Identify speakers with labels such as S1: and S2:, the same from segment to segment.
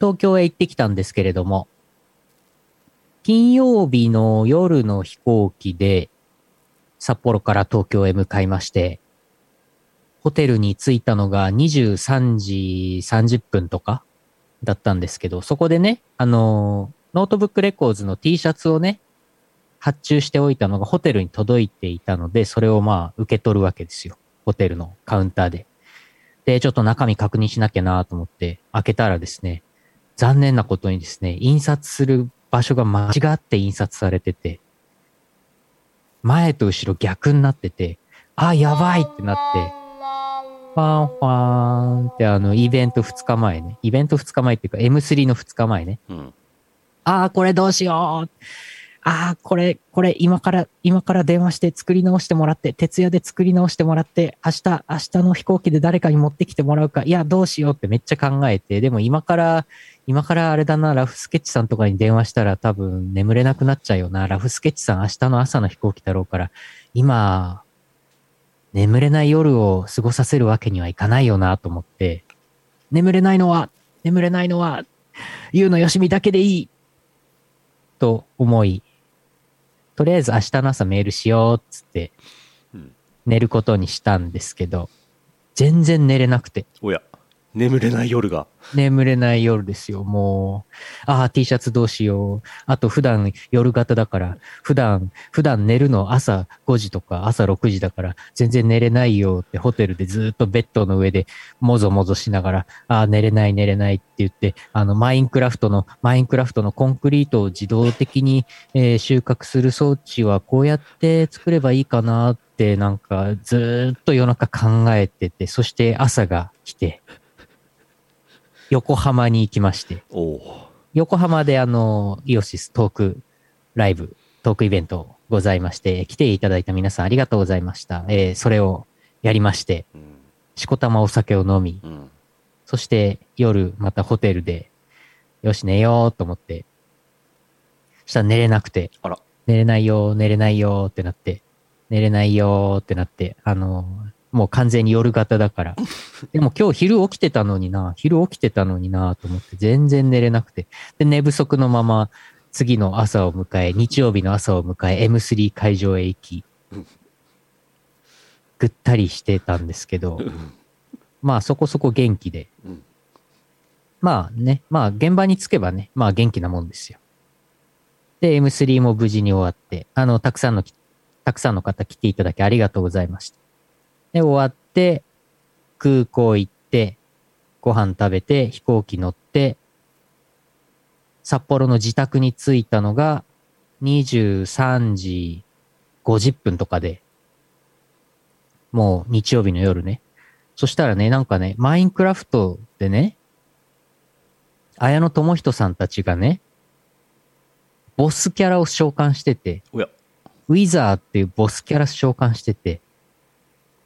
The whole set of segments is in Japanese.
S1: 東京へ行ってきたんですけれども、金曜日の夜の飛行機で、札幌から東京へ向かいまして、ホテルに着いたのが23時30分とかだったんですけど、そこでね、あのー、ノートブックレコーズの T シャツをね、発注しておいたのがホテルに届いていたので、それをまあ受け取るわけですよ。ホテルのカウンターで。で、ちょっと中身確認しなきゃなと思って開けたらですね、残念なことにですね、印刷する場所が間違って印刷されてて、前と後ろ逆になってて、あ、やばいってなって、ファンファーンってあの、イベント2日前ね。イベント2日前っていうか M3 の2日前ね。
S2: うん。
S1: ああ、これどうしよう。ああ、これ、これ今から、今から電話して作り直してもらって、徹夜で作り直してもらって、明日、明日の飛行機で誰かに持ってきてもらうか、いや、どうしようってめっちゃ考えて、でも今から、今からあれだな、ラフスケッチさんとかに電話したら多分眠れなくなっちゃうよな。ラフスケッチさん明日の朝の飛行機だろうから、今、眠れない夜を過ごさせるわけにはいかないよなと思って、眠れないのは、眠れないのは、ゆうのよしみだけでいいと思い、とりあえず明日の朝メールしようっつって
S2: うん、
S1: 寝ることにしたんですけど、全然寝れなくて、
S2: おや、眠れない夜が。
S1: 眠れない夜ですよ、もう。ああ、T シャツどうしよう。あと普段夜型だから、普段、普段寝るの朝5時とか朝6時だから、全然寝れないよってホテルでずーっとベッドの上でもぞもぞしながら、ああ、寝れない寝れないって言って、あの、マインクラフトの、マインクラフトのコンクリートを自動的に、えー収穫する装置はこうやって作ればいいかなって、なんかずーっと夜中考えてて、そして朝が来て、横浜に行きまして、
S2: おお。
S1: 横浜であの、イオシストークライブ、トークイベントございまして、来ていただいた皆さんありがとうございました。えーそれをやりまして、
S2: うん。
S1: しこたまお酒を飲み、
S2: うん。
S1: そして夜またホテルで、よし寝ようと思って、そしたら寝れなくて、
S2: あら
S1: 寝れないよー、寝れないよーってなって、寝れないよーってなって、あのーもう完全に夜型だから。でも今日昼起きてたのにな、昼起きてたのになと思って、全然寝れなくて。で、寝不足のまま、次の朝を迎え、日曜日の朝を迎え、M3 会場へ行き
S2: うん、
S1: ぐったりしてたんですけど、まあそこそこ元気で、
S2: うん
S1: まあね、まあ現場に着けばね、まあ元気なもんですよ。で、M3 も無事に終わって、あの、たくさんの、たくさんの方来ていただきありがとうございました。で、終わって、空港行って、ご飯食べて、飛行機乗って、札幌の自宅に着いたのが、23時50分とかで、もう日曜日の夜ね。そしたらね、なんかね、マインクラフトでね、綾野智人さんたちがね、ボスキャラを召喚してて、
S2: おや。
S1: ウィザーっていうボスキャラ召喚してて、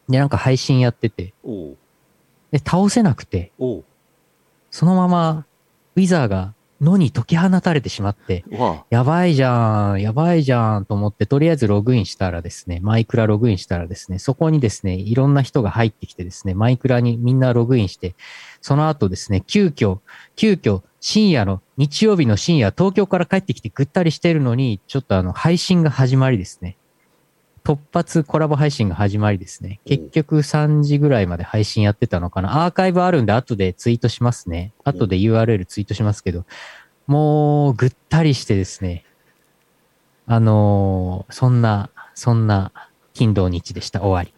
S1: で、なんか配信やってて、
S2: おお。
S1: で、倒せなくて、
S2: おお。
S1: そのまま、ウィザーが野に解き放たれてしまって、
S2: わ
S1: やばいじゃん、やばいじゃんと思って、とりあえずログインしたらですね、マイクラログインしたらですね、そこにですね、いろんな人が入ってきてですね、マイクラにみんなログインして、その後ですね、急遽、急遽、深夜の、日曜日の深夜、東京から帰ってきてぐったりしてるのに、ちょっとあの、配信が始まりですね。突発コラボ配信が始まりですね。結局3時ぐらいまで配信やってたのかな。アーカイブあるんで後でツイートしますね。後で URL ツイートしますけど、もうぐったりしてですね。あのーそんな、そんな、金土日でした。終わり。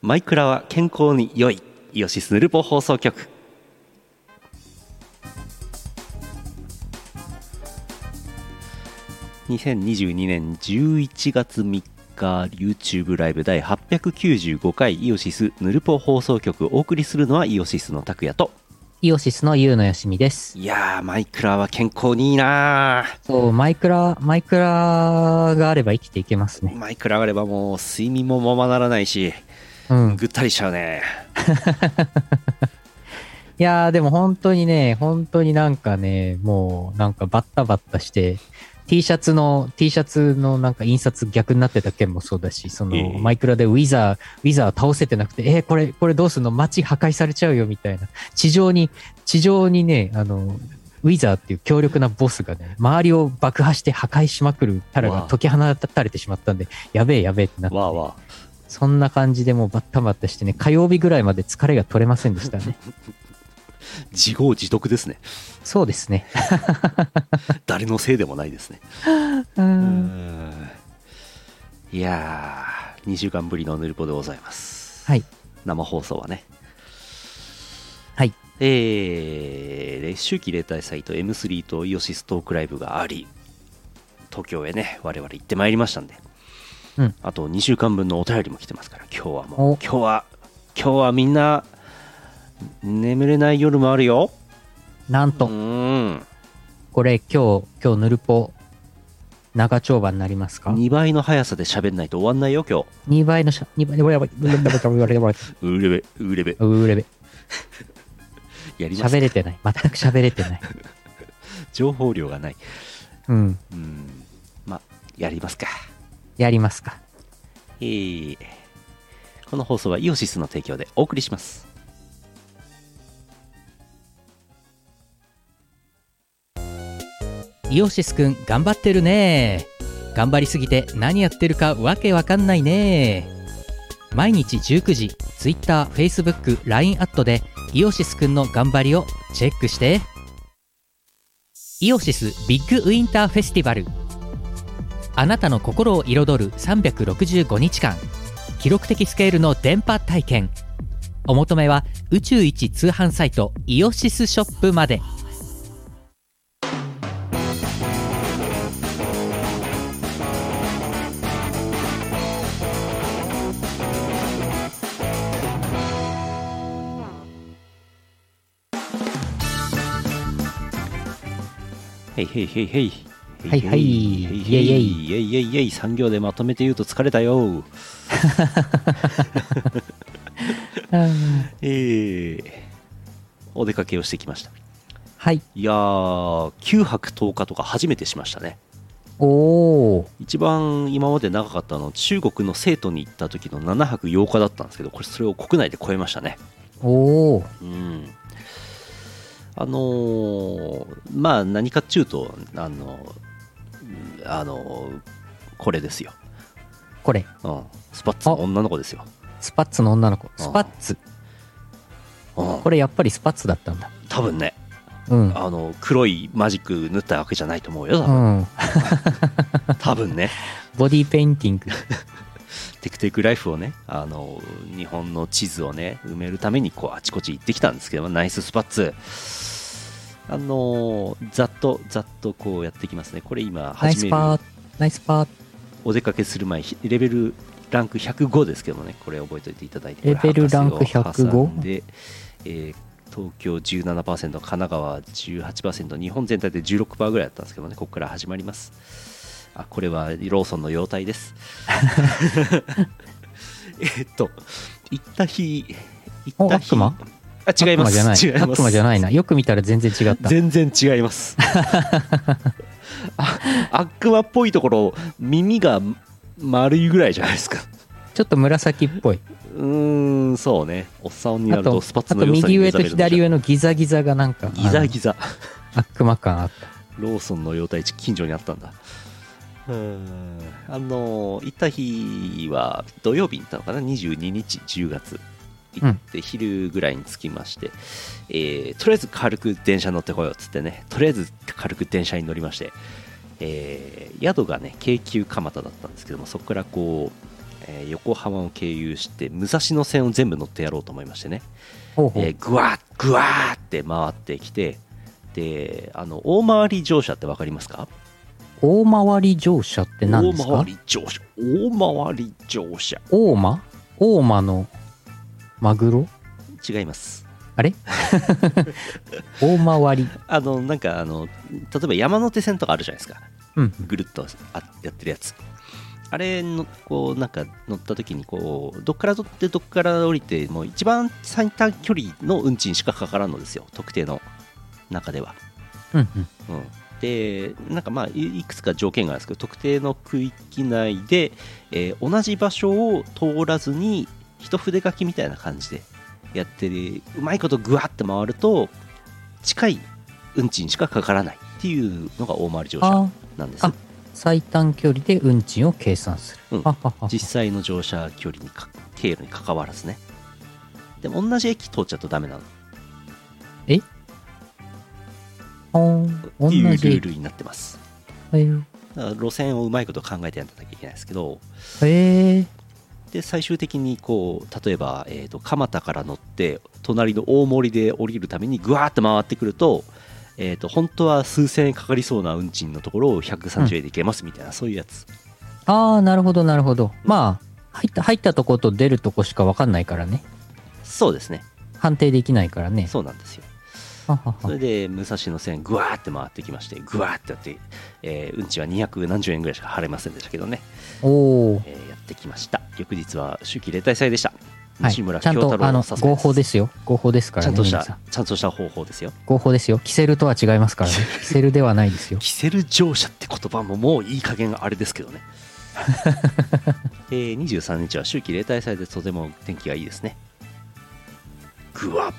S2: マイクラは健康に良い。イオシスヌルポ放送局。2022年11月3日 YouTube ライブ第895回イオシスヌルポ放送局お送りするのはイオシスの拓也と
S1: イオシスのゆうのよしみです。
S2: いやーマイクラは健康にいいなー
S1: そう、マイクラ、マイクラがあれば生きていけますね。
S2: マイクラがあればもう睡眠もままならないし
S1: うん。
S2: ぐったりしちゃうね
S1: いやー、でも本当にね、本当になんかね、もうなんかバッタバッタして、T シャツの、T シャツのなんか印刷逆になってた件もそうだし、その、
S2: ええ
S1: マイクラでウィザー、ウィザー倒せてなくて、えーこれ、これどうすんの街破壊されちゃうよみたいな。地上に、地上にね、あの、ウィザーっていう強力なボスがね、周りを爆破して破壊しまくるキャラ
S2: わ
S1: が
S2: あ
S1: 解き放たれてしまったんで、やべえやべえってなって、
S2: わあわ
S1: そんな感じでもうバッタバッタしてね、火曜日ぐらいまで疲れが取れませんでしたね。
S2: あ自業自得ですね
S1: そうですね。
S2: 誰のせいでもないですね
S1: う
S2: うんんいやー2週間ぶりのヌルポでございます
S1: はい。
S2: 生放送はね
S1: はい
S2: えー、秋季例大祭と M3 とイオシストークライブがあり東京へね我々行ってまいりましたんで、
S1: うん
S2: あと2週間分のお便りも来てますから今日はもう
S1: お
S2: 今日は今日はみんな眠れない夜もあるよ
S1: なんと
S2: う、ん
S1: これ今日、今日ヌルポ、長丁場になりますか
S2: 2倍の速さで喋んないと終わんないよ今日
S1: ?2 倍のしゃ、2倍、やばい、やばい、やばい、やばい、やばい、
S2: うれべうれべ
S1: うれべ、
S2: やります
S1: 喋れてない。全く喋れてない。
S2: 情報量がない
S1: うん。
S2: うんまあやりますか
S1: やりますか。
S2: えーこの放送はイオシスの提供でお送りします
S1: イオシスくん頑張ってるね頑張りすぎて何やってるかわけわかんないね毎日19時 TwitterFacebookLINE アットでイオシスくんの頑張りをチェックしてイオシスビッグウィンターフェスティバルあなたの心を彩る365日間記録的スケールの電波体験お求めは宇宙一通販サイトイオシスショップまで
S2: へいへいへいへい
S1: はいはい
S2: イ
S1: イエイ
S2: エイエイエイエイ産業でまとめて言うと疲れたよえーお出かけをしてきました
S1: はい
S2: いやー9泊10日とか初めてしましたね
S1: おお
S2: 一番今まで長かったのは中国の成都に行った時の7泊8日だったんですけどこれそれを国内で超えましたね
S1: おお
S2: うんあのーまあ何かっちゅうとあのーうんあのーこれですよ、
S1: これ
S2: うん、スパッツの女の子ですよ、
S1: スパッツの女の子スパッツ
S2: うん、
S1: これやっぱりスパッツだったんだ
S2: 多分ね
S1: うん
S2: あの黒いマジック塗ったわけじゃないと思うよ
S1: うん
S2: 多分ね
S1: ボディペインティング
S2: テクテクライフをねあの日本の地図をね埋めるためにこうあちこち行ってきたんですけどナイススパッツあのーざっとざっとこうやってきますねこれ今
S1: ナイ
S2: 始
S1: ス
S2: める
S1: パーナイスパー
S2: お出かけする前ひレベルランク105ですけどもねこれ覚えておいていただいて
S1: レベルランク
S2: これ博士を挟ん
S1: 105?
S2: で、えー東京17%神奈川18%日本全体で16%ぐらいだったんですけどねここから始まりますあこれはローソンの様態です えっと行った日行った日
S1: お悪魔
S2: あ違います
S1: 悪魔じ
S2: 違
S1: ゃない
S2: いま
S1: 悪
S2: す
S1: 魔じゃないなよく見たら全然違った
S2: 全然違います あ悪魔っぽいところ耳が丸いぐらいじゃないですか
S1: ちょっと紫っぽいう
S2: ーんそうねおっさんにな
S1: あ
S2: ると
S1: と
S2: スパッツ
S1: あ
S2: の
S1: と
S2: 良さに
S1: 右
S2: 目
S1: 上と
S2: 覚めるのじゃ
S1: 左上のギザギザがなんか
S2: ギザギザ
S1: あの悪魔感あった
S2: ローソンの幼体地近所にあったんだうーんあのー行った日は土曜日に行ったのかな22日10月行って昼ぐらいに着きまして、えーとりあえず軽く電車乗ってこようっつってねとりあえず軽く電車に乗りまして、えー宿がね京急蒲田だったんですけどもそこからこう、えー横浜を経由して武蔵野線を全部乗ってやろうと思いましてね
S1: ほうほう、
S2: えー、ぐわーぐわーって回ってきてであの大回り乗車って分かりますか
S1: 大回り乗車って何です
S2: 大
S1: か
S2: 回り乗車大回り乗車
S1: 大間大間のマグロ
S2: 違います
S1: 大回り
S2: あのなんかあの例えば山手線とかあるじゃないですか
S1: うん
S2: ぐるっとあやってるやつあれのこうなんか乗った時にこうどっから取ってどっから降りてもう一番最短距離の運賃しかかからんのですよ特定の中では
S1: うんうん
S2: うん、でなんかまあいいくつか条件があるんですけど特定の区域内で、えー同じ場所を通らずに一筆書きみたいな感じでやってるうまいことぐわって回ると近い運賃しかかからないっていうのが大回り乗車
S1: あ
S2: なんです
S1: あ最短距離で運賃を計算する。
S2: うん
S1: あはは
S2: 実際の乗車距離にか経路に関わらずねでも同じ駅通っちゃうとダメなの
S1: ほー
S2: っていう
S1: 同
S2: ル
S1: じ
S2: ールになってます
S1: へ
S2: だから路線をうまいこと考えてやらなきゃいけないですけど
S1: えー、
S2: で最終的にこう例えば、えー、と蒲田から乗って隣の大森で降りるためにぐわーって回ってくると,、えー、と本当は数千円かかりそうな運賃のところを130円で行けますみたいな、そういうやつ
S1: ああ、なるほど、なるほど。まあ、入った、入ったとこと出るとこしかわかんないからね。
S2: そうですね
S1: 判定できないからね。
S2: そうなんですよ
S1: はは
S2: そ
S1: は
S2: れで武蔵野線ぐわーって回ってきましてぐわーってやって、えー運賃は200何十円ぐらいしか払えませんでしたけどね、
S1: おー
S2: えーやってきました翌日は秋季例大祭でした
S1: はい、
S2: 西村
S1: ちゃん
S2: 京太
S1: と
S2: 郎
S1: あの
S2: さ
S1: 合法ですよ合法ですから
S2: ちゃ
S1: ね
S2: んとし
S1: 皆さ
S2: た
S1: ん
S2: ちゃんとした方法ですよ
S1: 合法ですよキセルとは違います からねキセルではないですよ
S2: キセル乗車って言葉ももういい加減あれですけどね えー23日は秋季例大祭でとても天気がいいですねぐわっ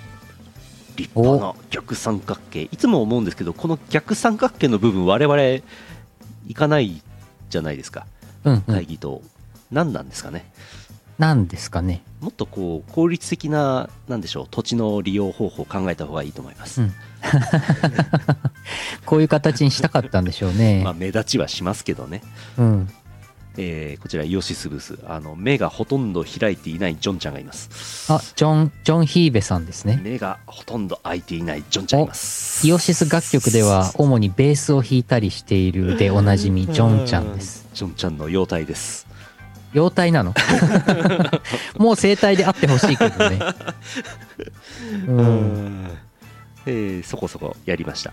S2: 立派な逆三角形いつも思うんですけどこの逆三角形の部分我々行かないじゃないですか
S1: うんうん、
S2: 会議と、何なんですかね
S1: なんですかね
S2: もっとこう効率的ななんでしょう土地の利用方法を考えた方がいいと思います、
S1: うんこういう形にしたかったんでしょうね、
S2: まあ、目立ちはしますけどね
S1: うん
S2: えーこちらイオシスブースあの目がほとんど開いていないジョンちゃんがいます
S1: あジョンジョン・ヒーベさんですね
S2: 目がほとんど開いていないジョンちゃんがいます
S1: イオシス楽曲では主にベースを弾いたりしているでおなじみジョンちゃんです
S2: ジョンちゃんの容態です
S1: 妖体 なのもう生体であってほしいけどねう
S2: うんんえーそこそこやりました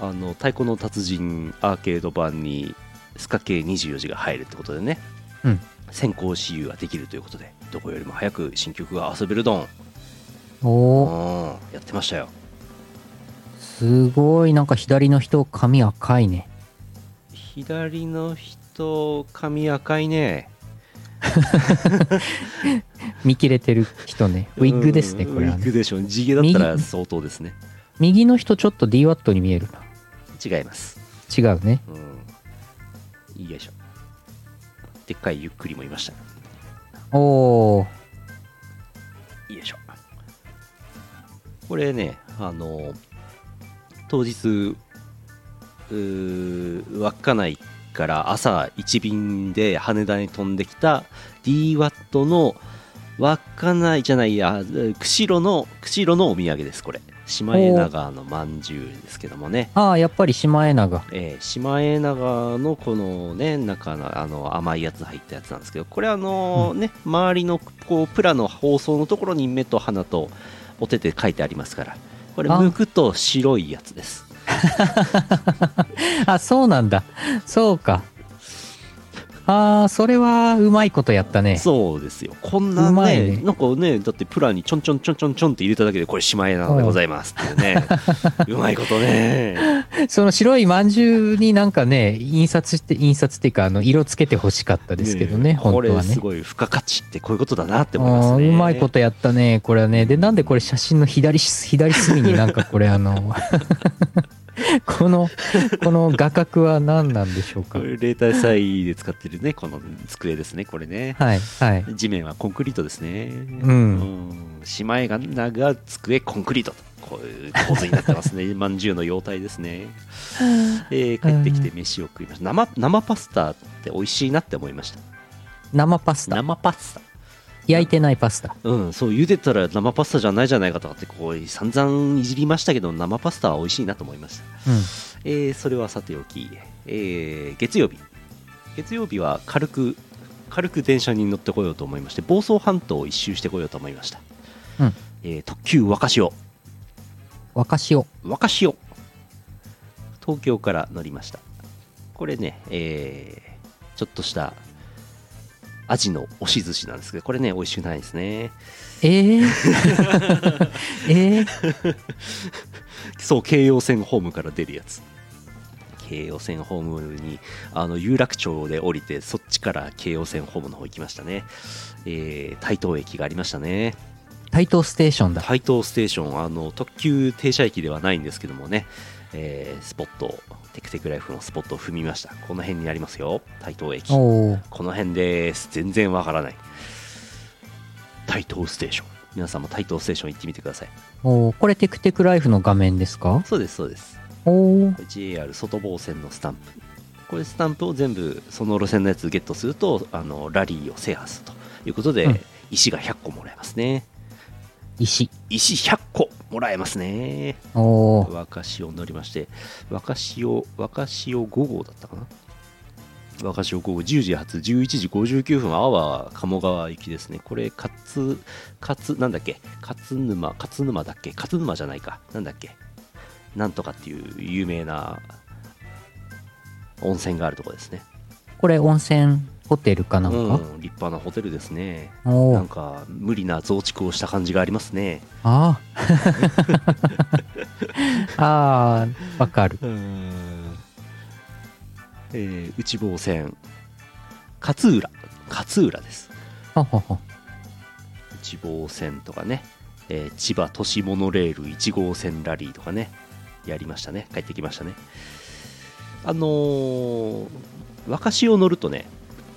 S2: あの太鼓の達人アーケード版にスカ系24時が入るってことでね、
S1: うん
S2: 先行私有ができるということでどこよりも早く新曲が遊べるドン
S1: おー
S2: うんやってましたよ
S1: すごいなんか左の人髪赤いね
S2: 左の人髪赤いね
S1: 見切れてる人ねウィッグですね
S2: うん
S1: これは
S2: ウィッ
S1: ね
S2: グでしょ地毛だったら相当ですね
S1: 右の人ちょっと DWAT に見えるな
S2: 違います
S1: 違うね
S2: うんよいしょでっかいゆっくりもいました
S1: おー
S2: よいしょこれねあの当日うー稚内から朝1便で羽田に飛んできた DWAT の稚内じゃないや釧路の釧路のお土産ですこれシマエナガのまんじゅうですけどもね
S1: ああやっぱりシマエナガ
S2: えーシマエナガのこのね中のあの甘いやつ入ったやつなんですけどこれあのね、周りのこうプラの包装のところに目と鼻とお手で書いてありますからこれ
S1: あ
S2: 剥くと白いやつです
S1: あそうなんだそうかああそれはうまいことやったね
S2: そうですよこんな
S1: うまいね
S2: ねなんかねだってプラにちょんちょんちょんちょんちょんって入れただけでこれシマエナガでございますっていう ねうまいことね
S1: その白いまんじゅうになんかね印刷して印刷っていうかあの色つけてほしかったですけどね
S2: え
S1: 本
S2: こ
S1: 当
S2: れ
S1: はね
S2: すごい付加価値ってこういうことだなって思います
S1: あ
S2: ね
S1: ーうまいことやったねこれはねでなんでこれ写真の左し左隅になんかこれあの このこの画角は何なんでしょうか
S2: これ例大祭で使ってるねこの机ですねこれね
S1: はいはい
S2: 地面はコンクリートですね。うんしまえが長机コンクリートと。こういう構図になってますね。 まんじゅうの様態ですね。えー帰ってきて飯を食いました。生生パスタって美味しいなって思いました。
S1: 生パスタ
S2: 生パスタ。
S1: 焼いてないパスタ
S2: うん、そう、茹でたら生パスタじゃないじゃないかとかって、こう、散々いじりましたけど、生パスタは美味しいなと思いました。
S1: うん
S2: えーそれはさておき、えー月曜日。月曜日は軽く、軽く電車に乗ってこようと思いまして、房総半島を一周してこようと思いました。
S1: うん
S2: えー特急若潮、
S1: 若塩
S2: 若潮。東京から乗りました。これね、えーちょっとした、アジの押し寿司なんですけど、これね、美味しくないですね。
S1: ええええ
S2: そう京葉線ホームから出るやつ京葉線ホームにあの有楽町で降りてそっちから京葉線ホームの方行きましたね、えー台東駅がありましたね
S1: 台東ステーションだ。
S2: 台東ステーションあの特急停車駅ではないんですけどもね、えースポットをテクテクライフのスポットを踏みましたこの辺にありますよ台東駅
S1: おお。
S2: この辺です全然わからない台東ステーション皆さんも台東ステーション行ってみてください
S1: おお。これテクテクライフの画面ですか
S2: そうですそうです
S1: おお。
S2: JR 外房線のスタンプこれスタンプを全部その路線のやつゲットするとあのラリーを制覇するということで、
S1: うん
S2: 石が100個もらえますね
S1: 石。
S2: 石100個もらえますね
S1: おお。
S2: 若潮に乗りまして若潮若潮5号だったかな若潮5号10時発11時59分阿波鴨川行きですねこれ勝勝なんだっけ勝沼勝沼だっけ勝沼じゃないかなんだっけなんとかっていう有名な温泉があるとこですね、
S1: これ温泉ホテルか
S2: う
S1: なん
S2: ん
S1: か、、
S2: 立派なホテルですね
S1: お
S2: な
S1: お
S2: ん。か無理な増築をした感じがありますね
S1: ああ。 ああ、わかる。
S2: うーんえー内房線勝浦勝浦です
S1: ほほほ。
S2: 内房線とかね、えー千葉都市モノレール1号線ラリーとかねやりましたね帰ってきましたねあのー若潮乗るとね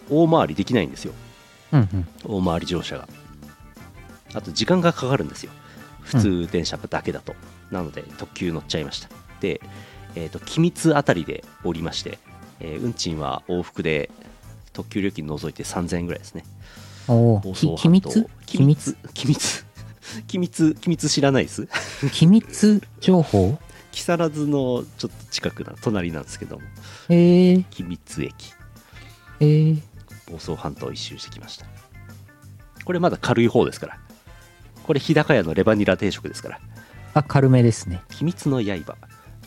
S2: 大回りできないんですよ
S1: うんうん。
S2: 大回り乗車があと時間がかかるんですよ普通電車だけだと、なので特急乗っちゃいましたで、えー、と君津あたりで降りまして、えー運賃は往復で特急料金除いて3000円ぐらいですね
S1: おお。
S2: 房
S1: き
S2: 総
S1: 機
S2: 半島
S1: 密機
S2: 君
S1: 密
S2: 津君津 君津君津知らないです
S1: 機密情報
S2: 木更津のちょっと近くな隣なんですけども
S1: ええー、
S2: 君津駅
S1: えー、
S2: 房総半島を一周してきましたこれまだ軽い方ですからこれ日高屋のレバニラ定食ですから
S1: あ、軽めですね。
S2: 秘密の刃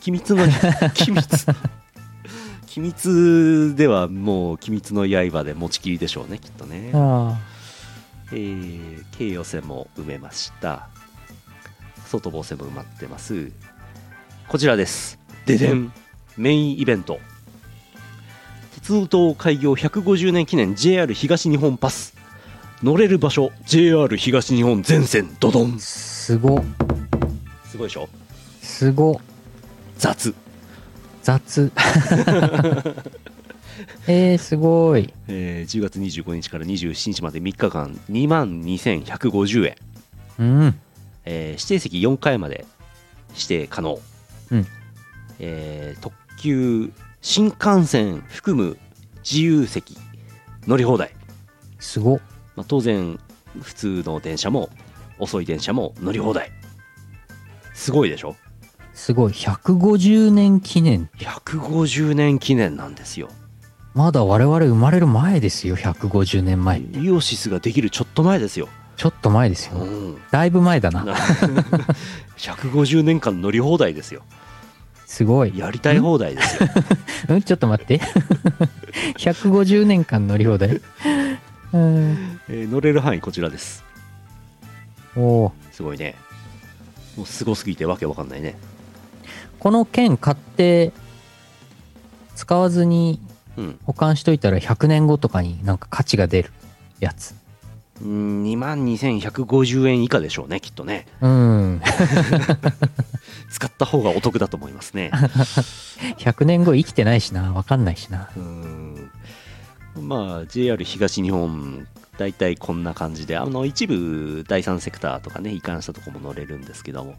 S2: 秘密の秘密秘密ではもう秘密の刃で持ちきりでしょうねきっとね、
S1: あ
S2: えー京葉線も埋めました外房線も埋まってますこちらですででんメインイベント鉄道開業150年記念 JR 東日本パス乗れる場所 JR 東日本全線ドドン
S1: あ。すご。
S2: すごいでしょ
S1: すご。
S2: 雑
S1: 雑。 えー、すごい。
S2: えー10月25日から27日まで3日間2万2150円、
S1: うん。
S2: えー指定席4回まで指定可能、
S1: うん
S2: えー特急新幹線含む自由席乗り放題、
S1: すご。
S2: まあ、当然普通の電車も遅い電車も乗り放題すごいでしょ
S1: すごい。150年記念。
S2: 150年記念なんですよ
S1: まだ我々生まれる前ですよ。150年前。
S2: イオシスができるちょっと前ですよ、
S1: ちょっと前です
S2: う
S1: よ。
S2: ん、
S1: だいぶ前だな。
S2: な150年間乗り放題ですよ
S1: すごい。
S2: やりたい放題ですよ
S1: うん、ちょっと待って。150年間乗り放題。 うん。
S2: えー乗れる範囲こちらです
S1: おー
S2: すごいねもうすごすぎてわけわかんないね
S1: この券買って、使わずに
S2: うん
S1: 保管しといたら100年後とかになんか価値が出るやつ。
S2: うん2万2150円以下でしょうねきっとね
S1: うん。
S2: 使った方がお得だと思いますね
S1: 100年後生きてないしな。わかんないしな。
S2: うんまあ JR 東日本大体こんな感じであの一部第三セクターとかね移管したとこも乗れるんですけども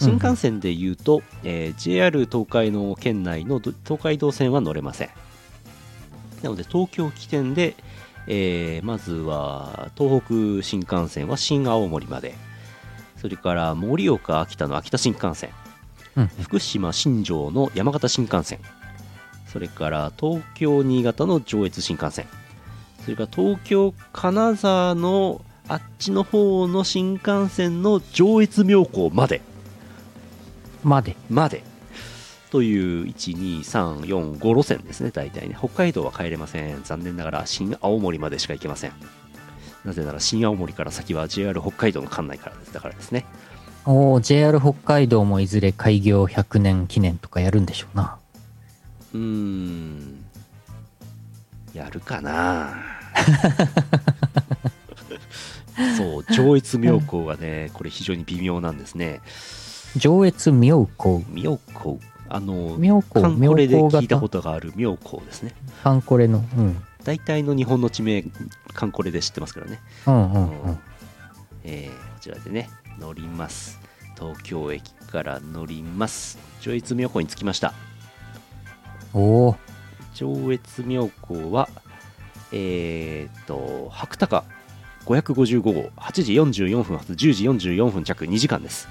S2: 新幹線で言うと、えー JR 東海の県内のど東海道線は乗れませんなので東京起点で、えーまずは東北新幹線は新青森までそれから盛岡秋田の秋田新幹線
S1: うん。
S2: 福島新庄の山形新幹線それから東京新潟の上越新幹線それから東京金沢のあっちの方の新幹線の上越妙高まで
S1: まで。
S2: までという12345路線ですね大体ね北海道は帰れません残念ながら新青森までしか行けませんなぜなら新青森から先は JR 北海道の管内からですだからですね
S1: おお JR 北海道もいずれ開業100年記念とかやるんでしょうな。
S2: うーん やるかなそう上越妙高がねこれ非常に微妙なんですね
S1: 上越妙高。
S2: 妙高あの
S1: 妙高、
S2: カンコ
S1: 妙
S2: レで
S1: 高
S2: 聞いたこ
S1: 型。
S2: とがある妙高ですね
S1: カンコレの。うん。
S2: 大体の日本の地名カンコレで知ってますからね
S1: うんうんうん。
S2: えーこちらでね乗ります東京駅から乗ります上越妙高に着きました
S1: おお。
S2: 上越妙高はえーっと白鷹555号8時44分発10時44分着2時間です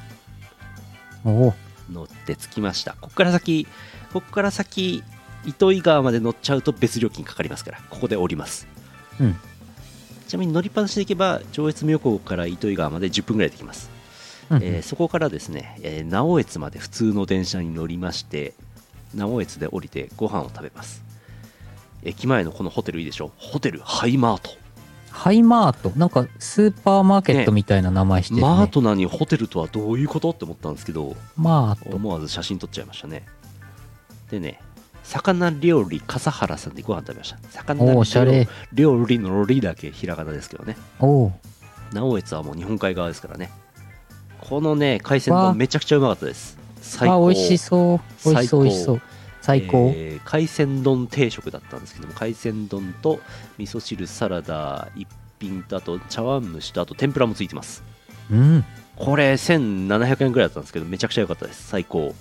S1: おお。
S2: 乗って着きましたここから先ここから先糸魚川まで乗っちゃうと別料金かかりますからここで降ります
S1: うん
S2: ちなみに乗りっぱなしで行けば上越妙高から糸魚川まで10分ぐらいできます
S1: うん
S2: えーそこからですね、えー直江津まで普通の電車に乗りまして直江津で降りてご飯を食べます駅前のこのホテルいいでしょホテルハイマート
S1: ハイマート。なんか、スーパーマーケットみたいな名前してる、ね。
S2: マートなのにホテルとはどういうことって思ったんですけど
S1: マート。
S2: 思わず写真撮っちゃいましたねでね魚料理笠原さんでご飯食べました魚
S1: おお、
S2: 料
S1: おしゃれ。
S2: 料理のロリだけひらがなですけどね
S1: おお。
S2: 直江津はもう日本海側ですからねこのね海鮮丼めちゃくちゃうまかったです最
S1: あ、
S2: 高
S1: 美味しそう。美味しそう、
S2: 最高
S1: 美味しそう。最高。
S2: えー海鮮丼定食だったんですけども海鮮丼と味噌汁サラダ一品とあと茶碗蒸しとあと天ぷらもついてます
S1: うん。
S2: これ1700円ぐらいだったんですけどめちゃくちゃ良かったです最高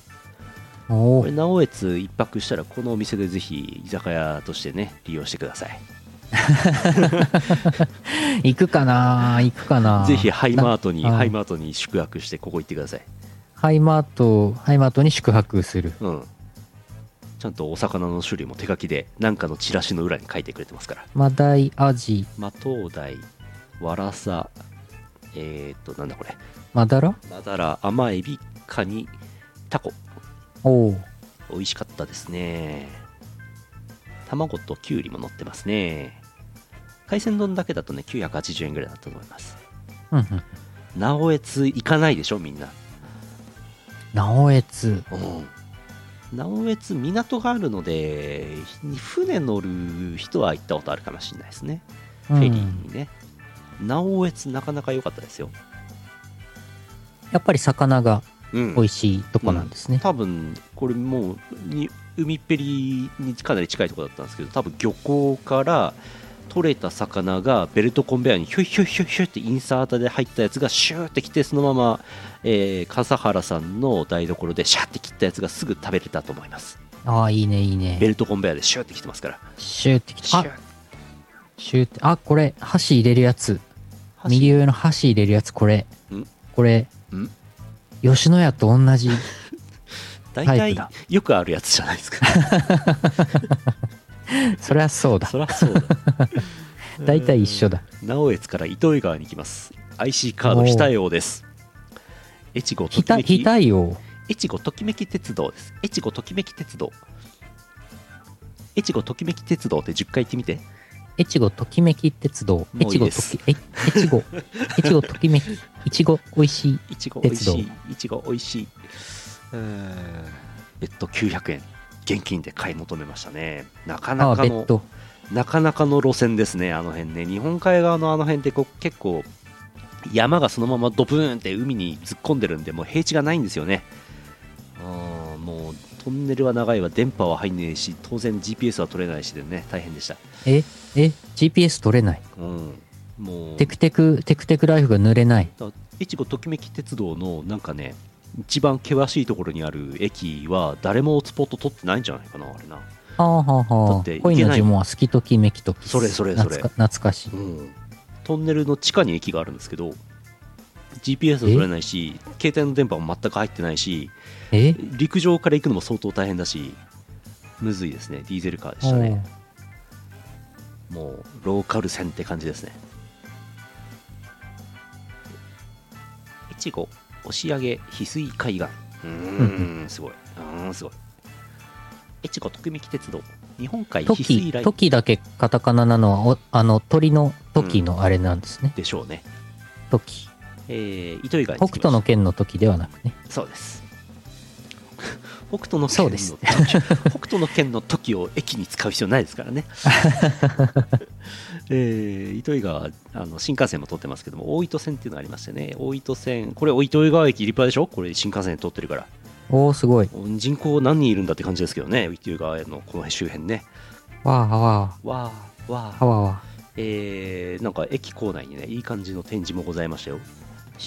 S1: お
S2: こ
S1: お
S2: れ。直江津一泊したらこのお店でぜひ居酒屋としてね利用してください
S1: 行くかな行くかな
S2: ぜひハイマー
S1: な
S2: トに
S1: あー
S2: ハイマートに宿泊してここ行ってください
S1: ハイマート、ハイマートに宿泊する。
S2: うんちゃんとお魚の種類も手書きで何かのチラシの裏に書いてくれてますから
S1: マダイ、アジ、
S2: マトウダイワラサえー、っとなんだこれ
S1: マダラ
S2: マダラ甘エビカニタコ
S1: おお。
S2: 美味しかったですね卵ときゅうりも乗ってますね海鮮丼だけだとね980円ぐらいだったと思います
S1: うんうん。
S2: 直江津行かないでしょみんな
S1: 直江津。
S2: 直江津港があるのでひ船乗る人は行ったことあるかもしれないですね
S1: う
S2: フ
S1: ん
S2: ェリーにね、直江津なかなか良かったですよ
S1: やっぱり魚が
S2: うん
S1: 美味しいとこなんですね。
S2: 多分これもうに海っぺりにかなり近いところだったんですけど多分漁港から取れた魚がベルトコンベヤーにひょいひょいひょいひょいってインサーターで入ったやつがシューってきてそのまま、えー笠原さんの台所でシャーって切ったやつがすぐ食べれたと思います
S1: ああ、いいね、いい
S2: ベ
S1: ね。
S2: ルトコンベヤーでシューってきてますから
S1: シューってき
S2: シ
S1: た。
S2: ュ
S1: あ
S2: ー、
S1: シューって。あ、これ、箸入れるやつ。
S2: 箸
S1: 右上の箸入れるやつ、これ
S2: ん。
S1: これ
S2: ん、
S1: 吉野家と同 じ。
S2: 大
S1: タイ
S2: 体
S1: プだ
S2: よくあるやつじゃな いですか
S1: そりゃそうだ。
S2: そりゃそうだ
S1: 大体一緒だ。
S2: 直江津から糸魚川に行きます IC カード非対応です越後と
S1: ひ
S2: き
S1: た、
S2: め
S1: ひ
S2: き
S1: たいよ。
S2: 越後ときめき鉄道です越後ときめき鉄道越後ときめき鉄道って10回言ってみて
S1: 越後ときめき鉄道。
S2: もうい
S1: 越
S2: い
S1: 後
S2: で
S1: と
S2: す
S1: き、え、越後。 越後ときめき。いちご、美味しい。
S2: 越後おい
S1: 鉄
S2: し
S1: 道
S2: い越後おいしいえっと900円現金で買い求めましたねなか
S1: あ
S2: な
S1: あ、
S2: か
S1: ベ
S2: の
S1: ッド。
S2: なかなかの路線ですねあの辺ね日本海側のあの辺ってこう結構山がそのままドブーンって海に突っ込んでるんでもう平地がないんですよねあーもうトンネルは長いわ電波は入んねえし当然 GPS は取れないしでね大変でした
S1: え、え、GPS 取れない。
S2: うんもう
S1: テクテク、テクテクライフが濡れない。
S2: 越後ときめき鉄道のなんかね一番険しいところにある駅は誰もスポット取ってないんじゃないかなあれな
S1: はあはあ
S2: だ
S1: は
S2: っ
S1: あ
S2: て。
S1: 恋の呪文は好きときめきとき。
S2: それそれそれ
S1: 懐か懐かしい。
S2: うん、トンネルの地下に駅があるんですけど GPS は取れないし携帯の電波も全く入ってないし
S1: え
S2: 陸上から行くのも相当大変だしむずいですねディーゼルカーでしたねもうローカル線って感じですね越後押上翡翠海岸うーんすごいうーんすごい越後徳き鉄道日本海
S1: うんトキ
S2: 翡翠、ライン
S1: トキだけカタカナなのは、おあの、鳥のトキのあれなんですね。
S2: でしょうね、
S1: トキ。
S2: えー、糸魚川に着きまし
S1: 北
S2: た
S1: 斗の剣の時ではなくね。
S2: そうです。北北斗の
S1: そ
S2: 剣
S1: う
S2: の
S1: です
S2: 時 北斗の剣の時を駅に使う必要ないですからね、 えー糸魚川あの新幹線も通ってますけども大糸線っていうのがありましてね大糸線これ糸魚川駅立派でしょこれ新幹線で通ってるから
S1: おおすごい。
S2: 人口何人いるんだって感じですけどね糸魚川のこの周辺ね
S1: わあわ
S2: わあわ
S1: あ、
S2: あ
S1: わあわ
S2: えーなんか駅構内にねいい感じの展示もございましたよ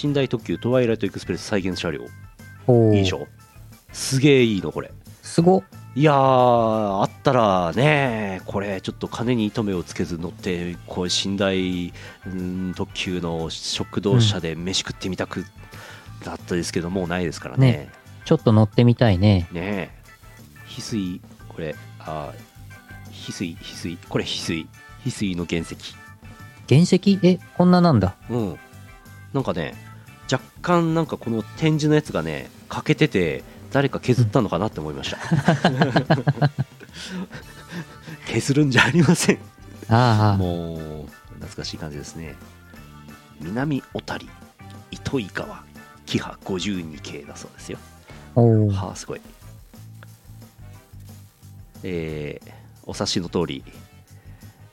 S2: 寝台特急トワイライトエクスプレス再現車両
S1: あ。おお。
S2: いいでしょすげえいいのこれ
S1: すごっ。
S2: いやーあったらねこれちょっと金に糸目をつけず乗ってこう寝台うん特急の食堂車で飯食ってみたくだったですけど、もうないですからね
S1: ちょっと乗ってみたいね。
S2: ねえ翡翠これあー翡翠翡翠これ翡翠翡翠の原石
S1: 原石え、こんななんだ。
S2: うんなんかね若干なんかこの展示のやつがね欠けてて誰か削ったのかなって思いました 削るんじゃありません
S1: あああ
S2: もう懐かしい感じですね南小谷糸魚川キハ52系だそうですよ
S1: あ。おお。
S2: はあすごいえーお察しの通り、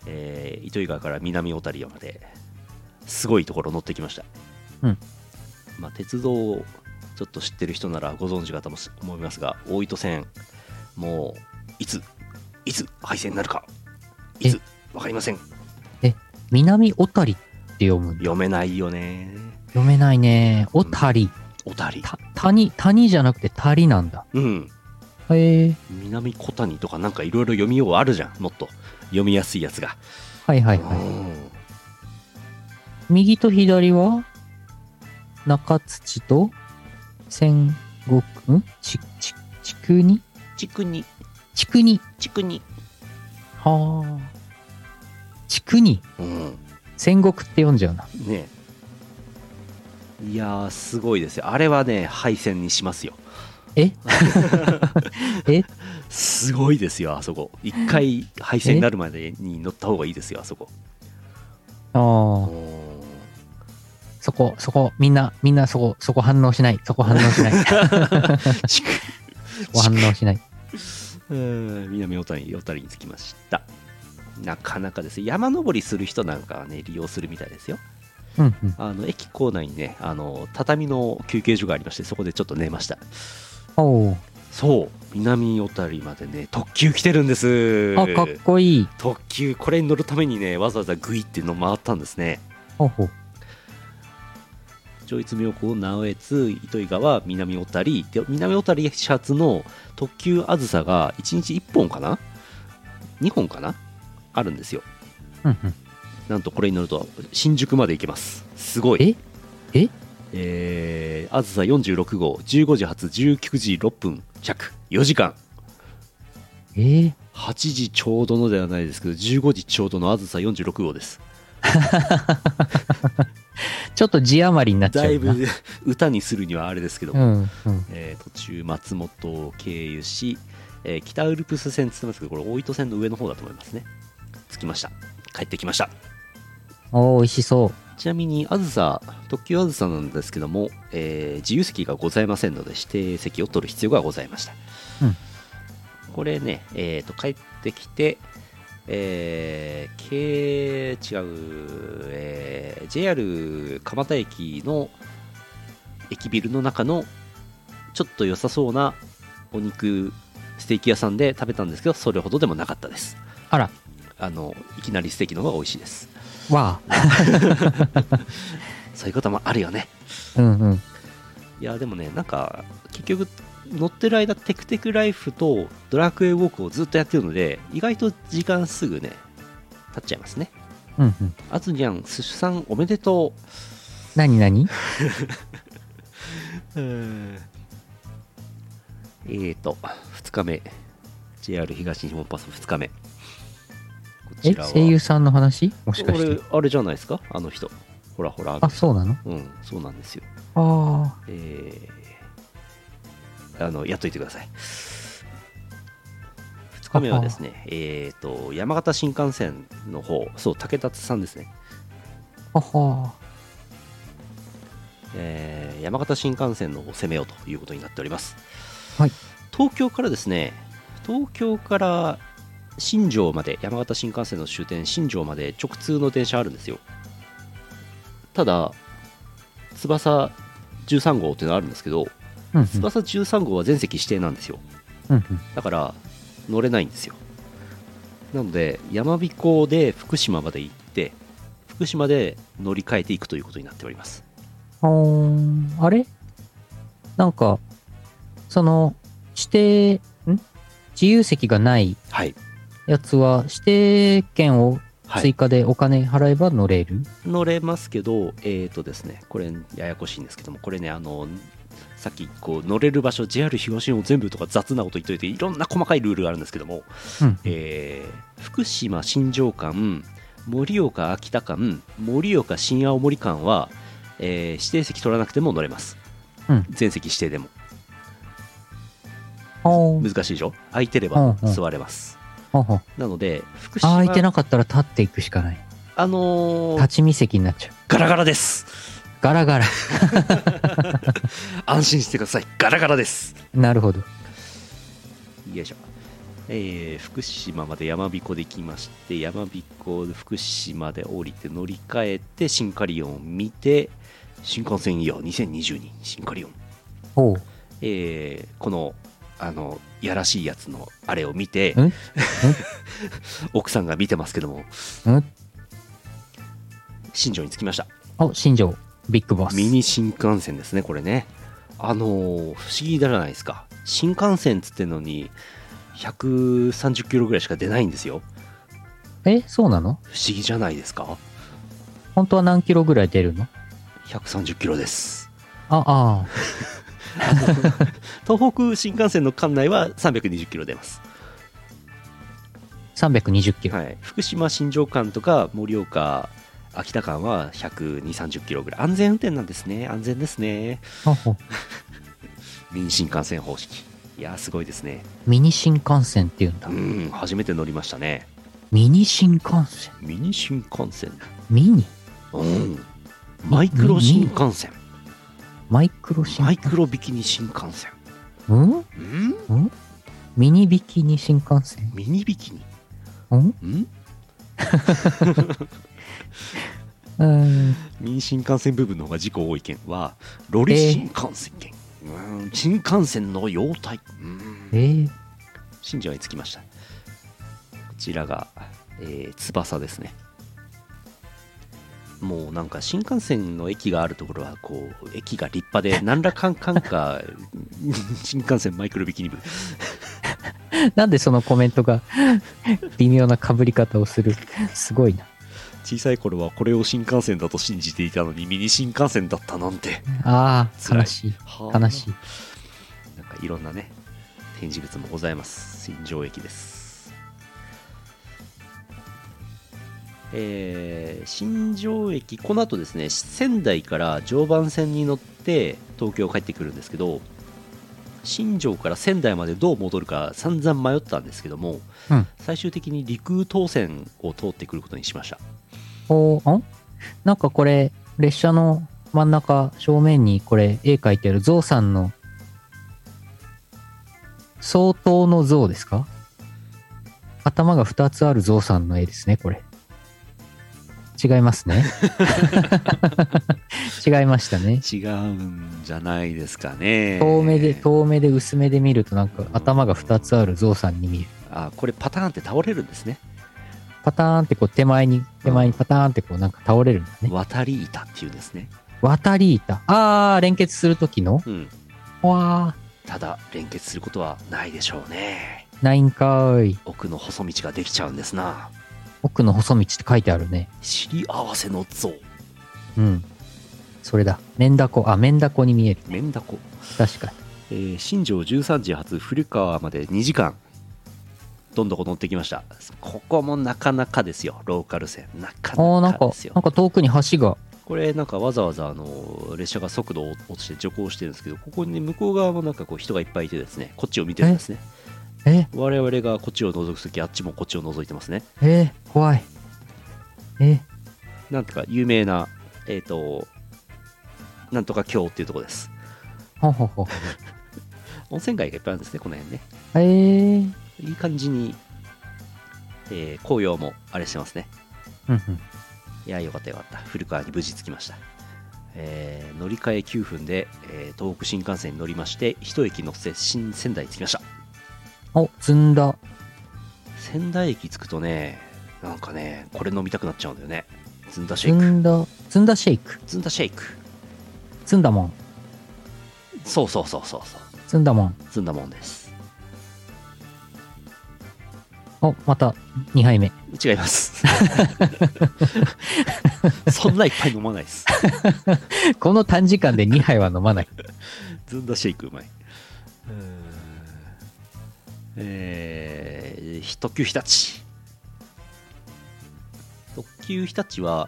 S2: えー糸魚川から南小谷まですごいところ乗ってきました
S1: うん
S2: まあ鉄道をちょっと知ってる人ならご存知かともし思いますが大糸線もういついつ廃線になるかいつわかりません
S1: 南小谷って読むんだ。
S2: 読めないよね
S1: 読めないね。小谷。
S2: 小谷
S1: た、谷、谷じゃなくて谷なんだ。
S2: うん
S1: へえ。
S2: 南小谷とかなんかいろいろ読みようあるじゃんもっと読みやすいやつが
S1: はいはいはい。
S2: うん
S1: 右と左は中土と戦国、んち、ち、地区に
S2: 地区に
S1: 地区に。
S2: 地区に
S1: はあ。地区に
S2: うん
S1: 戦国って読んじゃうな。
S2: ねえいやーすごいですよあれはね敗戦にしますよ
S1: ええ
S2: すごいですよあそこ一回敗戦になるまでに乗った方がいいですよあそこ
S1: ああ。
S2: うん
S1: そこ、そこ、みんな、みんなそこ、そこ反応しない。そこ反応 しない。そ
S2: 地区
S1: こ反応しない。
S2: うん南小谷小谷に着きましたなかなかです山登りする人なんかはね利用するみたいですよ
S1: うんうん。
S2: あの駅構内にねあの畳の休憩所がありましてそこでちょっと寝ました
S1: おう
S2: そう南小谷までね特急来てるんです
S1: あ、かっこいい。
S2: 特急これに乗るためにねわざわざグイっての回ったんですね
S1: ほうほう。
S2: 上越妙高直江津糸魚川南小谷で南小谷始発の特急あずさが1日1本かな2本かなあるんですよ
S1: うんうん。
S2: なんとこれに乗ると新宿まで行けますすごい
S1: ええ
S2: えーあずさ46号15時発19時6分着4時間
S1: えー、
S2: 8時ちょうどのではないですけど15時ちょうどのあずさ46号です
S1: ちょっと字余りになっちゃうな。
S2: だいぶ歌にするにはあれですけど
S1: う
S2: も、
S1: んうん。
S2: えー途中松本を経由し、えー北ウルプス線って言ってますけどこれ大糸線の上の方だと思いますね着きました帰ってきました
S1: おー、美味しそう。
S2: ちなみにあずさ特急あずさなんですけども、えー自由席がございませんので指定席を取る必要がございました、
S1: うん
S2: これね、えー、と帰ってきてえー、け違う、えー JR 蒲田駅の駅ビルの中のちょっと良さそうなお肉ステーキ屋さんで食べたんですけどそれほどでもなかったです
S1: あら、
S2: あのいきなりステーキの方が美味しいです
S1: わあ。
S2: そういうこともあるよね
S1: うんうん。
S2: いやでもねなんか結局乗ってる間テクテクライフとドラクエウォークをずっとやってるので意外と時間すぐね経っちゃいますね
S1: うんうん。
S2: あずにゃんすしさんおめでと
S1: なになに
S2: うえーと2日目 JR 東日本パス2日目こ
S1: え、
S2: ちらは
S1: 声優さんの話もしか
S2: こ
S1: して
S2: れ。あれじゃないですかあの人ほらほら
S1: あ、そうなの
S2: うんそうなんですよ
S1: あ
S2: えーあのやっといてください。2日目はですね、えー、と山形新幹線の方、そう、竹達さんですね、
S1: あ。はは
S2: えー山形新幹線の方を攻めようということになっております。
S1: はい
S2: 東京からですね東京から新庄まで山形新幹線の終点新庄まで直通の電車あるんですよただ翼13号っていうのがあるんですけど
S1: うんうん
S2: 翼13号は全席指定なんですよ
S1: うんうん
S2: だから乗れないんですよなので山彦で福島まで行って福島で乗り換えていくということになっております
S1: あーあれなんか、その、指定、ん自由席がない
S2: はい、
S1: やつは、指定券を
S2: はい
S1: 追、加でお金払えば乗れる、
S2: 乗れますけどえっ、ー、とですねこれややこしいんですけどもこれねあのさっきこう乗れる場所 JR 東日本全部とか雑なこと言っといていろんな細かいルールがあるんですけども、
S1: うん
S2: えー福島新庄間盛岡秋田間盛岡新青森間は、えー指定席取らなくても乗れます、
S1: うん
S2: 全席指定でも
S1: あー
S2: 難しいでしょ空いてれ
S1: う
S2: ば
S1: んうん
S2: 座れます、
S1: あー、
S2: なので福島
S1: あ空いてなかったら立っていくしかない。
S2: あのー
S1: 立ち見席になっちゃう。
S2: ガラガラです
S1: ガラガラ。
S2: 安心してくださいガラガラです
S1: なるほど。
S2: よいしょ、えー福島まで山彦で行きまして山彦福島で降りて乗り換えてシンカリオンを見て新幹線イヤー2022シンカリオン、
S1: おう。
S2: えーこのあのやらしいやつのあれを見て
S1: んん
S2: 奥さんが見てますけども
S1: ん
S2: 新庄に着きました
S1: お、新庄、ビッグボス。
S2: ミニ新幹線ですねこれねあのー不思議じゃないですか新幹線つってんのに130キロぐらいしか出ないんですよ
S1: え、そうなの
S2: 不思議じゃないですか
S1: 本当は何キロぐらい出るの
S2: 130キロです
S1: あ、あー
S2: 東北新幹線の管内は320キロ出ます、
S1: 320キロ。
S2: はい、福島新庄間とか盛岡秋田間は1 2 3 0キロぐらい安全運転なんですね安全ですね
S1: あほう
S2: ミニ新幹線方式いやーすごいですね
S1: ミニ新幹線っていうんだ
S2: う。ん初めて乗りましたね
S1: ミニ新幹線
S2: ミニ新幹線
S1: ミニ
S2: うんマイクロ新幹線
S1: マイクロ新
S2: マイ
S1: 幹
S2: クロビキニ新幹線
S1: 線ん
S2: うん
S1: ミニビキニ新幹線
S2: ミニビキニ
S1: ん
S2: うん
S1: うーん
S2: ミニ新幹線部分の方が事故多い件はロリ新幹線件、うーん新幹線の様態う
S1: え
S2: ーん
S1: ー、
S2: 新庄に着きましたこちらが、えー翼ですねもうなんか新幹線の駅があるところはこう駅が立派で何らかんかん か新幹線マイクロビキニ部
S1: なんでそのコメントが 微妙な被り方をするすごいな
S2: 小さい頃はこれを新幹線だと信じていたのにミニ新幹線だったなんて
S1: あー
S2: 辛い
S1: 悲しい
S2: はあ
S1: 悲しい
S2: なんかいろんなね、展示物もございます。新庄駅です。えー新庄駅、この後ですね、仙台から常磐線に乗って東京帰ってくるんですけど、新庄から仙台までどう戻るか散々迷ったんですけども、
S1: うん
S2: 最終的に陸羽東線を通ってくることにしました。
S1: おーんなんかこれ列車の真ん中正面にこれ絵描いてある象さんの相当の象ですか頭が2つある象さんの絵ですねこれ違いますね違いましたね
S2: 違うんじゃないですかね。
S1: 遠目で遠目で薄めで見るとなんか頭が2つある象さんに見える
S2: あ、これパターンって倒れるんですね。
S1: パターンってこう手前に手前にパターンってこうなんか倒れるんだね
S2: 渡り板っていうんですね。
S1: 渡り板あー連結する時の
S2: うん。
S1: わー
S2: ただ連結することはないでしょうね
S1: ないんかーい。
S2: 奥の細道ができちゃうんですな
S1: 奥の細道って書いてあるね。
S2: 知り合わせの像
S1: うん。それだ。メンダコ。あ、メンダコに見える。
S2: メンダコ、
S1: 確かに。
S2: えー新庄13時発古川まで2時間どんどこ乗ってきましたここもなかなかですよローカル線なか
S1: あーな
S2: なんか
S1: か
S2: です、よ
S1: なんか遠くに橋が。
S2: これなんかわざわざあの列車が速度を落ちて徐行してるんですけどここに向こう側もなんかこう人がいっぱいいてですねこっちを見てるんですね
S1: え、
S2: 我々がこっちを覗くときあっちもこっちを覗いてますね
S1: えー、怖い。え
S2: なんとか有名な、えっ、と、なんとか京っていうとこです。
S1: ー、ほんほんほん。
S2: 温泉街がいっぱいあるんですね、この辺ね。
S1: えー。
S2: いい感じに、えー紅葉もあれしてますね。
S1: うんうん。
S2: いや、よかったよかった。古川に無事着きました。えー乗り換え9分で、えー東北新幹線に乗りまして、一駅乗せ新仙台に着きました。
S1: お、積んだ。
S2: 仙台駅着くとね、なんかね、これ飲みたくなっちゃうんだよね。ずんだシ
S1: 積
S2: ェイク。
S1: んだ。積んだシェイク。
S2: ずんだシェイク。
S1: 積んだもん。
S2: そうそうそうそうそう。
S1: 積んだもん。
S2: ずんだもんです。
S1: お、また2杯目。
S2: 違います。そんないっぱい飲まないです。
S1: この短時間で2杯は飲まない。
S2: ずんだシェイクうまい。えー、特急日立。特急日立は、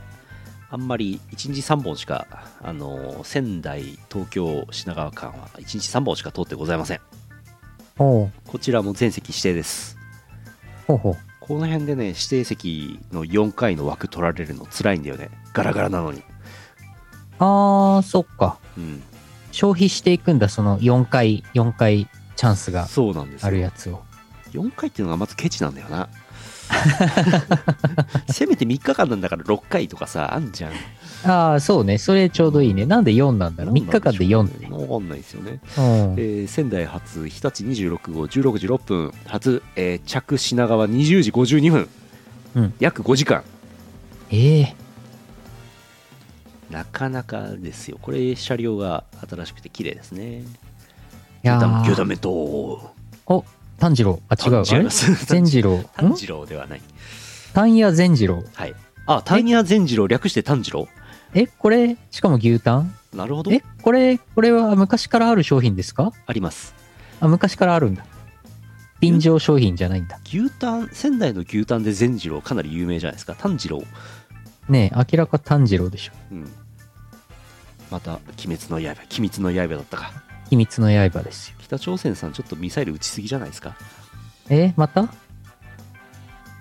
S2: あんまり1日3本しか、あのー仙台、東京、品川間は1日3本しか通ってございません。
S1: おう
S2: こちらも全席指定です。
S1: ほうほう。
S2: この辺でね、指定席の4回の枠取られるの辛いんだよね。ガラガラなのに。
S1: あー、そっか。
S2: うん。
S1: 消費していくんだ、その4回、4回チャンスが
S2: そうなんですよ
S1: あるやつを。
S2: 4回っていうのがまずケチなんだよなせめて3日間なんだから6回とかさあんじゃん
S1: あー、そうね。それちょうどいいね。なんで4なんだろう ?3 日間で4って。
S2: 分かんないですよね、
S1: うん。
S2: えー仙台発日立26号16時6分発、えー着品川20時52分、
S1: うん
S2: 約5時間
S1: ええ
S2: なかなかですよこれ車両が新しくて綺麗ですね
S1: いやー
S2: 牛タンメと
S1: お、炭治郎。あ、違う。あ
S2: 違い
S1: れ
S2: ます
S1: 善次郎。ん
S2: 炭治郎ではない
S1: 炭屋善次郎。
S2: はいあタニア善次郎略して炭治郎
S1: え、これ、しかも牛タン
S2: なるほど
S1: え、これ、これは昔からある商品ですか
S2: あります
S1: あ、昔からあるんだ。便乗商品じゃないんだ。
S2: 牛タン仙台の牛タンで善次郎かなり有名じゃないですか炭治郎、
S1: ねえ、明らか炭治郎でしょ。
S2: うん、また「鬼滅の刃」「鬼滅の刃」だったか
S1: 秘密の刃ですよ。
S2: 北朝鮮さんちょっとミサイル撃ちすぎじゃないですか
S1: え、また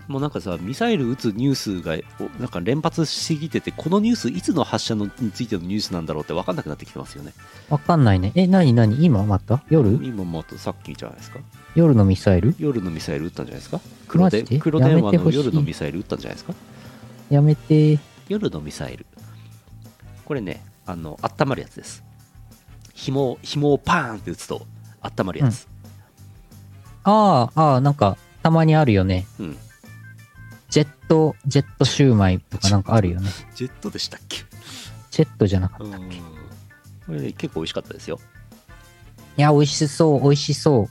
S2: もうなんかさミサイル撃つニュースがおなんか連発しすぎててこのニュースいつの発射のについてのニュースなんだろうって分かんなくなってきてますよね
S1: わかんないね。え、なになに今また夜
S2: 今もっとさっきじゃないですか
S1: 夜のミサイル
S2: 夜のミサイル撃ったんじゃないですか黒で
S1: マジで
S2: 黒電話
S1: やめてほ
S2: の
S1: しい
S2: 夜のミサイル撃ったんじゃないですか
S1: やめて。
S2: 夜のミサイルこれねあの温まるやつです紐を紐をパーンって打つと温まるやつ、
S1: ああ、ああ、なんか、たまにあるよね。
S2: うん
S1: ジェット、ジェットシューマイとかなんかあるよね。
S2: ジェットでしたっけ
S1: ジェットじゃなか
S2: う
S1: ったっ
S2: ん
S1: け。い
S2: これ、ね、結構美味しかったですよ
S1: や、美味しそう、美味しそ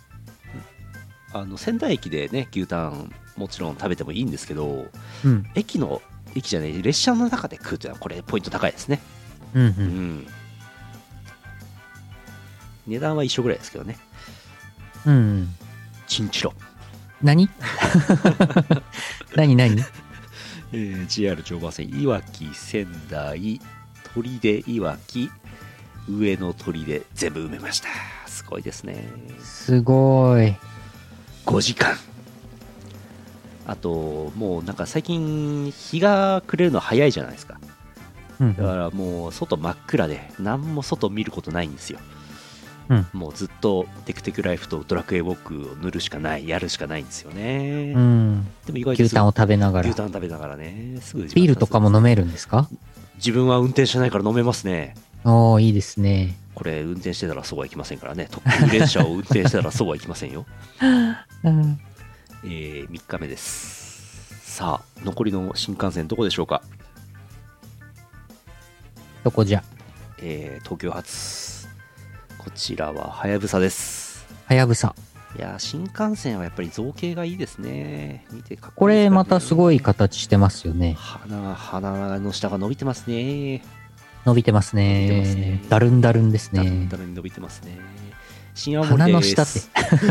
S2: あの仙台駅でね牛タンもちろん食べてもいいんですけど
S1: う。うん、
S2: 駅の駅じゃない列車の中で食うっていうのはこれポイント高いですね
S1: うん、う。
S2: うんん値段は一緒ぐらいですけどね
S1: うんうん。
S2: チンチロ、
S1: 何何何
S2: えー JR 常磐線いわき仙台鳥でいわき上野鳥で全部埋めましたすごいですね
S1: すごい。
S2: 5時間あともうなんか最近日が暮れるの早いじゃないですか
S1: うん
S2: だからもう外真っ暗で何も外見ることないんですよ、
S1: うん
S2: もうずっとテクテクライフとドラクエウォークを塗るしかないやるしかないんですよね、
S1: うん、うん。
S2: でも意外と
S1: 牛タンを食べながら。
S2: 牛タン食べながらねすぐ時間
S1: ビールとかも飲めるんですか
S2: 自分は運転してないから飲めますね
S1: おー、いいですね。
S2: これ運転してたらそうはいきませんからね特急列車を運転してたらそうはいきませんよ
S1: うん
S2: えー、3日目ですさあ残りの新幹線どこでしょうか
S1: どこじゃ
S2: えー東京発こちらははやぶさです
S1: はやぶさ。
S2: いやー新幹線はやっぱり造形がいいですね見てかっ
S1: こ
S2: いい
S1: れ
S2: ですからね
S1: またすごい形してますよね。
S2: 鼻鼻の下が伸びてますね
S1: 伸びてます
S2: 伸びてますね
S1: ね。だるんだるんです
S2: だん
S1: ね
S2: だ。ん伸びてますね新青
S1: 鼻
S2: 森
S1: の
S2: で
S1: 下っ
S2: す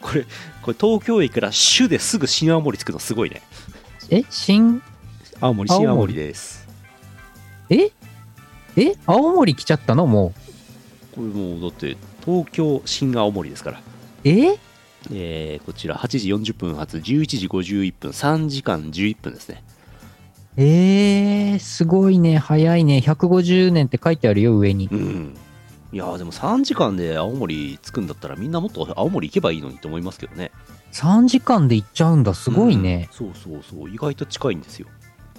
S2: これこれ東京駅から主ですぐ新青森着くのすごいね
S1: て。え新、
S2: 青森
S1: 青森
S2: 新青森です
S1: ええ青森来ちゃったのも
S2: これもうだって東京新青森ですから
S1: う。え
S2: えーこちら8時40分発11時51分3時間11分ですね
S1: えー、すごいね。早いね。150年って書いてあるよ、上に
S2: う。んいやーでも3時間で青森着くんだったらみんなもっと青森行けばいいのにって思いますけどね
S1: 3時間で行っちゃうんだ、すごいね。
S2: うんそうそうそう意外と近いんですよ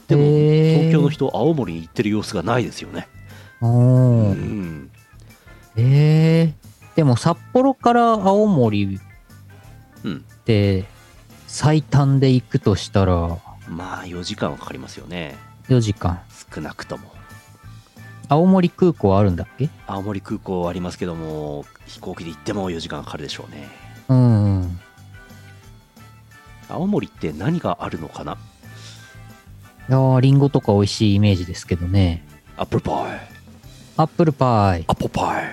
S2: で
S1: へ
S2: も
S1: ー
S2: 東京の人青森に行ってる様子がないですよね
S1: お
S2: う
S1: ー
S2: ん
S1: えー、でも札幌から青森
S2: うん
S1: って最短で行くとしたら
S2: まあ4時間はかかりますよね
S1: 4時間。
S2: 少なくとも
S1: 青森空港あるんだっけ
S2: 青森空港ありますけども飛行機で行っても4時間かかるでしょうね
S1: うんうん。
S2: 青森って何があるのかない
S1: やー、リンゴとか美味しいイメージですけどね。
S2: アップルパイ
S1: アップルパイ。
S2: アポパイ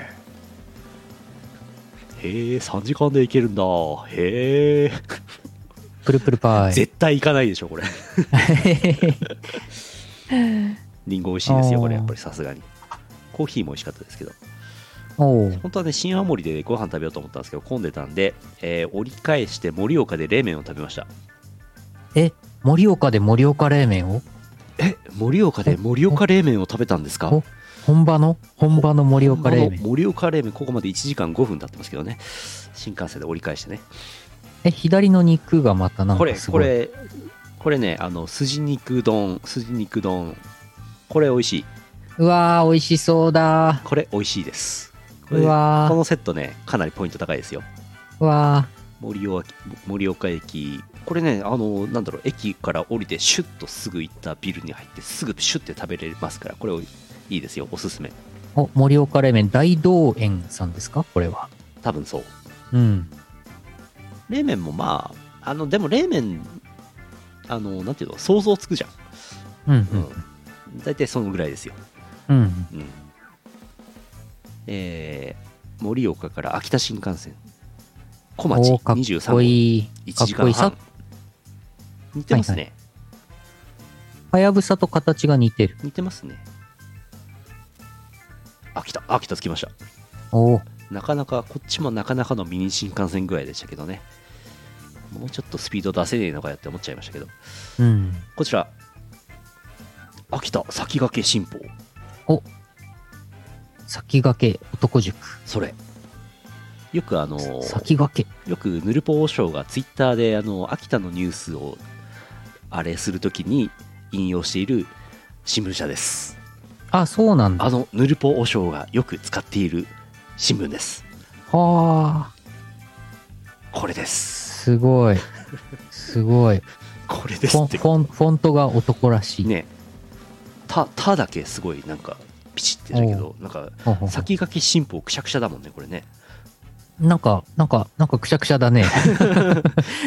S2: へえ3時間で行けるんだへえ、
S1: プルプルパ イ。
S2: 絶対行かないでしょこれリンゴ美味しいですよこれ
S1: あー
S2: やっぱりさすがにコーヒーも美味しかったですけど
S1: おう。
S2: 本当はね新青森でご飯食べようと思ったんですけど混んでたんで、えー折り返して盛岡で冷麺を食べました
S1: え、盛岡で盛岡冷麺を
S2: え盛岡で盛岡冷麺を食べたんですか
S1: お本場の本場の盛岡冷
S2: こ
S1: 麺。
S2: の盛岡冷麺ここまで1時間5分経ってますけどね新幹線で折り返してね
S1: え、左の肉がまたなん
S2: これ
S1: かす
S2: こ
S1: ごい。
S2: れこれねあの筋肉丼筋肉丼これ美味しいう
S1: わー、美味しそうだ
S2: これ美味しいです
S1: ー。う
S2: これこ
S1: わー。
S2: のセットねかなりポイント高いですよ
S1: うわ
S2: 盛岡盛岡駅これねあのなんだろう駅から降りてシュッとすぐ行ったビルに入ってすぐシュッて食べれますからこれいいですよおすすめ
S1: ー。お、盛岡冷麺大道園さんですかこれは。
S2: 多分そう
S1: うん。
S2: 冷麺もまああのでも冷麺あのなんていうの想像つくじゃ
S1: う
S2: ん
S1: ん
S2: うん、大体そのぐらいですよ、
S1: うん。うん。
S2: うんえー盛岡から秋田新幹線小町
S1: おーかっ
S2: 23
S1: こ
S2: 分
S1: いい。
S2: 1時間
S1: かっ
S2: 半
S1: こ
S2: 似てますね、
S1: はいはやぶさと形が似てる。
S2: 似てますね秋田秋田着きました
S1: おー
S2: なかなかこっちもなかなかのミニ新幹線具合でしたけどねもうちょっとスピード出せねえのかよって思っちゃいましたけど
S1: うん。
S2: こちら秋田先駆け新報
S1: 先駆け男塾。
S2: それよくあのー
S1: 先駆け。
S2: よくヌルポ王将がツイッターであの秋田のニュースをあれするときに引用している新聞社です
S1: あ、そうなんだ。
S2: あのヌルポ王将がよく使っている新聞です
S1: は
S2: これで
S1: ー。
S2: す
S1: すごい。すごい。
S2: これ
S1: フ
S2: です
S1: ォン
S2: って
S1: フォンフォントが男らしい。
S2: ねた「た」だけすごいなんかピチってだけどなんか
S1: ほうほうほう
S2: 先駆け新報くしゃくしゃだもんねこれね
S1: なんか、なんか、なんかくしゃくしゃだ ね。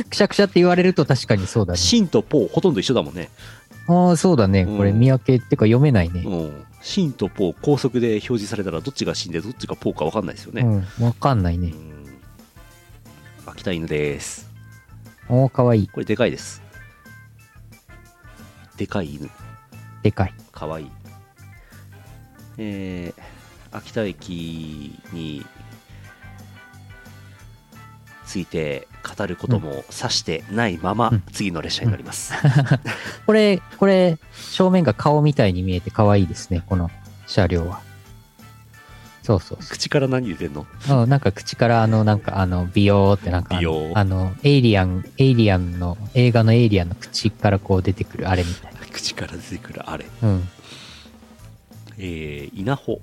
S1: くしゃくしゃって言われると確かにそうだね。
S2: 新とポーほとんど一緒だもんね
S1: ああ、そうだね。これ、
S2: うん
S1: 見分けってか読めないね。
S2: うん新とポー高速で表示されたらどっちが新でどっちがポーか分かんないですよ
S1: う
S2: ね、
S1: ん、わかんないうね。
S2: ん、秋田犬です
S1: おお、かわいい。
S2: これでかいですでかい犬
S1: でかい。
S2: かわいいえー、秋田駅について語ることも指してないまま、
S1: うん
S2: 次の列車になります、
S1: これ、これ、正面が顔みたいに見えてかわいいですね。この車両は。そうそうそ
S2: 口から何言ってんの
S1: う。うん、なんか口から、あの、なんか、あの、美容ってなんかあ
S2: 美
S1: の
S2: 容、
S1: あの、エイリアン、エイリアンの、映画のエイリアンの口からこう出てくるあれみたい。
S2: 口から出てくるあれ
S1: うん。
S2: えー稲穂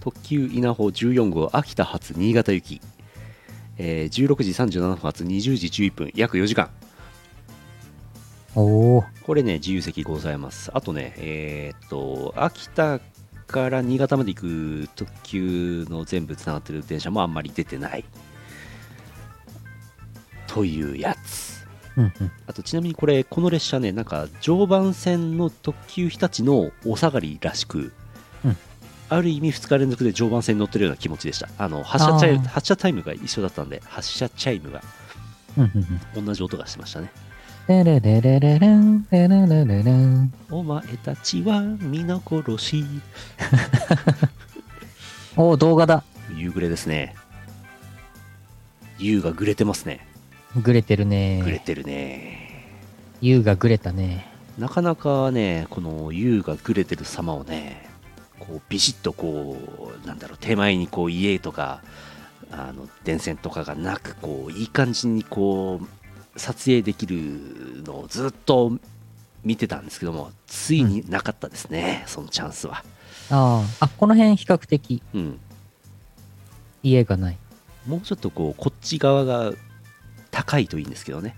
S2: 特急稲穂14号秋田発新潟行き、えー16時37分発20時11分約4時間
S1: おお。
S2: これね自由席ございますあとねえーっと秋田から新潟まで行く特急の全部つながってる電車もあんまり出てないというやつ
S1: うんうん。
S2: あとちなみにこれこの列車ねなんか常磐線の特急日立のお下がりらしく、
S1: うん
S2: ある意味2日連続で常磐線に乗ってるような気持ちでしたあの発車チャイ
S1: あー
S2: 発車タイムが一緒だったんで発車チャイムが
S1: うんうんうん。
S2: 同じ音がしてましたね
S1: レレレレレレン、レレレレレン。
S2: お前たちは皆殺し
S1: おお、動画だ。
S2: 夕暮れですね夕がぐれてますね
S1: ぐれてる
S2: ぐれ
S1: ね。
S2: てるね
S1: 優がぐれたね。
S2: なかなかねこの夕がぐれてる様をねこうビシッとこうなんだろう手前にこう家とかあの電線とかがなくこういい感じにこう撮影できるのをずっと見てたんですけどもついになかったですね、そのチャンスは、
S1: ああ。あ、この辺比較的
S2: うん、
S1: 家がない。
S2: もうちょっとこうこっち側が高いといいんですけどね、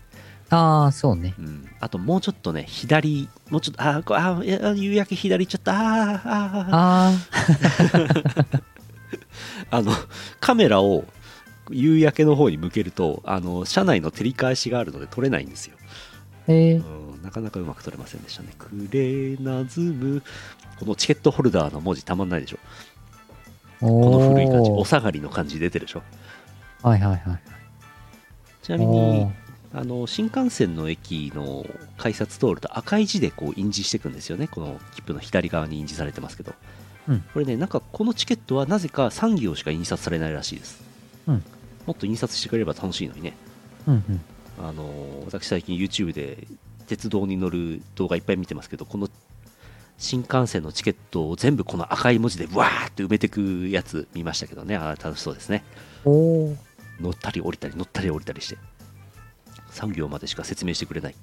S1: ああ、そうね。
S2: うん、あともうちょっとね左もうちょっとあーこあーいや夕焼け左ちょっとあーあーあー
S1: あ
S2: あのカメラを夕焼けの方に向けるとあの車内の照り返しがあるので撮れないんですよ
S1: あ、えー、
S2: うんなかなかうまく撮れませんでしたね。クレナズム。このチケットホルダーの文字たまんないでしょ。こ
S1: お
S2: の古い感じ。
S1: ー
S2: お下がりの感じ出てるでしょ。
S1: はいはいはい。
S2: ちなみに、あの、新幹線の駅の改札通ると赤い字でこう印字していくんですよね。この切符の左側に印字されてますけど。
S1: うん
S2: これね、なんかこのチケットはなぜか3行しか印刷されないらしいです。
S1: うん
S2: もっと印刷してくれれば楽しいのにね。
S1: おーうんうん。
S2: あの私最近 YouTube で鉄道に乗る動画いっぱい見てますけどこの新幹線のチケットを全部この赤い文字でわーって埋めてくやつ見ましたけどねあー楽しそうですね
S1: おー
S2: 乗ったり降りたり乗ったり降りたりして3行までしか説明してく れない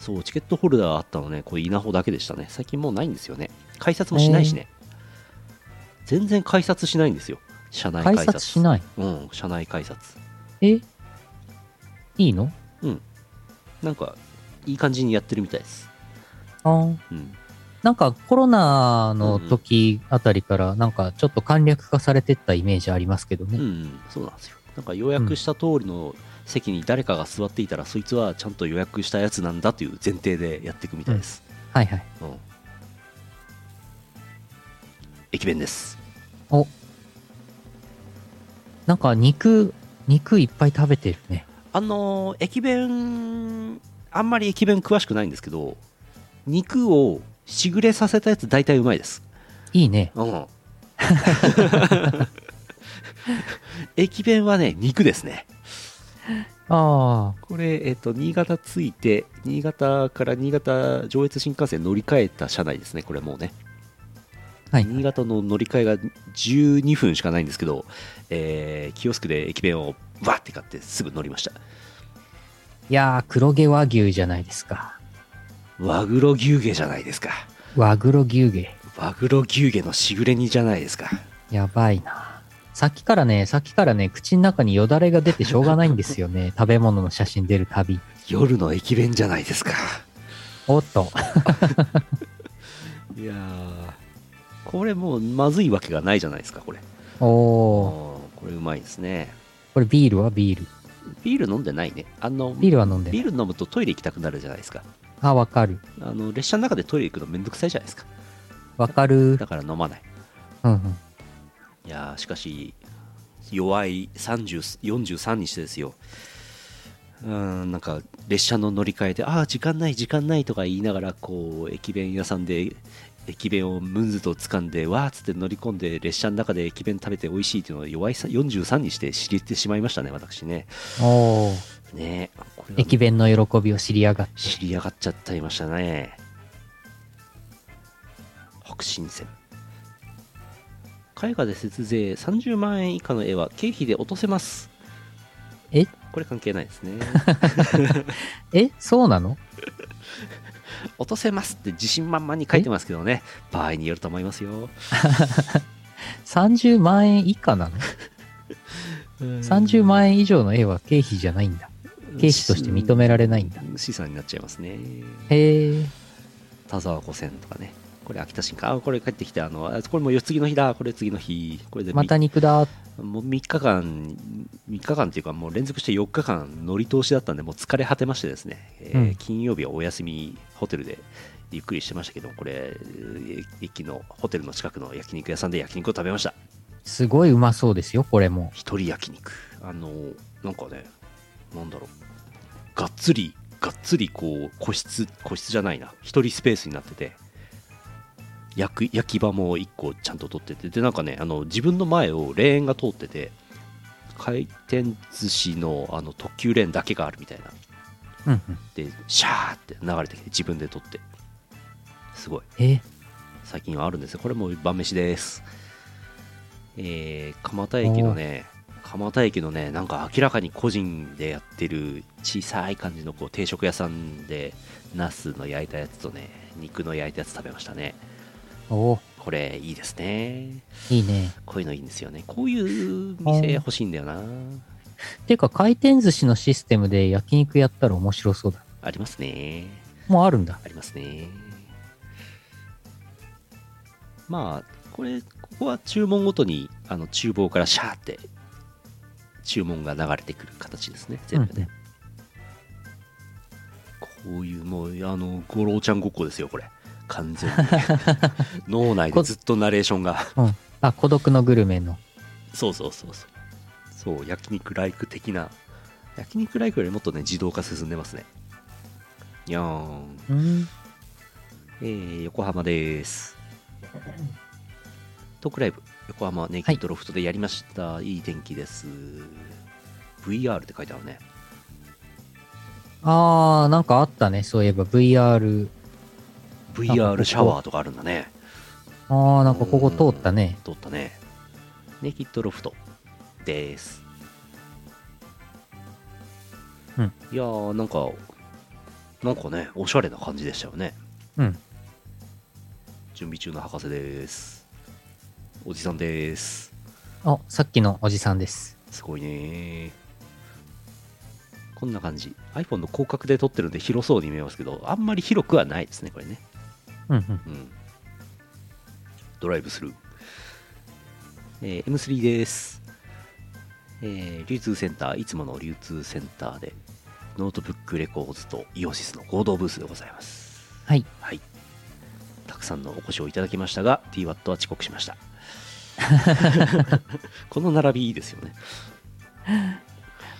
S2: そうチケットホルダーあったのねこれ稲穂だけでしたね最近もうないんですよね改札もしないしね全然改札しないんですよ車内改
S1: 改
S2: 札
S1: 札しない。
S2: うん車内改札
S1: えいいの
S2: なんかいい感じにやってるみたいです
S1: あー
S2: うん
S1: なんかコロナの時あたりからなんかちょっと簡略化されてったイメージありますけど
S2: うん
S1: ね。
S2: うん、そうなんですよなんか予約した通りの席に誰かが座っていたら、そいつはちゃんと予約したやつなんだという前提でやっていくみたいです、
S1: はいはい。
S2: うん駅弁です
S1: なんか肉、肉いっぱい食べてるね。
S2: あのー駅弁あんまり駅弁詳しくないんですけど肉をしぐれさせたやつ大体うまいです
S1: いいね。
S2: うん 駅弁はね肉ですね
S1: あ
S2: これ、えっと新潟ついて新潟から新潟上越新幹線乗り換えた車内ですねこれもうね、
S1: あ。はい。
S2: 新潟の乗り換えが12分しかないんですけど、えーキオスクで駅弁をわーって買ってすぐ乗りました
S1: いやー、黒毛和牛じゃないですか。
S2: 和黒牛毛じゃないですか
S1: 和黒牛毛。
S2: 和黒牛毛のしぐれ煮じゃないですか
S1: やばいな。さっきからね、さっきからね、口の中によだれが出てしょうがないんですよ ね。食べ物の写真出るたび。
S2: 夜の駅弁じゃないですか
S1: おっと。
S2: いやーこれもうまずいわけがないじゃないですかこれ
S1: おー。
S2: これうまいですね
S1: これビールはビール。
S2: ビール飲んでないねあの
S1: ビールは飲んでな
S2: ビ
S1: い。
S2: ール飲むとトイレ行きたくなるじゃないですか
S1: あ、わかる。
S2: あの列車の中でトイレ行くのめんどくさいじゃないですか
S1: わかる。
S2: だから飲まない
S1: うんうん。
S2: いやーしかし弱い30 43にしてですようーんなんか列車の乗り換えでああ時間ない時間ないとか言いながらこう駅弁屋さんで駅弁をムンズと掴んでわーっつって乗り込んで列車の中で駅弁食べて美味しいっていうのを弱いさ43にして知れてしまいましたね私ね
S1: おー。
S2: ねえこれは
S1: 駅弁の喜びを知りやがって。
S2: 知り上がっちゃっていましたね北新線絵画で節税30万円以下の絵は経費で落とせます
S1: え
S2: これ関係ないで すね
S1: えそうなの
S2: 落とせますって自信満々に書いてますけどね場合によると思いますよ
S1: ?30 万円以下なの ?30 万円以上の絵は経費じゃないんだ。経費として認められないんだ
S2: 資産になっちゃいますね
S1: へえ。
S2: 田沢湖線とかねこれ秋田新幹あこれ帰ってきてあのあこれもう次の日だこれ次の日これで
S1: また肉だ。
S2: もう3日間、3日間っていうか、もう連続して4日間乗り通しだったんで、もう疲れ果てましてですね、えー
S1: うん
S2: 金曜日はお休み、ホテルでゆっくりしてましたけど、これ、えー駅のホテルの近くの焼肉屋さんで焼肉を食べました。
S1: すごいうまそうですよ、これも。
S2: 一人焼肉。あの、なんかね、なんだろう、がっつり、がっつり、こう、個室、個室じゃないな、一人スペースになってて、焼く焼き場も1個ちゃんと取っててでなんかねあの自分の前をレーンが通ってて回転寿司のあの特急レーンだけがあるみたいな
S1: うんうん。
S2: でシャーって流れてきて自分で取ってすごい
S1: え
S2: 最近はあるんですよこれも晩飯ですえー、蒲田駅のね蒲田駅のねなんか明らかに個人でやってる小さい感じのこう定食屋さんでナスの焼いたやつとね肉の焼いたやつ食べましたね
S1: おお
S2: これいいですね
S1: いいね。
S2: こういうのいいんですよねこういう店欲しいんだよな
S1: てか、回転寿司のシステムで焼肉やったら面白そうだ。
S2: ありますね
S1: もうあるんだ。
S2: ありますねまあこれここは注文ごとにあの厨房からシャーって注文が流れてくる形ですね全部ね、こういうもうあの五郎ちゃんごっこですよこれ完全に脳内でずっとナレーションが
S1: うん。うん。あ、孤独のグルメの。
S2: そうそうそうそうそう焼肉ライク的な焼肉ライクよりもっとね自動化進んでますねにゃーん
S1: うん。
S2: えー横 浜です。トークライブ、横浜ネイキッドロフトでやりました。い、い天気です。VR って書いてあるね。
S1: あー、なんかあったね。そういえば VR。あこ
S2: VR
S1: こ
S2: シャワーとかあるんだね。
S1: あー、なんかここ通ったね。
S2: 通ったね。ネイキッドロフトです。
S1: うん
S2: いやー、なんか、なんかね、おしゃれな感じでしたよね。
S1: うん。
S2: 準備中の博士です。おじさんです。
S1: あ、さっきのおじさんです。
S2: すごいねこんな感じ iPhone の広角で撮ってるんで広そうに見えますけどあんまり広くはないですねこれね
S1: うんうん。
S2: うんドライブスルー、えー M3 です、えー流通センターいつもの流通センターでノートブックレコーズとイオシスの合同ブースでございます
S1: はい。
S2: はいたくさんのお越しをいただきましたが TWAT は遅刻しましたこの並びいいですよね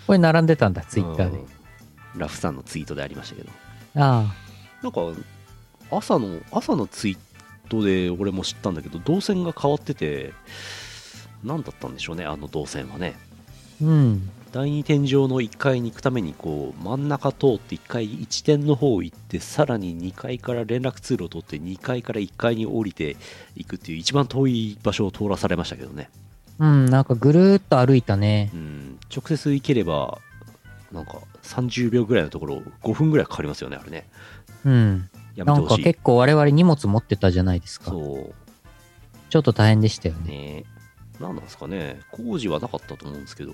S1: これ並んでたんだ、ツイッターで
S2: う。んラフさんのツイートでありましたけど
S1: あ
S2: なんか朝の朝のツイートで俺も知ったんだけど動線が変わってて何だったんでしょうねあの動線はね
S1: ー。うん。
S2: 第2天井の1階に行くためにこう真ん中通って1階1点の方行ってさらに2階から連絡通路を取って2階から1階に降りていくっていう一番遠い場所を通らされましたけどね
S1: うん、なんかぐるーっと歩いたね。
S2: うん直接行ければなんか30秒ぐらいのところ5分ぐらいかかりますよねあれね
S1: うん。
S2: やめ
S1: な
S2: て
S1: ん
S2: ほ
S1: か
S2: しい
S1: 結構我々荷物持ってたじゃないですか。
S2: そ
S1: ちょっと大変でしたよ
S2: う
S1: ね。
S2: ね何なんですかね工事はなかったと思うんですけど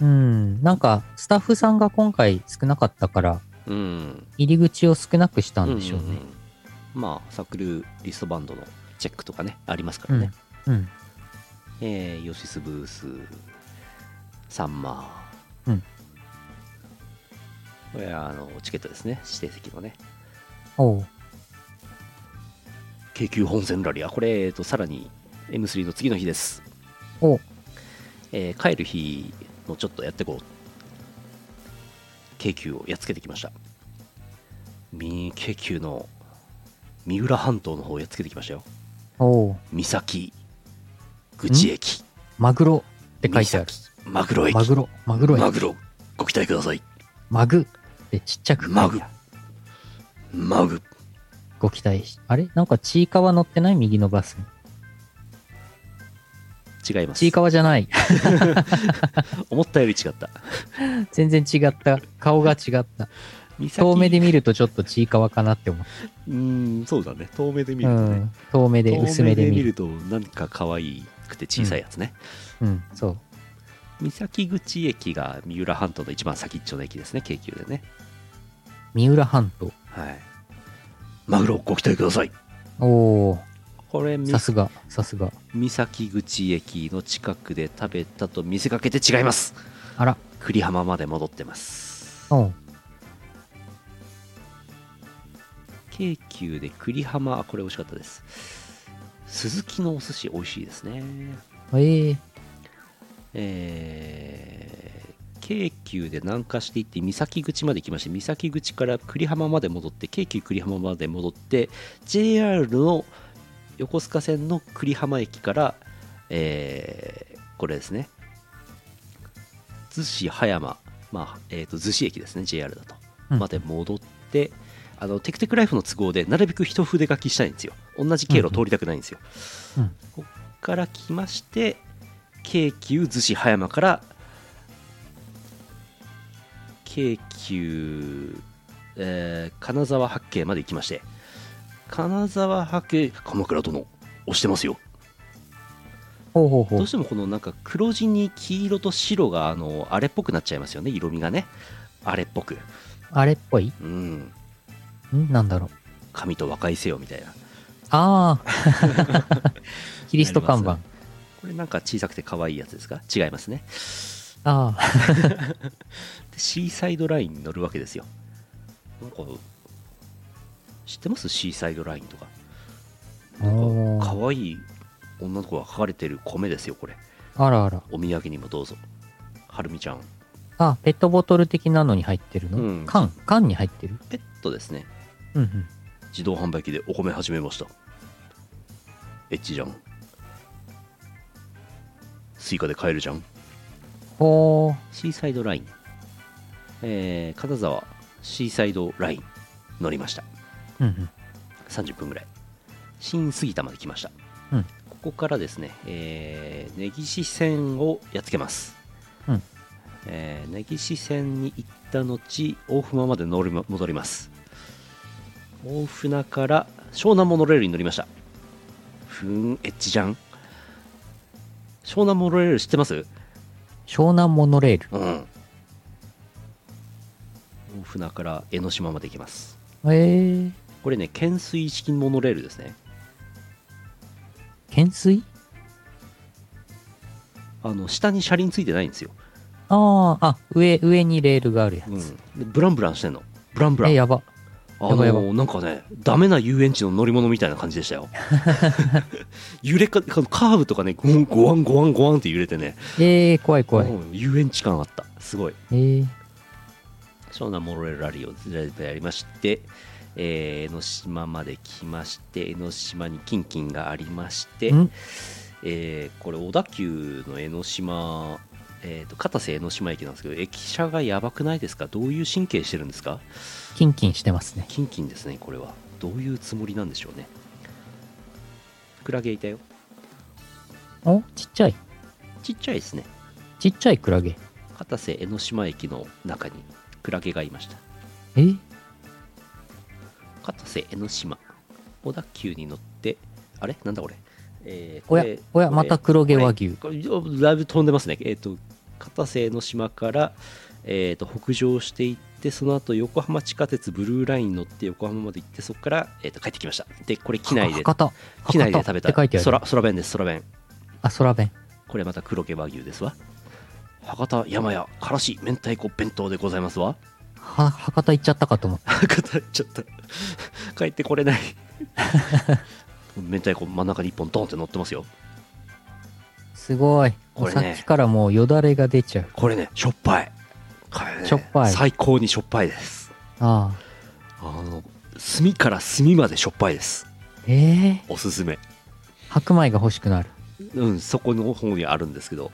S1: うん。なんかスタッフさんが今回少なかったから、
S2: うん
S1: 入り口を少なくしたんでしょうね。
S2: んんんまあサークルリストバンドのチェックとかねありますからね、
S1: うん。
S2: えーヨシスブースサンマー
S1: うん
S2: これはあのチケットですね指定席のね
S1: おう。
S2: 京急本線ラリアこれ、えーとさらに M3 の次の日です、
S1: おう。
S2: えー帰る日もちょっとやってこう京急をやっつけてきましたみ京急の三浦半島の方をやっつけてきましたよ
S1: おう。
S2: 三崎口駅
S1: マグロって書いてある。
S2: マグロ駅
S1: マグロ、マグロ
S2: マ
S1: や。
S2: グロご期待ください
S1: マグってちっちゃく書いてあ
S2: マ
S1: る
S2: グマグ
S1: ご期待し。あれなんかちいかわ乗ってない右のバスに。
S2: 違います
S1: ちいかわじゃない。
S2: 思ったより違った
S1: 全然違った。顔が 違った。
S2: 三崎
S1: 遠目で見るとちょっとちいかわかなって思っ
S2: うーんそうだね遠目で見
S1: た。
S2: る
S1: う
S2: とね、
S1: ん。遠目で、薄
S2: 遠
S1: め
S2: 目で
S1: で
S2: 見
S1: 見る。
S2: るとなんか可愛くて小さいやつね、
S1: うん、そう。
S2: 三崎口駅が三浦半島の一番先っちょの駅ですね京急でね
S1: 三浦半島。
S2: はいマグロご期待ください
S1: おー、
S2: これみ
S1: さすが、さすが。
S2: 三崎口駅の近くで食べたと見せかけて違います
S1: あら、
S2: 栗浜まで戻ってます
S1: おう。
S2: 京急で栗浜あこれ美味しかったです鈴木のお寿司美味しいですね
S1: ええ
S2: えー京急で南下していって三崎口まで来まして三崎口から栗浜まで戻って京急栗浜まで戻って JR の横須賀線の栗浜駅から、えーこれですね逗子葉山、まあえー、と逗子駅ですね JR だと
S1: うん
S2: まで戻って、あのテクテクライフの都合でなるべく一筆書きしたいんですよ同じ経路を通りたくないんですよ、
S1: うんうん
S2: こっから来まして京急逗子葉山から京急、えー金沢八景まで行きまして金沢八景鎌倉殿押してますよ
S1: ほうほうほ
S2: ど
S1: う
S2: うしてもこのなんか黒地に黄色と白があのあれっぽくなっちゃいますよね色味がねあれっぽく
S1: あれっぽい
S2: うん
S1: んなんだろう
S2: 神と和解せよみたいな
S1: ああ キリスト看板
S2: ありこれなんか小さくて可愛いやつですか違いますね
S1: ああ
S2: でシーサイドラインに乗るわけですよなんか知ってますシーサイドラインとかなん
S1: お
S2: か
S1: ー
S2: 可愛い女の子が描かれてる米ですよこれ
S1: あらあら
S2: お土産にもどうぞはるみちゃん
S1: あペットボトル的なのに入ってるの、
S2: うん
S1: 缶缶に入ってる
S2: ペットですね
S1: うんうん
S2: 自動販売機でお米始めましたエッチじゃんスイカで買えるじゃん
S1: ほ
S2: シーサイドライン、えー、金沢シーサイドライン乗りました
S1: ううんうん
S2: 30分ぐらい新杉田まで来ました、
S1: うん
S2: ここからですね、えー、根岸線をやっつけます、
S1: うん
S2: えー根岸線に行った後大船まで乗りま戻ります大船から湘南モノレールに乗りましたふーんエッチじゃん湘南モノレール知ってます
S1: 湘南モノレール
S2: うん大船から江ノ島まで行きます
S1: ええ
S2: これね懸垂式モノレールですね
S1: 懸垂
S2: あの下に車輪ついてないんですよ、
S1: あああ上上にレールがあるやつ、
S2: うん、でブランブランしてんのブランブラ
S1: え
S2: ン
S1: やば
S2: あの
S1: やばい
S2: ーなんかねダメな遊園地の乗り物みたいな感じでした よ揺れかカーブとかねゴンゴワンゴワンゴワンって揺れてね
S1: ええ怖い怖い、
S2: うん遊園地感あったすごい
S1: ええ
S2: 湘南モノレールラリーをずらりとやりまして、えー江ノ島まで来まして江ノ島に金金がありまして
S1: ん、
S2: えーこれ小田急の江ノ島、えー、と片瀬江ノ島駅なんですけど駅舎がやばくないですかどういう神経してるんですか
S1: キンキンしてますね
S2: 金金ですねこれはどういうつもりなんでしょうねクラゲいたよ
S1: おちっちゃい
S2: ちっちゃいですね
S1: ちっちゃいクラゲ
S2: 片瀬江ノ島駅の中にクラゲがいました
S1: え
S2: 片瀬江ノ島小田急に乗ってあれなんだこれえー
S1: おや
S2: これ
S1: おや
S2: これ
S1: また黒毛和牛
S2: これだいぶ飛んでますねえっ、と片瀬江ノ島から、えー、と北上していってその後横浜地下鉄ブルーラインに乗って横浜まで行ってそこから、えー、と帰ってきましたでこれ機内で
S1: 博多
S2: 機内で食
S1: 博
S2: べ
S1: 多っ
S2: た
S1: て書いてある
S2: 空空弁です空弁
S1: あ空弁
S2: これまた黒毛和牛ですわ博多山屋からし明太子弁当でございますわ
S1: は博多行っちゃったかと思った
S2: 博多行っちゃった 帰ってこれない明太子真ん中に1本ドンって乗ってますよ
S1: すごい、も
S2: こ
S1: う
S2: れ
S1: さ
S2: ね
S1: っきからもうよだれが出ちゃう
S2: これねしょっぱいこれね
S1: しょっぱい
S2: 最高にしょっぱいです
S1: ああ
S2: あの炭から炭までしょっぱいです
S1: ええ
S2: おすすめ
S1: 白米が欲しくなる
S2: うんそこの方にあるんです けど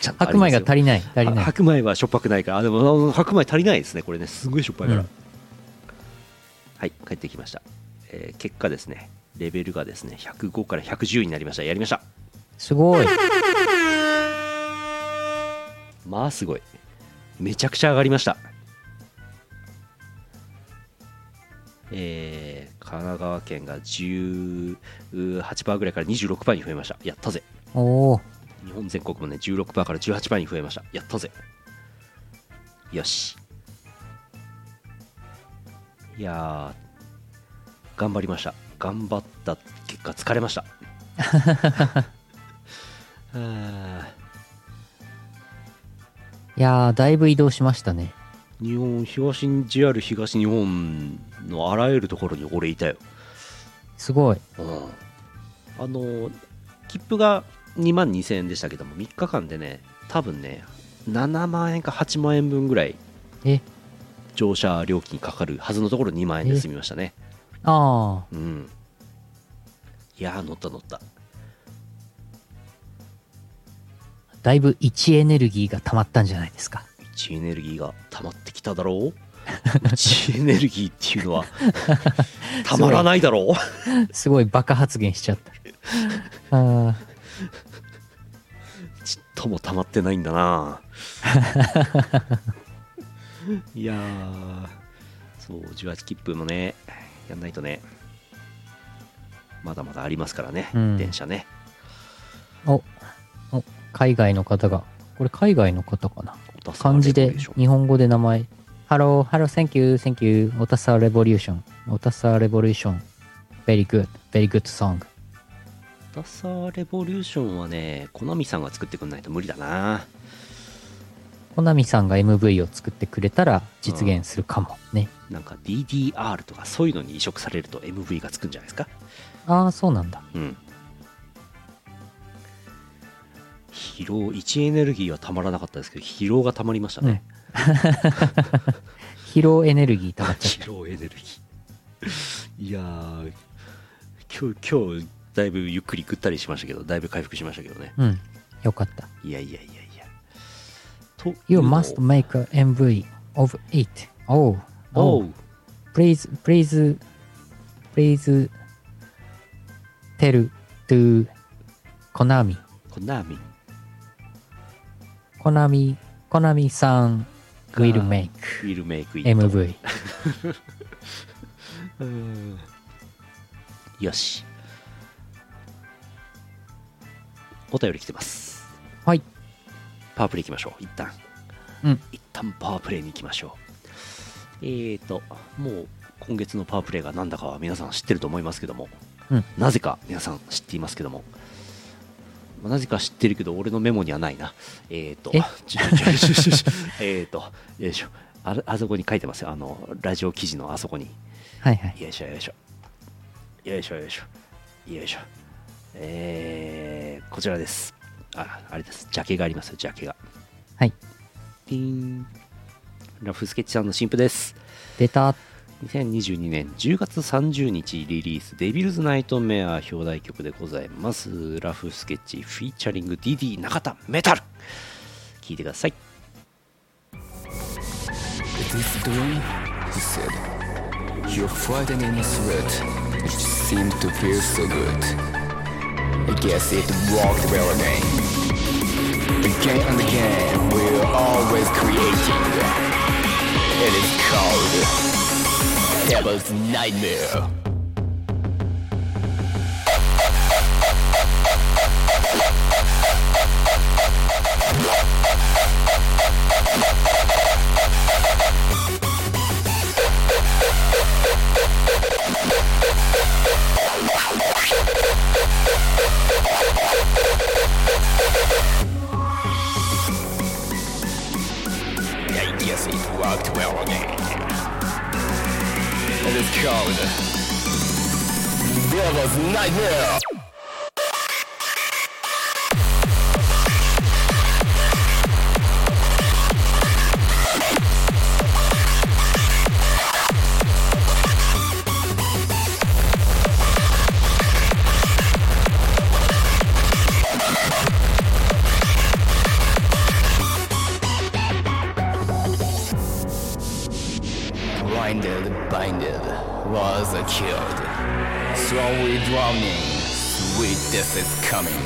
S2: ちゃんとあ
S1: 白
S2: りま
S1: 米
S2: す
S1: が
S2: よ
S1: 足りない足りな
S2: あ
S1: い
S2: 白米はしょっぱくないからあでもあの白米足りないですねこれねすごいしょっぱいから、
S1: うん
S2: はい帰ってきました、えー結果ですねレベルがですね105から110になりましたやりました
S1: すごい
S2: まあすごいめちゃくちゃ上がりましたえー、神奈川県が18%ぐらいから26%に増えましたやったぜ
S1: おお
S2: 日本全国もね16%から18%に増えましたやったぜよしいやー頑張りました頑張った結果疲れましたあー
S1: いやーだいぶ移動しましたね
S2: 日本東に JR 東日本のあらゆるところに俺いたよ、
S1: すごい
S2: うん、あの切符が2万2000円でしたけども3日間でね多分ね7万円か8万円分ぐらい
S1: え
S2: 乗車料金かかるはずのところ2万円で済みましたね
S1: ああ
S2: うんいやー乗った乗った
S1: だいぶ位置エネルギーが溜まったんじゃないですか
S2: 位置エネルギーが溜まってきただろううちエネルギーっていうのはたまらないだろう
S1: すごいバカ発言しちゃ った。あー
S2: ちっともたまってないんだな いやーそう18切符もねやんないとねまだまだありますからね、
S1: うん
S2: 電車ね
S1: お、お、海外の方が、これ海外の方かな。漢字で、
S2: 日
S1: 日本語で名前。ハロー、ハロー、センキュー、センキュー、オタサーレボリューション、オタサーレボリューション、very good, very good song。
S2: ダサーレボリューションはねコナミさんが作ってくんないと無理だな
S1: コナミさんが MV を作ってくれたら実現するかもね。
S2: なんか DDR とかそういうのに移植されると MV がつくんじゃないですか
S1: ああ、そうなんだ。
S2: うん疲労1エネルギーはたまらなかったですけど疲労がたまりましたね、
S1: うん 疲労エネルギー溜まっちゃ
S2: 疲労エネルギーいやー今日今日だいぶゆっくりぐったりしましたけどだいぶ回復しましたけどね
S1: う。うん。よかった。
S2: いやいやいやいやと
S1: You must make a MV of it. Oh,
S2: お
S1: oh,
S2: う
S1: please, please, please tell to Konami.
S2: コナミ
S1: Konami, Konami さん will make
S2: ウィルメイクイッ
S1: MV.
S2: トうんよしお便り来てます
S1: はい。
S2: パワープレイ行きましょう一旦
S1: うん
S2: 一旦パワープレイに行きましょうえーともう今月のパワープレイが何だかは皆さん知ってると思いますけども、
S1: うん
S2: なぜか皆さん知っていますけどもまあなぜか知ってるけど俺のメモにはないな えーと
S1: え
S2: ちょちょちょちょちょえーとよいしょあれあそこに書いてますよあのラジオ記事のあそこに
S1: はいはい。
S2: よいしょよいしょよいしょよいしょよいしょえー、こちらですああれですジャケがありますよジャケが
S1: はい。
S2: ピンラフスケッチさんの新婦です
S1: 出た。
S2: 2022年10月30日リリースデビルズナイトメア表題曲でございますラフスケッチフィーチャリング DD 中田メタル聞いてください
S3: It is doom, he said. Your frightening sweat, which seemed to feel so good. I guess it walked well again. Again and again, we're always creating. It is called Devil's Nightmare. I guess it worked well again. It is called Devil's Nightmare. Blinded, binded, was killed. Slowly drowning, sweet death is coming.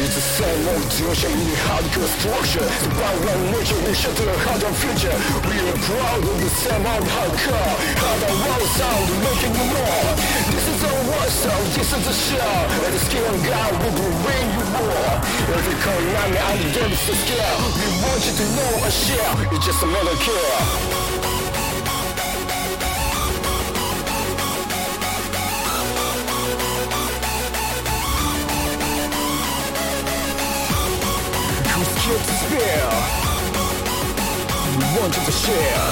S3: It's the same old tension in hardcore structure. By one nature, we shatter harder future. We are proud of the same old hardcore. Harder world sound, making more. This is our war sound, this is the show. And the skill of God will bring you more. Every Konami and David's scale. We want you to know and share. It's just a matter of care. Who's killed to spare? We wanted to share.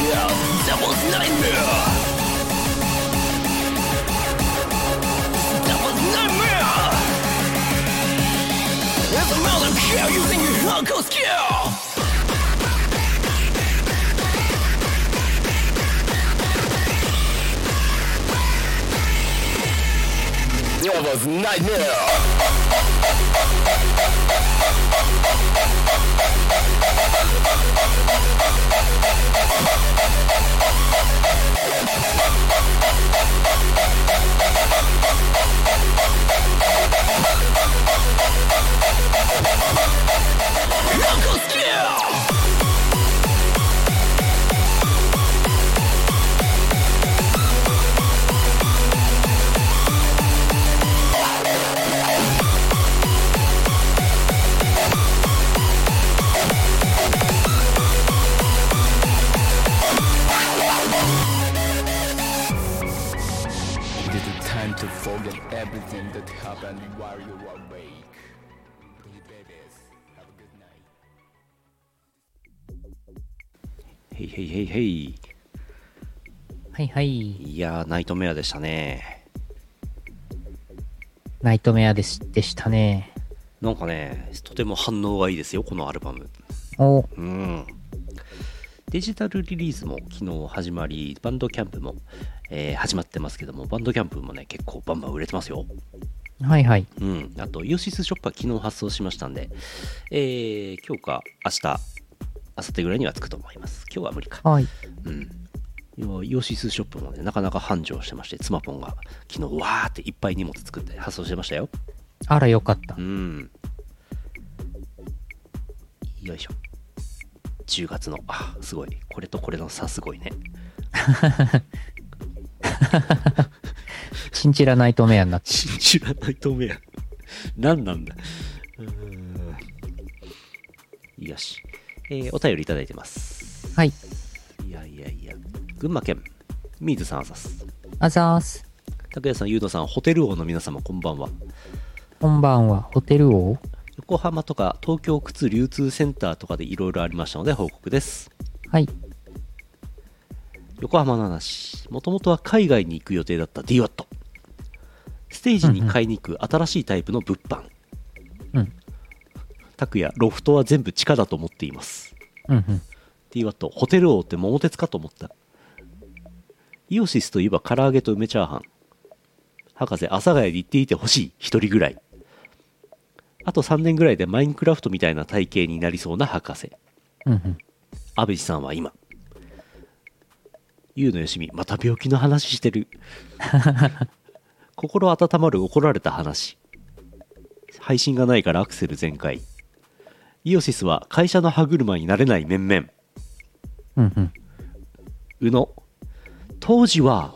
S3: Yeah, Devil's Nightmare! Devil's Nightmare! It's a melon kill using your hardcore skill! Devil's Nightmare! Everything that happened while you were awake. Please, babies, have a good night.
S2: へいへいへいへい。
S1: はいはい。
S2: いやー、ナイトメアでしたね。
S1: ナイトメアでしでしたね。
S2: なんかね、とても反応がいいですよ、このアルバム。
S1: お、
S2: うん。デジタルリリースも昨日始まり、バンドキャンプも、えー始まってますけども、バンドキャンプもね、結構バンバン売れてますよ。
S1: はいはい。
S2: うん。あと、イオシスショップは昨日発送しましたんで、えー、今日か明日、明後日ぐらいには着くと思います。今日は無理か。
S1: はい。
S2: うん。イオシスショップもね、なかなか繁盛してまして、妻ポンが昨日わーっていっぱい荷物作って発送してましたよ。
S1: あらよかった
S2: う。ん。よいしょ。10月の、あ、すごい。これとこれの差すごいね。
S1: チンチラナイトメアになって。
S2: 信じらない透明や。 何なんだ。うーんよし。えーお便りいただいてます。
S1: はい。
S2: いやいやいや。群馬県、ミーズさんあざす。
S1: あざーす。
S2: 拓也さん、ゆうとさん、ホテル王の皆様、こんばんは。
S1: こんばんは。ホテル王
S2: 横浜とか東京靴流通センターとかでいろいろありましたので報告です。
S1: はい。
S2: 横浜の話もともとは海外に行く予定だった DWAT ステージに買いに行く新しいタイプの物販
S1: うん。
S2: 拓也ロフトは全部地下だと思っています
S1: うんうん。
S2: DWAT ホテル王って桃鉄かと思ったイオシスといえば唐揚げと梅チャーハン博士阿佐ヶ谷に行っていてほしい一人ぐらいあと3年ぐらいでマインクラフトみたいな体型になりそうな博士
S1: うんうん。
S2: 安倍さんは今優のよしみまた病気の話し てる心温まる怒られた話配信がないからアクセル全開イオシスは会社の歯車になれない面々
S1: うんうん。
S2: 宇野当時は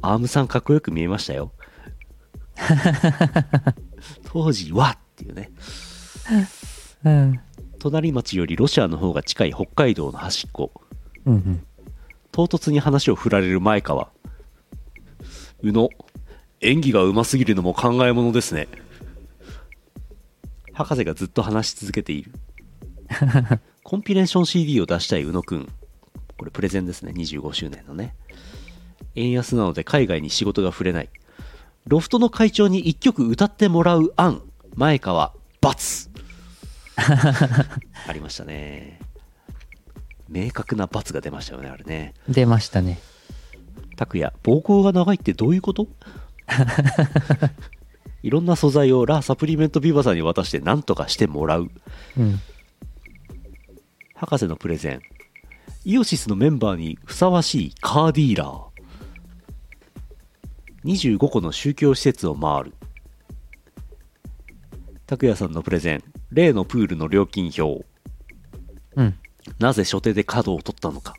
S2: アームさんかっこよく見えまし たよ当時はっていうね
S1: うん。
S2: 隣町よりロシアの方が近い北海道の端っこ
S1: うんうん。
S2: 唐突に話を振られる前川宇野演技がうますぎるのも考えものですね博士がずっと話し続け ているコンピレーション CD を出したい宇野くんこれプレゼンですね25周年のね円安なので海外に仕事が触れないロフトの会長に1曲歌ってもらう案前川×ありましたね明確な×が出ましたよねあれね
S1: 出ましたね。
S2: 拓也膀胱が長いってどういうこと いろんな素材をラ・サプリメントビバさんに渡して何とかしてもらう
S1: うん。
S2: 博士のプレゼンイオシスのメンバーにふさわしいカーディーラー25個の宗教施設を回る拓也さんのプレゼン例のプールの料金表
S1: うん。
S2: なぜ初手で角を取ったのか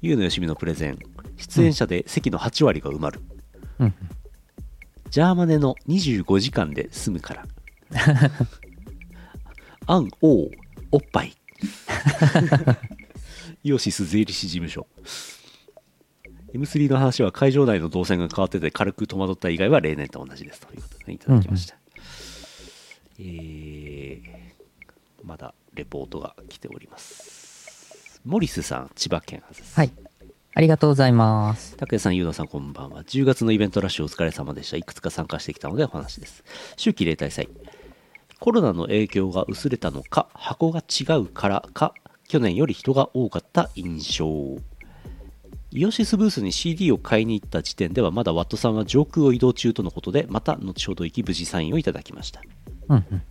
S2: ゆうのよしみのプレゼン出演者で席の8割が埋まる、
S1: うん。
S2: ジャーマネの25時間で済むから。 アン・オー・おっぱい。イオシス税理士事務所。M3 の話は会場内の動線が変わってて軽く戸惑った以外は例年と同じですということで、ね、いただきました。えーまだレポートが来ております。モリスさん、千葉県です。
S1: はい。ありがとうございます。
S2: 拓也さん、ゆうなさん、こんばんは。10月のイベントラッシュお疲れ様でした。いくつか参加してきたのでお話です。秋季例大祭。コロナの影響が薄れたのか、箱が違うからか、去年より人が多かった印象。イオシスブースに CD を買いに行った時点では、まだワットさんは上空を移動中とのことで、また後ほど行き無事サインをいただきました。
S1: うんうん。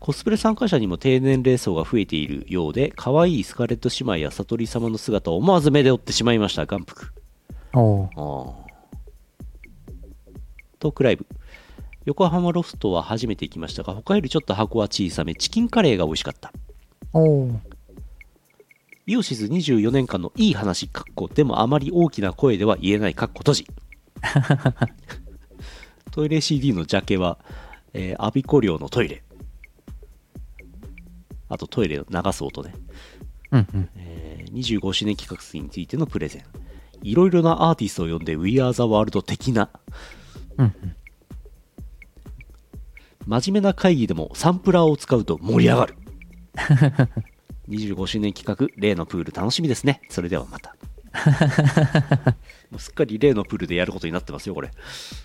S2: コスプレ参加者にも低年齢層が増えているようで、可愛いスカーレット姉妹や悟り様の姿を思わず目で追ってしまいました、眼福。
S1: おー
S2: あートークライブ横浜ロフトは初めて行きましたが他よりちょっと箱は小さめチキンカレーが美味しかった
S1: おー
S2: イオシス24年間のいい話かっこでもあまり大きな声では言えないかっこ閉 じトイレ CD のジャケは、えー、アビコ寮のトイレあとトイレを流す音ね
S1: うんうん。
S2: えー25周年企画についてのプレゼンいろいろなアーティストを呼んで We Are the World 的な
S1: うん。
S2: 真面目な会議でもサンプラーを使うと盛り上がる25周年企画例のプール楽しみですねそれではまたもうすっかり例のプールでやることになってますよこれ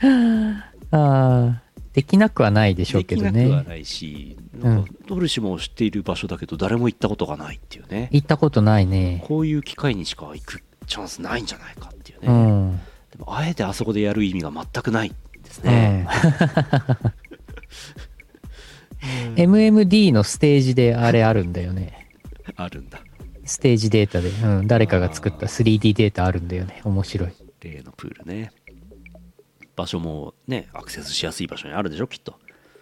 S1: ああ、できなくはないでしょうけど
S2: できなくは
S1: ね。
S2: ないしなんかどれしも知っている場所だけど誰も行ったことがないっていうね
S1: 行ったことないね。
S2: こういう機会にしか行くチャンスないんじゃないかっていうね、
S1: うん。
S2: でもあえてあそこでやる意味が全くないです
S1: う
S2: ね
S1: ん、MMD のステージであれあるんだよね。
S2: あるんだ
S1: ステージデータで、うん、誰かが作った 3D データあるんだよね。面白い。
S2: 例のプールね場所もねアクセスしやすい場所にあるでしょきっと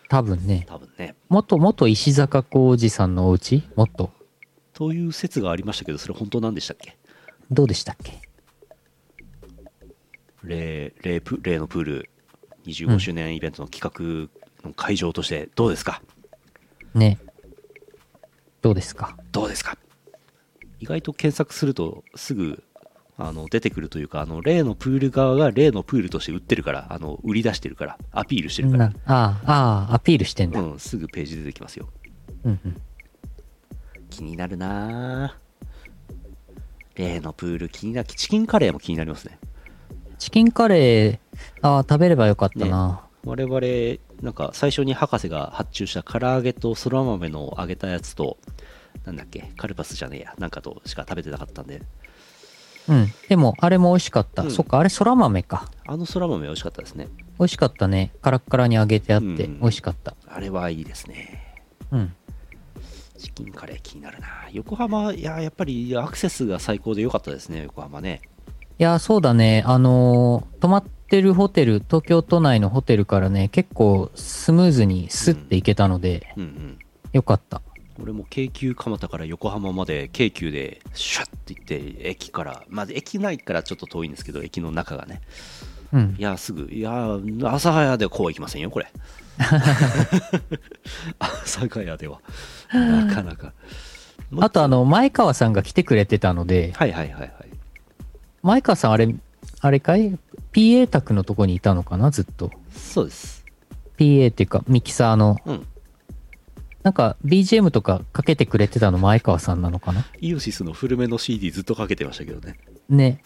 S1: 多分ね。
S2: 多分ね
S1: 元、元石坂浩二さんのお家元。
S2: という説がありましたけどそれ本当なんでしたっけ
S1: どうでしたっけ
S2: 例例プ例のプール25周年イベントの企画の会場としてどうですか、
S1: ね。どうですか
S2: どうですか意外と検索するとすぐあの出てくるというかあの例のプール側が例のプールとして売ってるからあの売り出してるからアピールしてるか
S1: な
S2: ら、
S1: ああ、ああ、アピールしてんだ。
S2: う
S1: うん
S2: ん、すぐページ出てきますよ
S1: うん。
S2: 気になるなぁ例のプール気になるチキンカレーも気になりますね
S1: チキンカレー、ああ、食べればよかったな。
S2: 我々なんか最初に博士が発注した唐揚げとそら豆の揚げたやつとなんだっけカルパスじゃねえやなんかとしか食べてなかったんで
S1: うん。でも、あれも美味しかった。
S2: うん
S1: そっか、あれ、そら豆か。
S2: あのそら豆美味しかったですね
S1: 美味しかったね。カラッカラに揚げてあって、
S2: うん
S1: 美味しかった。
S2: あれはいいですね
S1: うん。
S2: チキンカレー気になるなぁ横浜いややっぱりアクセスが最高で良かったですね横浜ね
S1: いやー、そうだね。あのー泊まってるホテル、東京都内のホテルからね、結構スムーズにスッて行けたので、
S2: うんうん
S1: よかった。
S2: 俺も京急蒲田から横浜まで京急でシュッて行って駅からまあ駅内からちょっと遠いんですけど駅の中がね
S1: うん
S2: い。や、すぐ、いや、朝早でこうはいきませんよ、これ。朝早では。なかなか。もう
S1: あと、あの、前川さんが来てくれてたので、
S2: はいはいはいはい。
S1: 前川さん、あれ、あれかい ?PA 宅のとこにいたのかなずっと。
S2: そうです。
S1: PA っていうか、ミキサーの。
S2: うん。
S1: なんか、BGM とかかけてくれてたの前川さんなのかな
S2: イオシスの古めの CD ずっとかけてましたけどね。
S1: ね。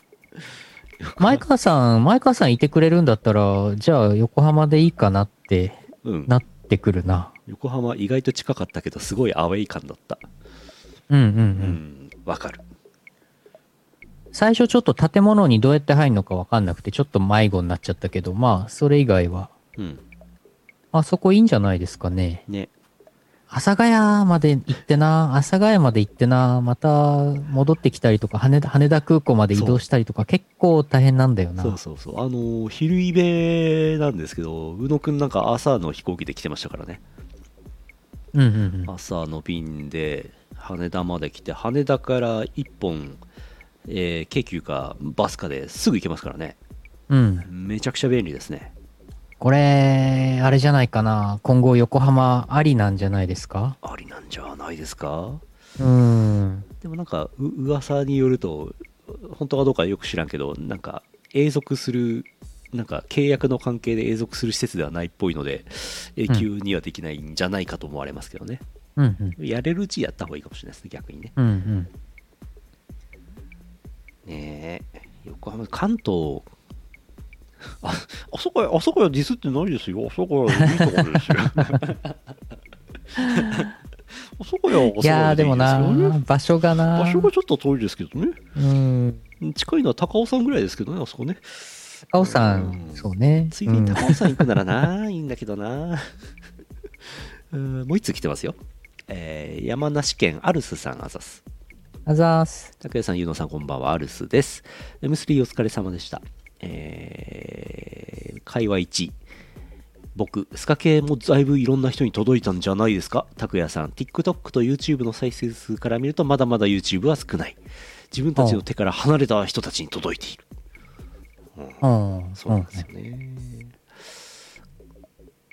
S1: 前川さん、前川さんいてくれるんだったら、じゃあ横浜でいいかなって
S2: うん。
S1: なってくるな。
S2: 横浜意外と近かったけど、すごいアウェイ感だった。
S1: うんうんう。
S2: うんん。わかる。
S1: 最初ちょっと建物にどうやって入るのかわかんなくて、ちょっと迷子になっちゃったけど、まあ、それ以外は、
S2: うん。
S1: あそこいいんじゃないですかね。
S2: ね。
S1: 阿佐ヶ谷まで行ってな、阿佐ヶ谷まで行ってな、また戻ってきたりとか、羽田羽田空港まで移動したりとか、結構大変なんだよな。
S2: そうそうそう。あのー昼イベなんですけど、宇野くんなんか朝の飛行機で来てましたからね。
S1: うんうんうん。
S2: 朝の便で羽田まで来て羽田から1本、えー京急かバスかですぐ行けますからね
S1: うん。
S2: めちゃくちゃ便利ですね
S1: これ、あれじゃないかな。今後横浜ありなんじゃないですか
S2: ありなんじゃないですか
S1: うーん。
S2: でもなんかう噂によると本当かどうかよく知らんけどなんか永続するなんか契約の関係で永続する施設ではないっぽいので永久にはできないんじゃないかと思われますけどね、
S1: うんうん。
S2: やれるうちやった方がいいかもしれないですね逆にね
S1: うんうん。
S2: ねえ横浜関東ああそこやあそこやディスってないですよあそこやいいところ ですよあそこやあそこやいい
S1: いやーでもな
S2: ですよね、
S1: 場所がな
S2: 場所がちょっと遠いですけどね
S1: うん。
S2: 近いのは高尾山ぐらいですけどねあそこね
S1: 高尾山
S2: うん
S1: そうね。
S2: ついでに
S1: うん
S2: 高尾山行くならな、いいんだけどな うんもう一つ来てますよえー山梨県アルスさんあざす
S1: あざーす。
S2: 拓也さん、ゆうのさん、こんばんは、アルスです。M3 お疲れ様でした。えー、会話1。僕、スカ系もだいぶいろんな人に届いたんじゃないですか拓也さん、TikTok と YouTube の再生数から見ると、まだまだ YouTube は少ない。自分たちの手から離れた人たちに届いている。
S1: うん。
S2: そうなんですよね。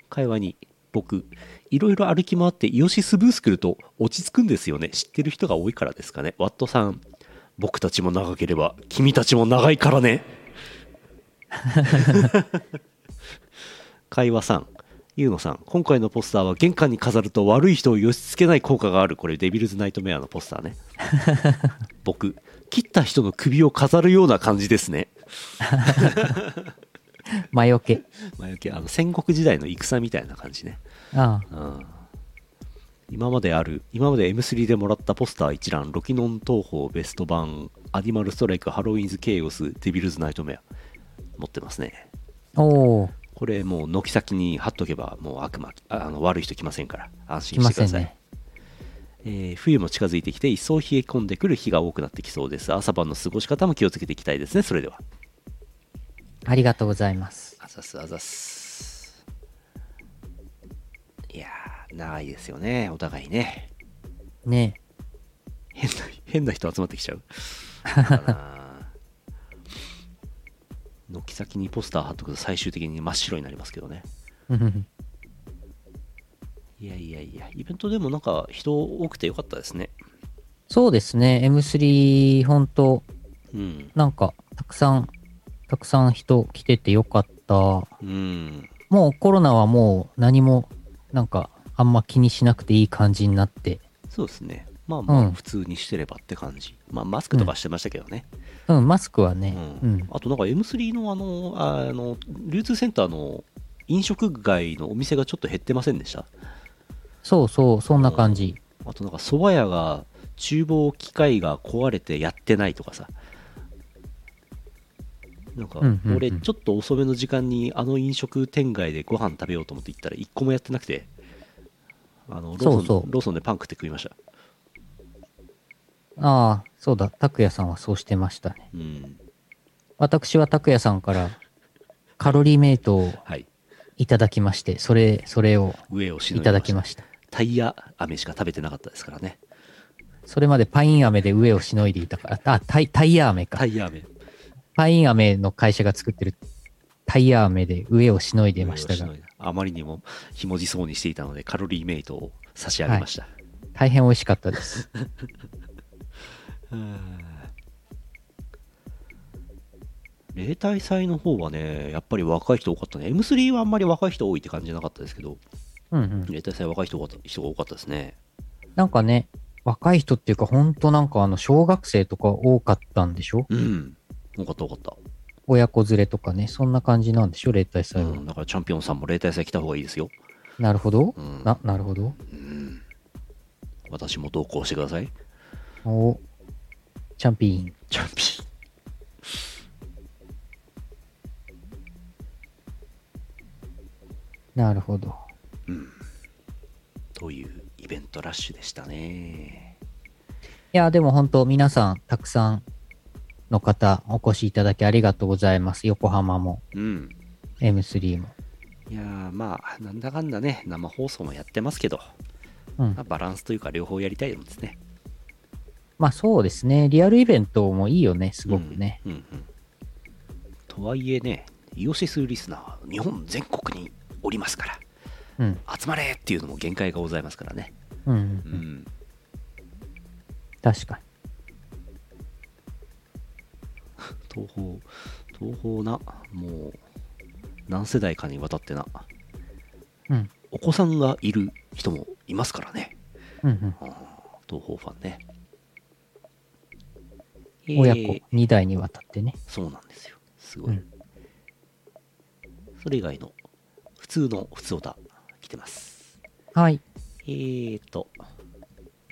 S2: 会話に、僕、いろいろ歩き回ってイオシスブース来ると落ち着くんですよね。知ってる人が多いからですかね。ワットさん、僕たちも長ければ君たちも長いからね会話さんゆうのさん今回のポスターは玄関に飾ると悪い人を寄しつけない効果があるこれデビルズ・ナイトメアのポスターね僕切った人の首を飾るような感じですね
S1: 魔除け。
S2: 魔除けあの戦国時代の戦みたいな感じね
S1: あ
S2: うん今まである今まで M3 でもらったポスター一覧ロキノン東宝ベスト版アニマルストライクハロウィンズ・ケイオスデビルズ・ナイトメア持ってますね
S1: あ。おお。
S2: これもう軒先に貼っとけばもう悪魔ああの悪い人来ませんから安
S1: 来
S2: 心
S1: ま
S2: してく
S1: せ
S2: だ
S1: ん
S2: さい、
S1: ね。
S2: えー冬も近づいてきて一層冷え込んでくる日が多くなってきそうです朝晩の過ごし方も気をつけていきたいですねそれでは
S1: ありがとうございます。
S2: あざすあざすいやー長いですよねお互いね
S1: ねえ
S2: 変な変な人集まってきちゃう だから軒先にポスター貼っとくと最終的に真っ白になりますけどね
S1: うんうん
S2: いやいやいやイベントでもなんか人多くてよかったですね
S1: そうですね。M3、本当
S2: うん
S1: なんか、たくさん、たくさん人来ててよかった。
S2: うん
S1: もうコロナはもう何も、なんか、あんま気にしなくていい感じになって。
S2: そうですねまあま
S1: う
S2: あ
S1: ん
S2: 普通にしてればって感じ、まあマスクとかしてましたけどね、
S1: うん、マスクは
S2: う
S1: ね
S2: ん、
S1: うん。
S2: あとなんか M3 のあのああの流通センターの飲食街のお店がちょっと減ってませんでした
S1: そうそう、そんな感じ。
S2: あとなんか蕎麦屋が厨房機械が壊れてやってないとかさなんか
S1: うんうんうん
S2: 俺ちょっと遅めの時間にあの飲食店街でご飯食べようと思って行ったら一個もやってなくてあのローソン
S1: そうそう
S2: ローソンでパン食って食いました
S1: ああ、そうだ、拓也さんはそうしてましたね。
S2: うん
S1: 私は拓也さんから、カロリーメイトを
S2: はい
S1: いただきまして、それ、それを
S2: 上をし
S1: い
S2: の
S1: た
S2: ぎ
S1: だ
S2: ま
S1: き
S2: し
S1: ま
S2: た
S1: した。
S2: タイヤ飴しか食べてなかったですからね
S1: それまでパイン飴で上をしのいでいたから、あ、タイタイヤ飴か
S2: タ。イヤ飴
S1: パイン飴の会社が作ってるタイヤ飴で上をしのいでました
S2: 上
S1: が
S2: をしの、いだあまりにもひもじそうにしていたのでカロリーメイトを差し上げました、
S1: 大変美味しかったです。
S2: 例大祭の方はね、やっぱり若い人多かったね。M3 はあんまり若い人多いって感じじゃなかったですけど、
S1: うんうん。
S2: 例大祭若い人が人が多かったですね。
S1: なんかね、若い人っていうか、ほんとなんかあの、小学生とか多かったんでしょ
S2: うん。多かった多かった。
S1: 親子連れとかね、そんな感じなんでしょ例体
S2: う
S1: 祭は。
S2: ん、だからチャンピオンさんも例大祭来た方がいいですよ。
S1: なるほど、
S2: うん
S1: な、なるほど。
S2: 私も同行してください。
S1: おチャンピーン。
S2: チャンピ
S1: なるほど。
S2: オンというイベントラッシュでしたね。
S1: いや、でも本当皆さん、たくさんの方、お越しいただきありがとうございます。横浜も、
S2: うん。
S1: M3 も。
S2: いやーまあ、なんだかんだね、生放送もやってますけど、
S1: うん
S2: まあ、バランスというか両方やりたいもんですね。
S1: まあそうですね。リアルイベントもいいよね、すごくね。
S2: うんうんうんとはいえねイオシスリスナーは日本全国におりますから
S1: うん。
S2: 集まれっていうのも限界がございますからね
S1: うん。
S2: う
S1: うん
S2: ん
S1: 確かに。
S2: 東宝東宝なもう何世代かにわたってな
S1: うん。
S2: お子さんがいる人もいますからね
S1: うん、
S2: うん東宝ファンね
S1: うん。親
S2: え
S1: 子
S2: ー
S1: 2代にわたってね。
S2: そうなんですよすごい、
S1: うん
S2: それ以外の普通の普通オタ来てます
S1: はい。
S2: えーと、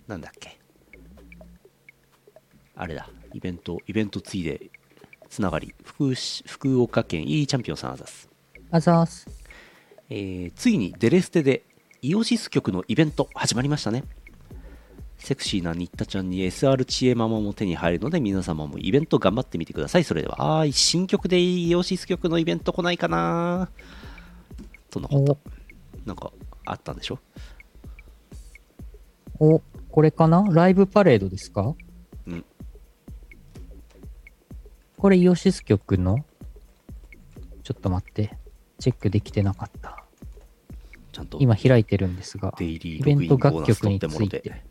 S2: なんだっけ。あれだ、イベント、イベントついで、つながり、福し福岡県 E チャンピオンさんあざす。
S1: あざーす。
S2: えーついにデレステで、イオシス局のイベント始まりましたね。セクシーな新田ちゃんに SR 知恵ママも手に入るので、皆様もイベント頑張ってみてください。それでは、あーい、新曲でイオシス局のイベント来ないかなそんなこと
S1: お、
S2: なんかあったんでしょ
S1: お、これかなライブパレードですか
S2: うん。
S1: これイオシス局のちょっと待って。チェックできてなかった。
S2: ちゃんと。
S1: 今開いてるんですが。
S2: デイリ
S1: イ
S2: ー
S1: ベ
S2: ログ
S1: ン
S2: イン
S1: ト
S2: ボー
S1: 楽
S2: ナス
S1: 曲
S2: 取っ
S1: につ
S2: てもろ
S1: いて
S2: て、。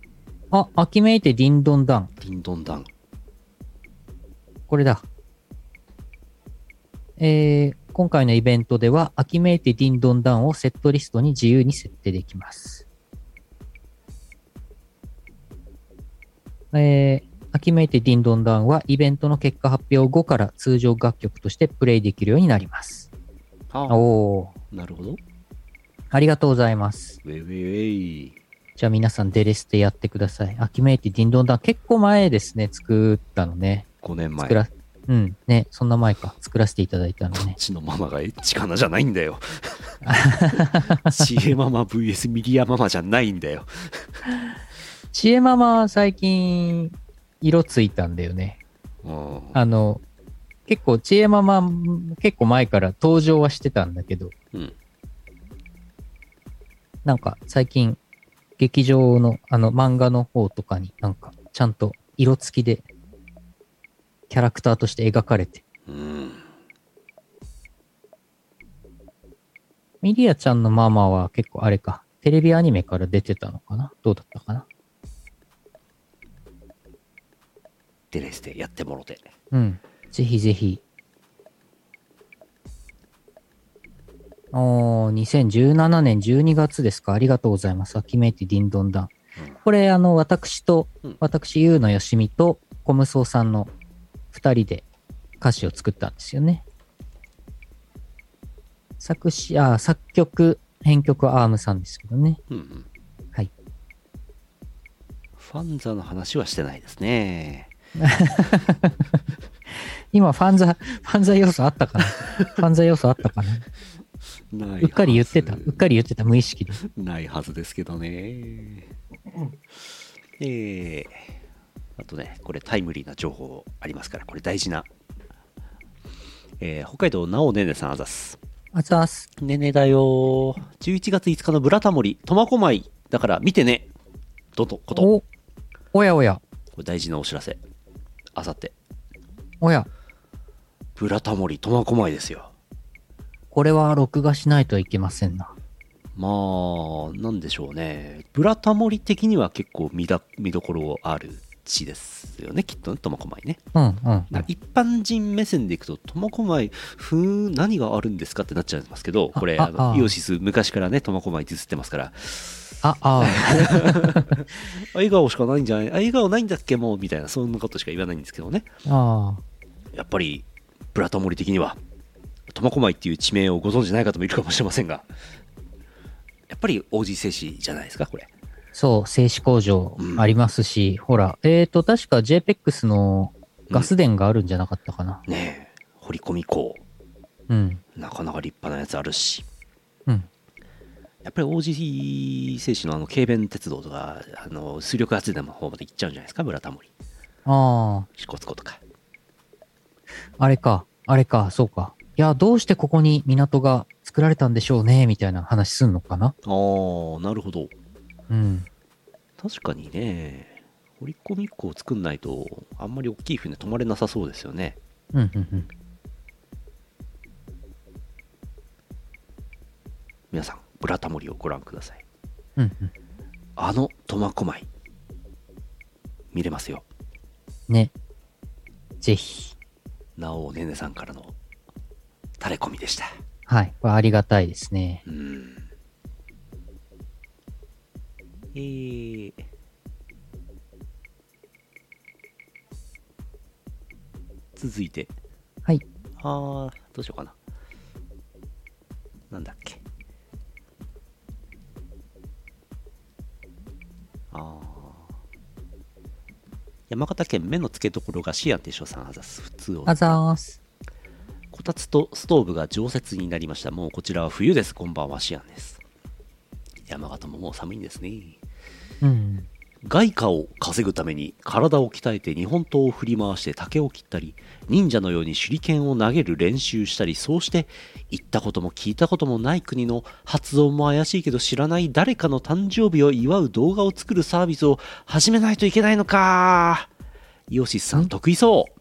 S1: あ、秋めいてディンドンダン。
S2: リンドンダン。
S1: これだ。えー今回のイベントでは、アキメイテディンドンダンをセットリストに自由に設定できます。えーアキメイテディンドンダンは、イベントの結果発表後から通常楽曲としてプレイできるようになります。
S2: あ
S1: おー、
S2: なるほど。ウ
S1: ありがとうございます。
S2: ェイウェイウェイ。
S1: じゃあ皆さんデレステやってください。アキメイテディンドンダン、結構前ですね、作ったのね。
S2: 5年前。
S1: 作ら、うん、ね、そんな前か、作らせていただいたの
S2: こっ
S1: ね。
S2: ちのママがエッチかなじゃないんだ よ。知恵ママ VS ミリアママじゃないんだよ。
S1: ちえママは最近、色ついたんだよね。
S2: うん、
S1: あの、結構、ちえママ、結構前から登場はしてたんだけど、
S2: うん
S1: なんか最近、劇場の、あの、漫画の方とかになんか、ちゃんと色付きで、キャラクターとして描かれて、
S2: うん。
S1: ミリアちゃんのママは結構あれか、テレビアニメから出てたのかなどうだったかな
S2: デレステやってもろて。
S1: うん。ぜひぜひ。おー、2017年12月ですか。ありがとうございます。アキメイティディンドンダン
S2: うん。
S1: これ、あの、私と
S2: うん、
S1: 私、ゆうのよしみと、コムソウさんの二人で歌詞を作ったんですよね。作詞、あー、作曲、編曲はアームさんですけどね。
S2: うんうん。
S1: はい。
S2: ファンザの話はしてないですね。
S1: 今、ファンザ、ファンザ要素あ ったかなファンザ要素あったかな
S2: ないはず
S1: うっかり言ってた。うっかり言ってた、無意識で。
S2: ないはずですけどね。えー、あとね、これタイムリーな情報ありますから、これ大事な。えー、北海道なおねねさんあざっす。
S1: あざーす。
S2: ねねだよー。11月5日のブラタモリ、苫小牧だから見てね。どとこと。こ
S1: おおやおや、
S2: れ大事なお知らせ。あさって、
S1: おや、
S2: ブラタモリ、苫小牧ですよ。
S1: これは録画しないといけませんな。
S2: まあ、なんでしょうね。ブラタモリ的には結構見だ見どころある地ですよね、きっとね、苫小牧ね。
S1: うんうん。
S2: なんか一般人目線でいくと苫小牧ふーん何があるんですかってなっちゃいますけどこれ
S1: あ
S2: あの
S1: あ
S2: イオシス昔からね苫小牧ディスってますから
S1: あ、あ
S2: あ笑顔しかないんじゃないあ笑顔ないんだっけもうみたいなそんなことしか言わないんですけどね
S1: あ、 あ
S2: やっぱりブラタモリ的には苫小牧っていう地名をご存知ない方もいるかもしれませんがやっぱり王子製紙じゃないですかこれ
S1: あ、そう、製紙工場
S2: うん
S1: ありますし、ほら、えーと、確か JPEX のガス電があるんじゃなかったかな。
S2: ねえ堀込港
S1: うん、
S2: なかなか立派なやつあるし
S1: うん、
S2: やっぱり OG 製紙のあの軽便鉄道とかあの水力発電の方まで行っちゃうんじゃないですかブラタモリ
S1: あ
S2: 支笏湖とか
S1: あ、あれか、あれか、そうか。いや、どうしてここに港が作られたんでしょうね、みたいな話すんのかな。
S2: ああなるほど
S1: うん。
S2: 確かにね堀り込み港を作んないとあんまり大きい船泊まれなさそうですよね
S1: うん、うん、うん。
S2: 皆さんブラタモリをご覧ください
S1: うん、うん。
S2: あの苫小牧見れますよ
S1: ね。ぜひ。
S2: なおねねさんからのタレコミでした
S1: はい。これありがたいですね。
S2: うんえー続いて
S1: はい。
S2: あーどうしようかななんだっけあー山形県目の付けどころがシアンって所さんあざす普通を
S1: あざーす。
S2: こたつとストーブが常設になりました。もうこちらは冬です。こんばんは、シアンです。山形ももう寒いんですね。
S1: うん。
S2: 外貨を稼ぐために体を鍛えて日本刀を振り回して竹を切ったり、忍者のように手裏剣を投げる練習したり、そうして行ったことも聞いたこともない国の発音も怪しいけど知らない誰かの誕生日を祝う動画を作るサービスを始めないといけないのか。イオシスさん得意そう。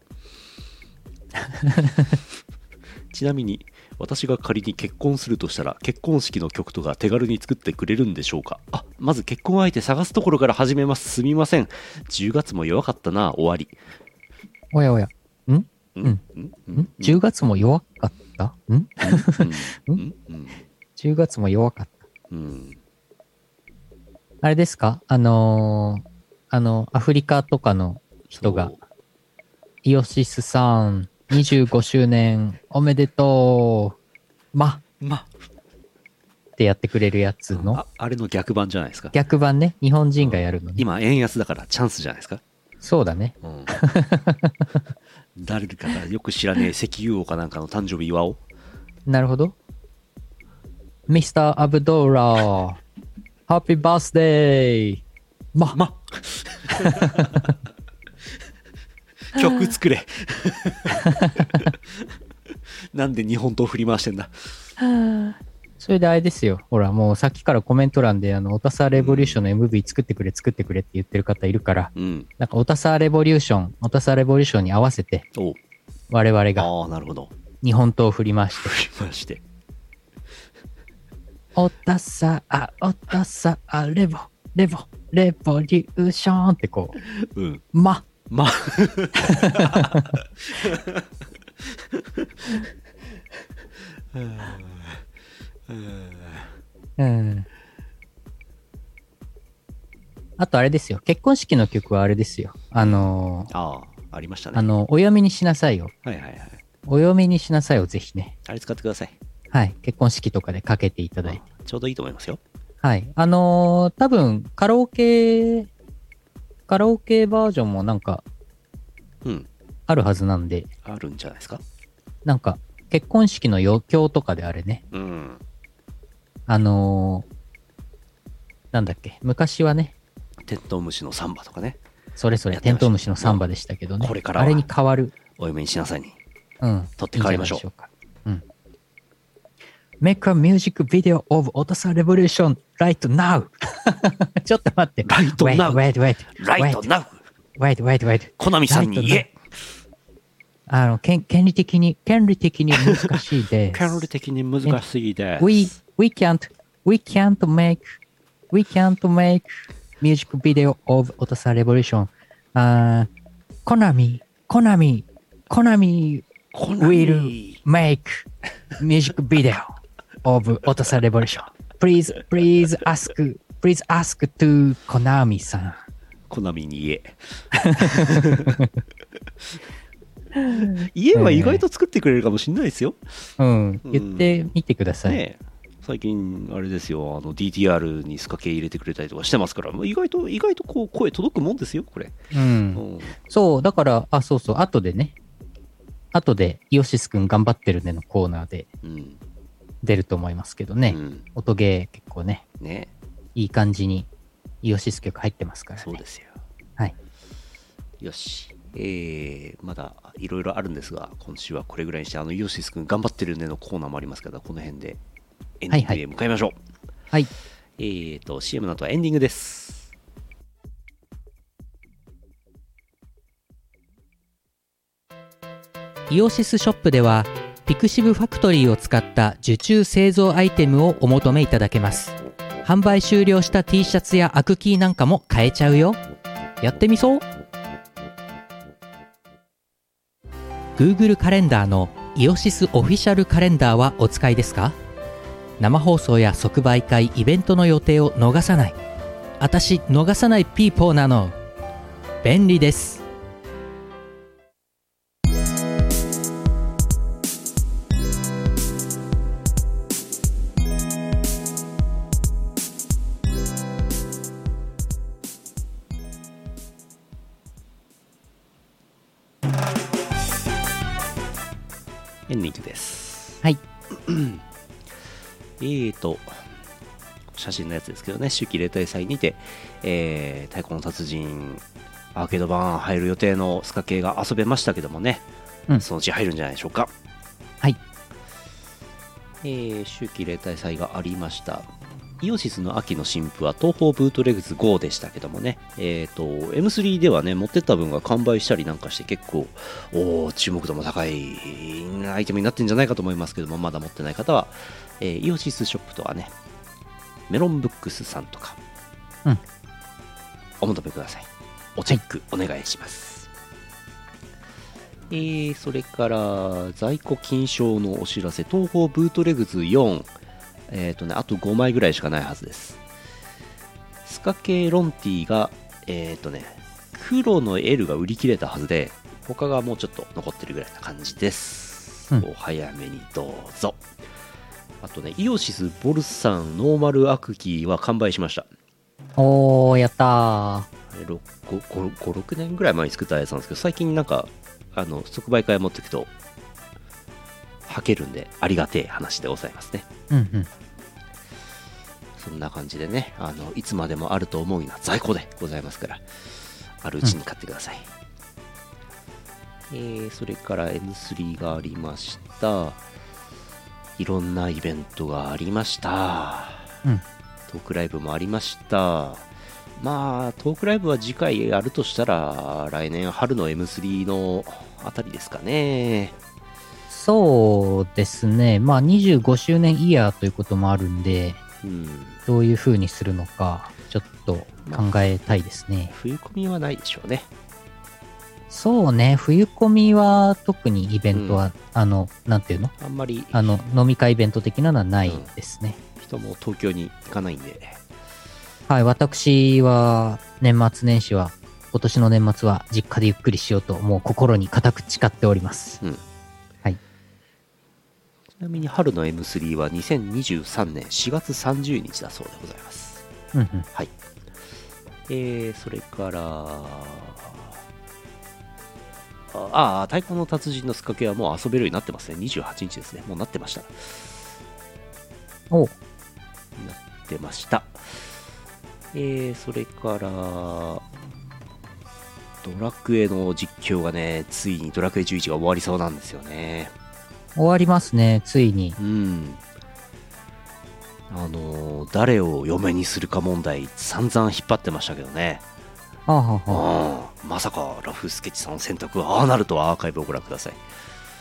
S2: ちなみに私が仮に結婚するとしたら結婚式の曲とか手軽に作ってくれるんでしょうかあまず結婚相手探すところから始めますすみません10月も弱かったな終わり
S1: おやおや。ん
S2: うん
S1: ん ?10 月も弱かったん
S2: うんうん
S1: ?10 月も弱かった。
S2: うん
S1: あれですかあのーあの、アフリカとかの人が
S2: そう、
S1: イオシスさん、25周年、おめでとう、ま
S2: ま
S1: ってやってくれるやつの
S2: ああれの逆版じゃないですか
S1: 逆版ね、日本人がやるのね。
S2: 今円安だからチャンスじゃないですか
S1: そうだね。
S2: うん誰かがよく知らねえ石油王かなんかの誕生日祝おう
S1: なるほど。ミスター・アブドーラハッピーバースデーま、
S2: ま曲作れなんで日本刀振り回してんだ
S1: それであれですよ。ほら、もうさっきからコメント欄で、あの、オタサーレボリューションの MV 作ってくれ、作ってくれって言ってる方いるから、
S2: うん
S1: なんかオタサーレボリューション、オタサーレボリューションに合わせて、
S2: おう
S1: 我々が
S2: ああなるほど
S1: 日本刀を振りまして、
S2: 振り回して
S1: オタサー、オタサーレボ、レボ、レボリューションってこう、
S2: うん
S1: ま、
S2: まあ
S1: うん。あとあれですよ。結婚式の曲はあれですよ。あのー
S2: ああありましたね
S1: あの、お読みにしなさいよ。
S2: はいはいはい
S1: お読みにしなさいをぜひね。
S2: あれ使ってください
S1: はい。結婚式とかでかけていただいて。
S2: ちょうどいいと思いますよ
S1: はい。あのー多分、カラオケ、カラオケバージョンもなんか
S2: うん
S1: あるはずなんで、
S2: あるんじゃないですか
S1: なんか、結婚式の余興とかであれね。
S2: うん
S1: あのーなんだっけ。昔はね、
S2: テントウムシのサンバとかね
S1: それそれ、
S2: やっ
S1: テ
S2: て
S1: ン
S2: ました
S1: トウムシのサンバでしたけどね。
S2: これからは
S1: あれに変わる。
S2: お嫁にしなさいに
S1: うん。
S2: 取って代わりましょう
S1: いいんじゃないでしょうか。うん。Make a music video of Otasa Revolution right now! ちょっと待って。
S2: Right now.
S1: Wait, wait, wait.
S2: ライト
S1: Wait,
S2: ナウ
S1: wait, wait, wait.
S2: コナミさんに言え
S1: あの、権権利的に、権利的に難しいです。
S2: 権利的に難しいです
S1: We, we can't, we can't make, we can't make music video of Otasa Revolution. あーコナミ、コナミ、コナミ
S2: コナ
S1: will
S2: ミ
S1: make music video of Otosa Revolution. Please, please ask, please ask to Konami さん。
S2: コナミに 言え言えば意外と作ってくれるかもしれないですよ、
S1: うん、言ってみてください。
S2: ねえ最近あれですよあの DTR にスカ系入れてくれたりとかしてますから意外と意外とこう声届くもんですよこれ、
S1: う。
S2: うんん、
S1: そう、だから、あ、そうそう、後でね、後で、イオシスくん頑張ってるねのコーナーで
S2: うん
S1: 出ると思いますけどね。
S2: うん
S1: 音ゲー結構ね、
S2: ね
S1: いい感じにイオシス曲入ってますからね。
S2: そうですよ
S1: はい。
S2: よしえー、まだいろいろあるんですが今週はこれぐらいにしてあのイオシス君頑張ってるねのコーナーもありますからこの辺でエンディングへ向かいましょう、
S1: はい。
S2: えーと CM の後はエンディングです
S1: イオシスショップではピクシブファクトリーを使った受注製造アイテムをお求めいただけます販売終了した T シャツやアクキーなんかも買えちゃうよやってみそう Google カレンダーのイオシスオフィシャルカレンダーはお使いですか生放送や即売会イベントの予定を逃さない私逃さないピーポーなの便利です
S2: エンディングです
S1: はい
S2: えーと写真のやつですけどね秋季例大祭にて、えー太鼓の達人アーケード版入る予定のスカ系が遊べましたけどもね、
S1: うん
S2: そのうち入るんじゃないでしょうか
S1: はい
S2: えー、秋季例大祭がありましたイオシスの秋の新譜は東方ブートレグズ5でしたけどもね、えー、と M3 ではね持ってった分が完売したりなんかして結構おー注目度も高いアイテムになってんじゃないかと思いますけどもまだ持ってない方は、えーイオシスショップとかねメロンブックスさんとか、
S1: うん
S2: お求めくださいおチェックお願いします、えーそれから在庫金賞のお知らせ東方ブートレグズ4えっ、とねあと5枚ぐらいしかないはずですスカ系ロンティがえっ、とね黒の L が売り切れたはずで他がもうちょっと残ってるぐらいな感じです、
S1: うん
S2: お早めにどうぞあとねイオシスボルサンノーマルアクキーは完売しました
S1: おー、やったー。
S2: 56年ぐらい前に作ったやつなんですけど最近なんかあの即売会持っていくとはけるんでありがてえ話でございますね
S1: うんうん。
S2: そんな感じでねあのいつまでもあると思うような在庫でございますからあるうちに買ってください、えーそれから M3 がありましたいろんなイベントがありました
S1: うん。
S2: トークライブもありましたまあトークライブは次回やるとしたら来年春の M3 のあたりですかね
S1: そうですね。まあ、25周年イヤーということもあるんで、
S2: うん
S1: どういう風にするのか、ちょっと考えたいですね。
S2: 冬コミはないでしょうね
S1: そうね、冬コミは特にイベントは、あの、なんていうの
S2: あんまり
S1: あの、飲み会イベント的なのはないですね。
S2: 人も東京に行かないんで
S1: はい、私は年末年始は、今年の年末は実家でゆっくりしようと、もう心に固く誓っております。
S2: うん
S1: はい
S2: ちなみに春の M3 は2023年4月30日だそうでございます
S1: うんうん。
S2: はい。えー、それから、ああー、太鼓の達人のスカケはもう遊べるようになってますね。28日ですね。もうなってました。な
S1: おう
S2: ってました。えー、それから、ドラクエの実況がね、ついにドラクエ11が終わりそうなんですよね。
S1: 終わりますね、ついに。
S2: うん。あのー誰を嫁にするか問題、散々引っ張ってましたけどね。
S1: ああはあはあ
S2: うんまさかラフスケッチさんの選択がああなるとはアーカイブをご覧ください。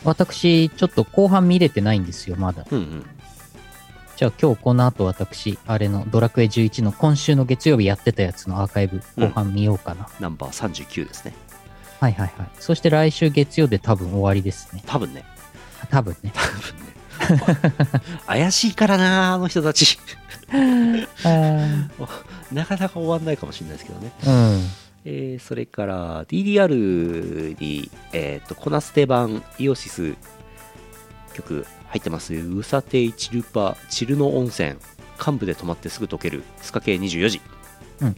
S1: 私、ちょっと後半見れてないんですよ、まだ。
S2: うんうん。
S1: じゃあ今日この後私、あれのドラクエ11の今週の月曜日やってたやつのアーカイブ、
S2: うん
S1: 後半見ようかな。
S2: ナンバー39ですね。
S1: はいはいはい。そして来週月曜で多分終わりですね。
S2: 多分ね。
S1: 多分ね。
S2: 多分ね。怪しいからな、あの人たち。 なかなか終わんないかもしれないですけどね。
S1: うん。
S2: えーそれから DDR に、えー、とコナステ版イオシス曲入ってますウサテイチルパチルノ温泉幹部で泊まってすぐ溶けるスカ系24時、
S1: うん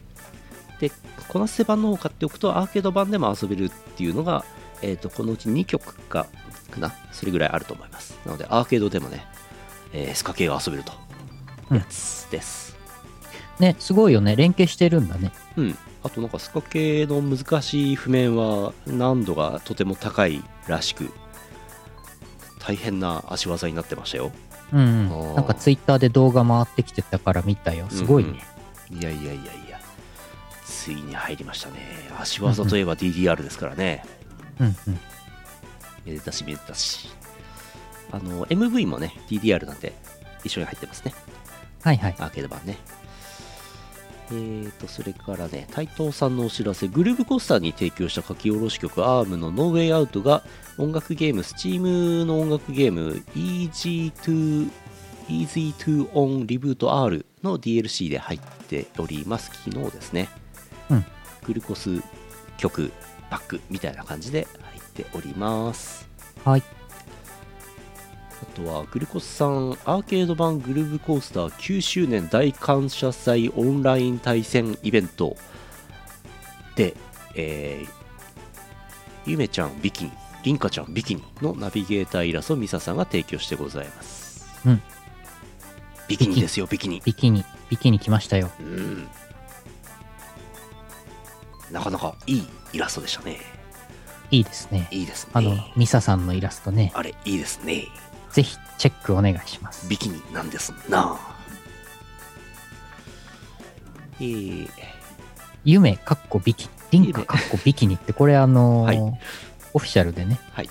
S2: でコナステ版の方を買っておくとアーケード版でも遊べるっていうのが、えー、とこのうち2曲かかなそれぐらいあると思いますなのでアーケードでもね、えースカ系が遊べると
S1: うん
S2: やつです、
S1: ね、すごいよね。連携してるんだね。
S2: うん、あとなんかスカ系の難しい譜面は難度がとても高いらしく大変な足技になってましたよ
S1: うん
S2: お
S1: う
S2: ー
S1: ん。なんかツイッターで動画回ってきてたから見たよ。すごいね。
S2: いやいやいやいやついに入りましたね足技といえば DDR ですからね
S1: うんうん。
S2: めでたしめでたしあの MV もね DDR なんで一緒に入ってますね
S1: はいはい。
S2: アーケード版ね。えーと、それからね、台東さんのお知らせ、グルーブコースターに提供した書き下ろし曲、アームのノーウェイアウトが、音楽ゲーム、Steam の音楽ゲーム、Easy to, Easy to On Reboot R の DLC で入っております。昨日ですね。
S1: うん
S2: グルコス曲、パックみたいな感じで入っております。
S1: はい。
S2: あとはグルコスさんアーケード版グルーブコースター9周年大感謝祭オンライン対戦イベントで、えーゆめちゃんビキニりんかちゃんビキニのナビゲーターイラストをミサさんが提供してございます、
S1: うん
S2: ビキニですよビキニ
S1: ビキニ、ビキニ来ましたよ。
S2: うんなかなかいいイラストでしたね
S1: いいですね。
S2: いいですね
S1: あの、ミサさんのイラストね。
S2: あれいいですね
S1: ぜひチェックお願いします。
S2: ビキニなんですなえー
S1: 夢、かっこビキニ、リンカ、かっこビキニって、これあのー
S2: はい
S1: オフィシャルでね。
S2: はい。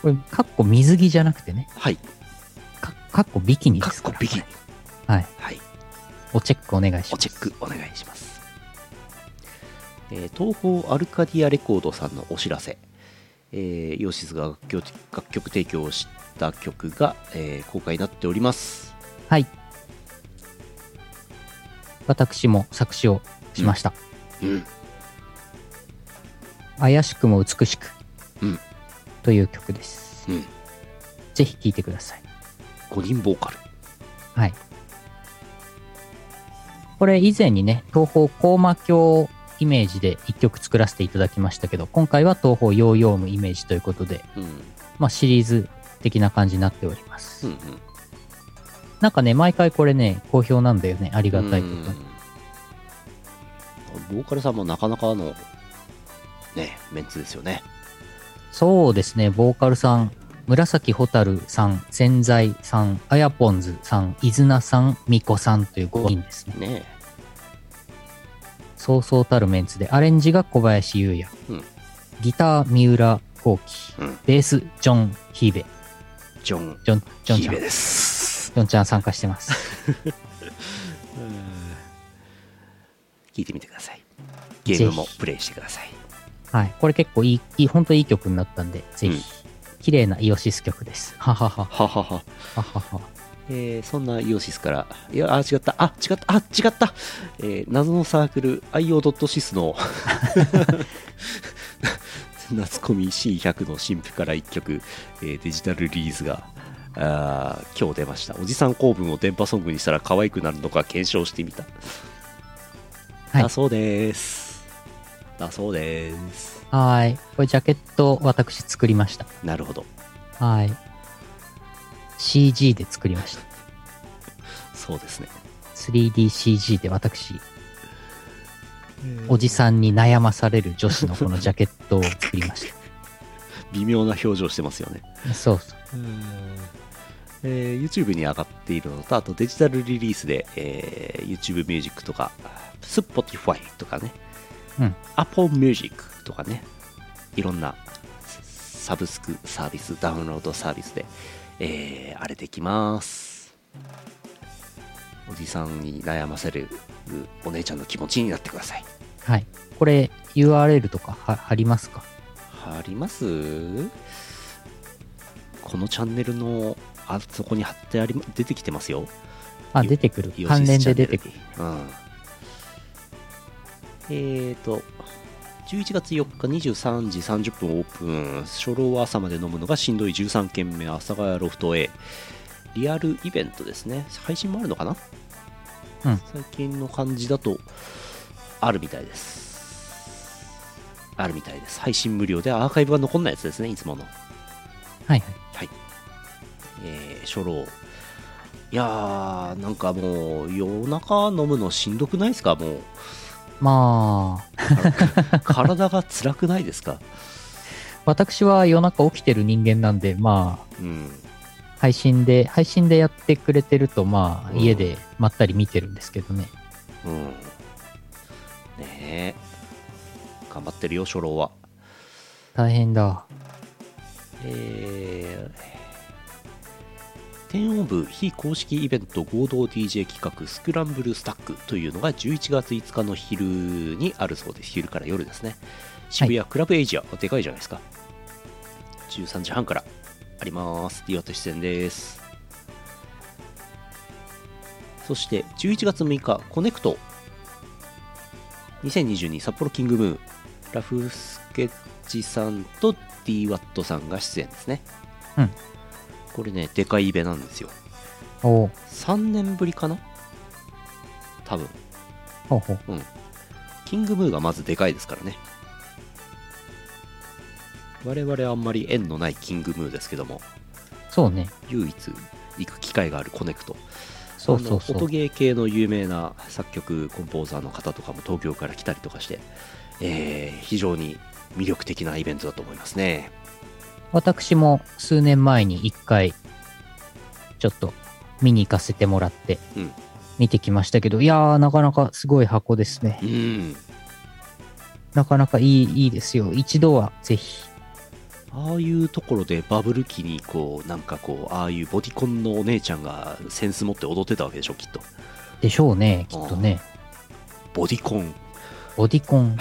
S1: これ、かっこ水着じゃなくてね、
S2: はい、
S1: かかっこビキニで
S2: かっ
S1: すか
S2: こ
S1: ら。
S2: ビキニ。
S1: はい。
S2: はい、
S1: おチェックお願いし
S2: お
S1: ます。
S2: チェックお願いします。えー東方アルカディアレコードさんのお知らせ、えー、ヨシスが楽曲楽曲提供した曲が、えー公開になっております
S1: はい。私も作詞をしました。
S2: うん
S1: 怪しくも美しく。
S2: うん
S1: という曲です。
S2: うん
S1: ぜひ聴いてください。
S2: 5人ボーカル
S1: はい。これ以前にね、東方高魔教イメージで一曲作らせていただきましたけど、今回は東方ヨーヨームイメージということで、
S2: うんうん
S1: まあシリーズ的な感じになっております。
S2: うん
S1: なんかね、毎回これね、好評なんだよね。ありがたいこ
S2: う
S1: と
S2: ん
S1: に。
S2: ボーカルさんもなかなかのねメンツですよね
S1: そうですね、ボーカルさん、紫蛍さん、潜在さん、あやぽんずさん、いずなさん、みこさんという5人ですね。
S2: ね
S1: そうそうたるメンツで、アレンジが小林優也、
S2: うん
S1: ギター、三浦幸喜、
S2: うん
S1: ベース、ジョン・ヒーベ、
S2: ジョン
S1: ジョン、ジョン
S2: ヒ
S1: ちゃん、
S2: ーベ
S1: ジ
S2: です
S1: ョンちゃん参加して ます。
S2: 聞いてみてくださいゲームもプレイしてください
S1: はい、これ結構いい、いい本当いい曲になったんで、ぜ
S2: うん
S1: ひ、綺麗なイオシス曲です。ははは、
S2: ははは
S1: ははは。
S2: えーそんなイオシスから、いや、あ、違った、あ、違った、あ、違った、えー謎のサークル、io.sys の 夏コミ C100 の新譜から1曲、えーデジタルリリースが、あー今日出ました。おじさん構文を電波ソングにしたら可愛くなるのか検証してみた。
S1: はい
S2: だそうです。だそうです。
S1: はーい。これジャケット私作りました。
S2: なるほど。
S1: はーい。CG で作りました。
S2: そうですね。
S1: 3DCG で私、おじさんに悩まされる女子のこのジャケットを作りまし
S2: 微妙な表情してますよね。
S1: た。そうそう。
S2: えー YouTube に上がっているのと、あとデジタルリリースで、えー YouTube ミュージックとか、Spotify とかね、
S1: うん
S2: Apple Music とかね、いろんなサブスクサービス、ダウンロードサービスで、えー、あれできます。おじさんに悩ませるお姉ちゃんの気持ちになってください。
S1: はい。これ URL とかは貼りますか
S2: 貼りますこのチャンネルのあそこに貼ってありま出てきてますよ
S1: あ、
S2: よ
S1: 出てくる。
S2: ヨシス
S1: 関連で出て
S2: チャ
S1: く
S2: ン
S1: る。
S2: ネルにうんえーと11月4日23時30分オープン初老は朝まで飲むのがしんどい13軒目阿佐ヶ谷ロフト A リアルイベントですね配信もあるのかな、
S1: うん
S2: 最近の感じだとあるみたいですあるみたいです配信無料でアーカイブが残んないやつですねいつもの
S1: はいはい。
S2: はい。えー、初老。いやー、なんかもう、夜中飲むのしんどくないですかもう、
S1: まあ、
S2: から体が辛くないですか
S1: 私は夜中起きてる人間なんで、まあ、
S2: うん。
S1: 配信で、配信でやってくれてると、まあ、
S2: うん
S1: 家でまったり見てるんですけどね。
S2: うん。ねえ。頑張ってるよ、初老は。
S1: 大変だ。
S2: えー天音部非公式イベント合同 DJ 企画スクランブルスタックというのが11月5日の昼にあるそうです昼から夜ですね渋谷クラブエイジア、でかいじゃないですか13時半からあります岩手支店ですそして11月6日コネクト2022札幌キングムーンラフスケッチさんと DWAT さんが出演ですね
S1: うん
S2: これねでかいイベなんですよ
S1: おう
S2: 3年ぶりかな多分
S1: ほうほう。
S2: キングムーがまずでかいですからね我々あんまり縁のないキングムーですけども
S1: そうね。
S2: 唯一行く機会があるコネクト
S1: そうそうそ
S2: あの音
S1: う。
S2: ゲー系の有名な作曲コンポーザーの方とかも東京から来たりとかして、えー非常に魅力的なイベントだと思いますね
S1: 私も数年前に一回、ちょっと見に行かせてもらって
S2: うん、
S1: 見てきましたけど、いやー、なかなかすごい箱ですね。
S2: うん
S1: なかなかいい、いいですよ。一度はぜひ。
S2: ああいうところでバブル期にこうなんかこうああいうボディコンのお姉ちゃんがセンス持って踊ってたわけでしょきっと
S1: でしょうね、きっとね。
S2: ボディコン
S1: ボディコン。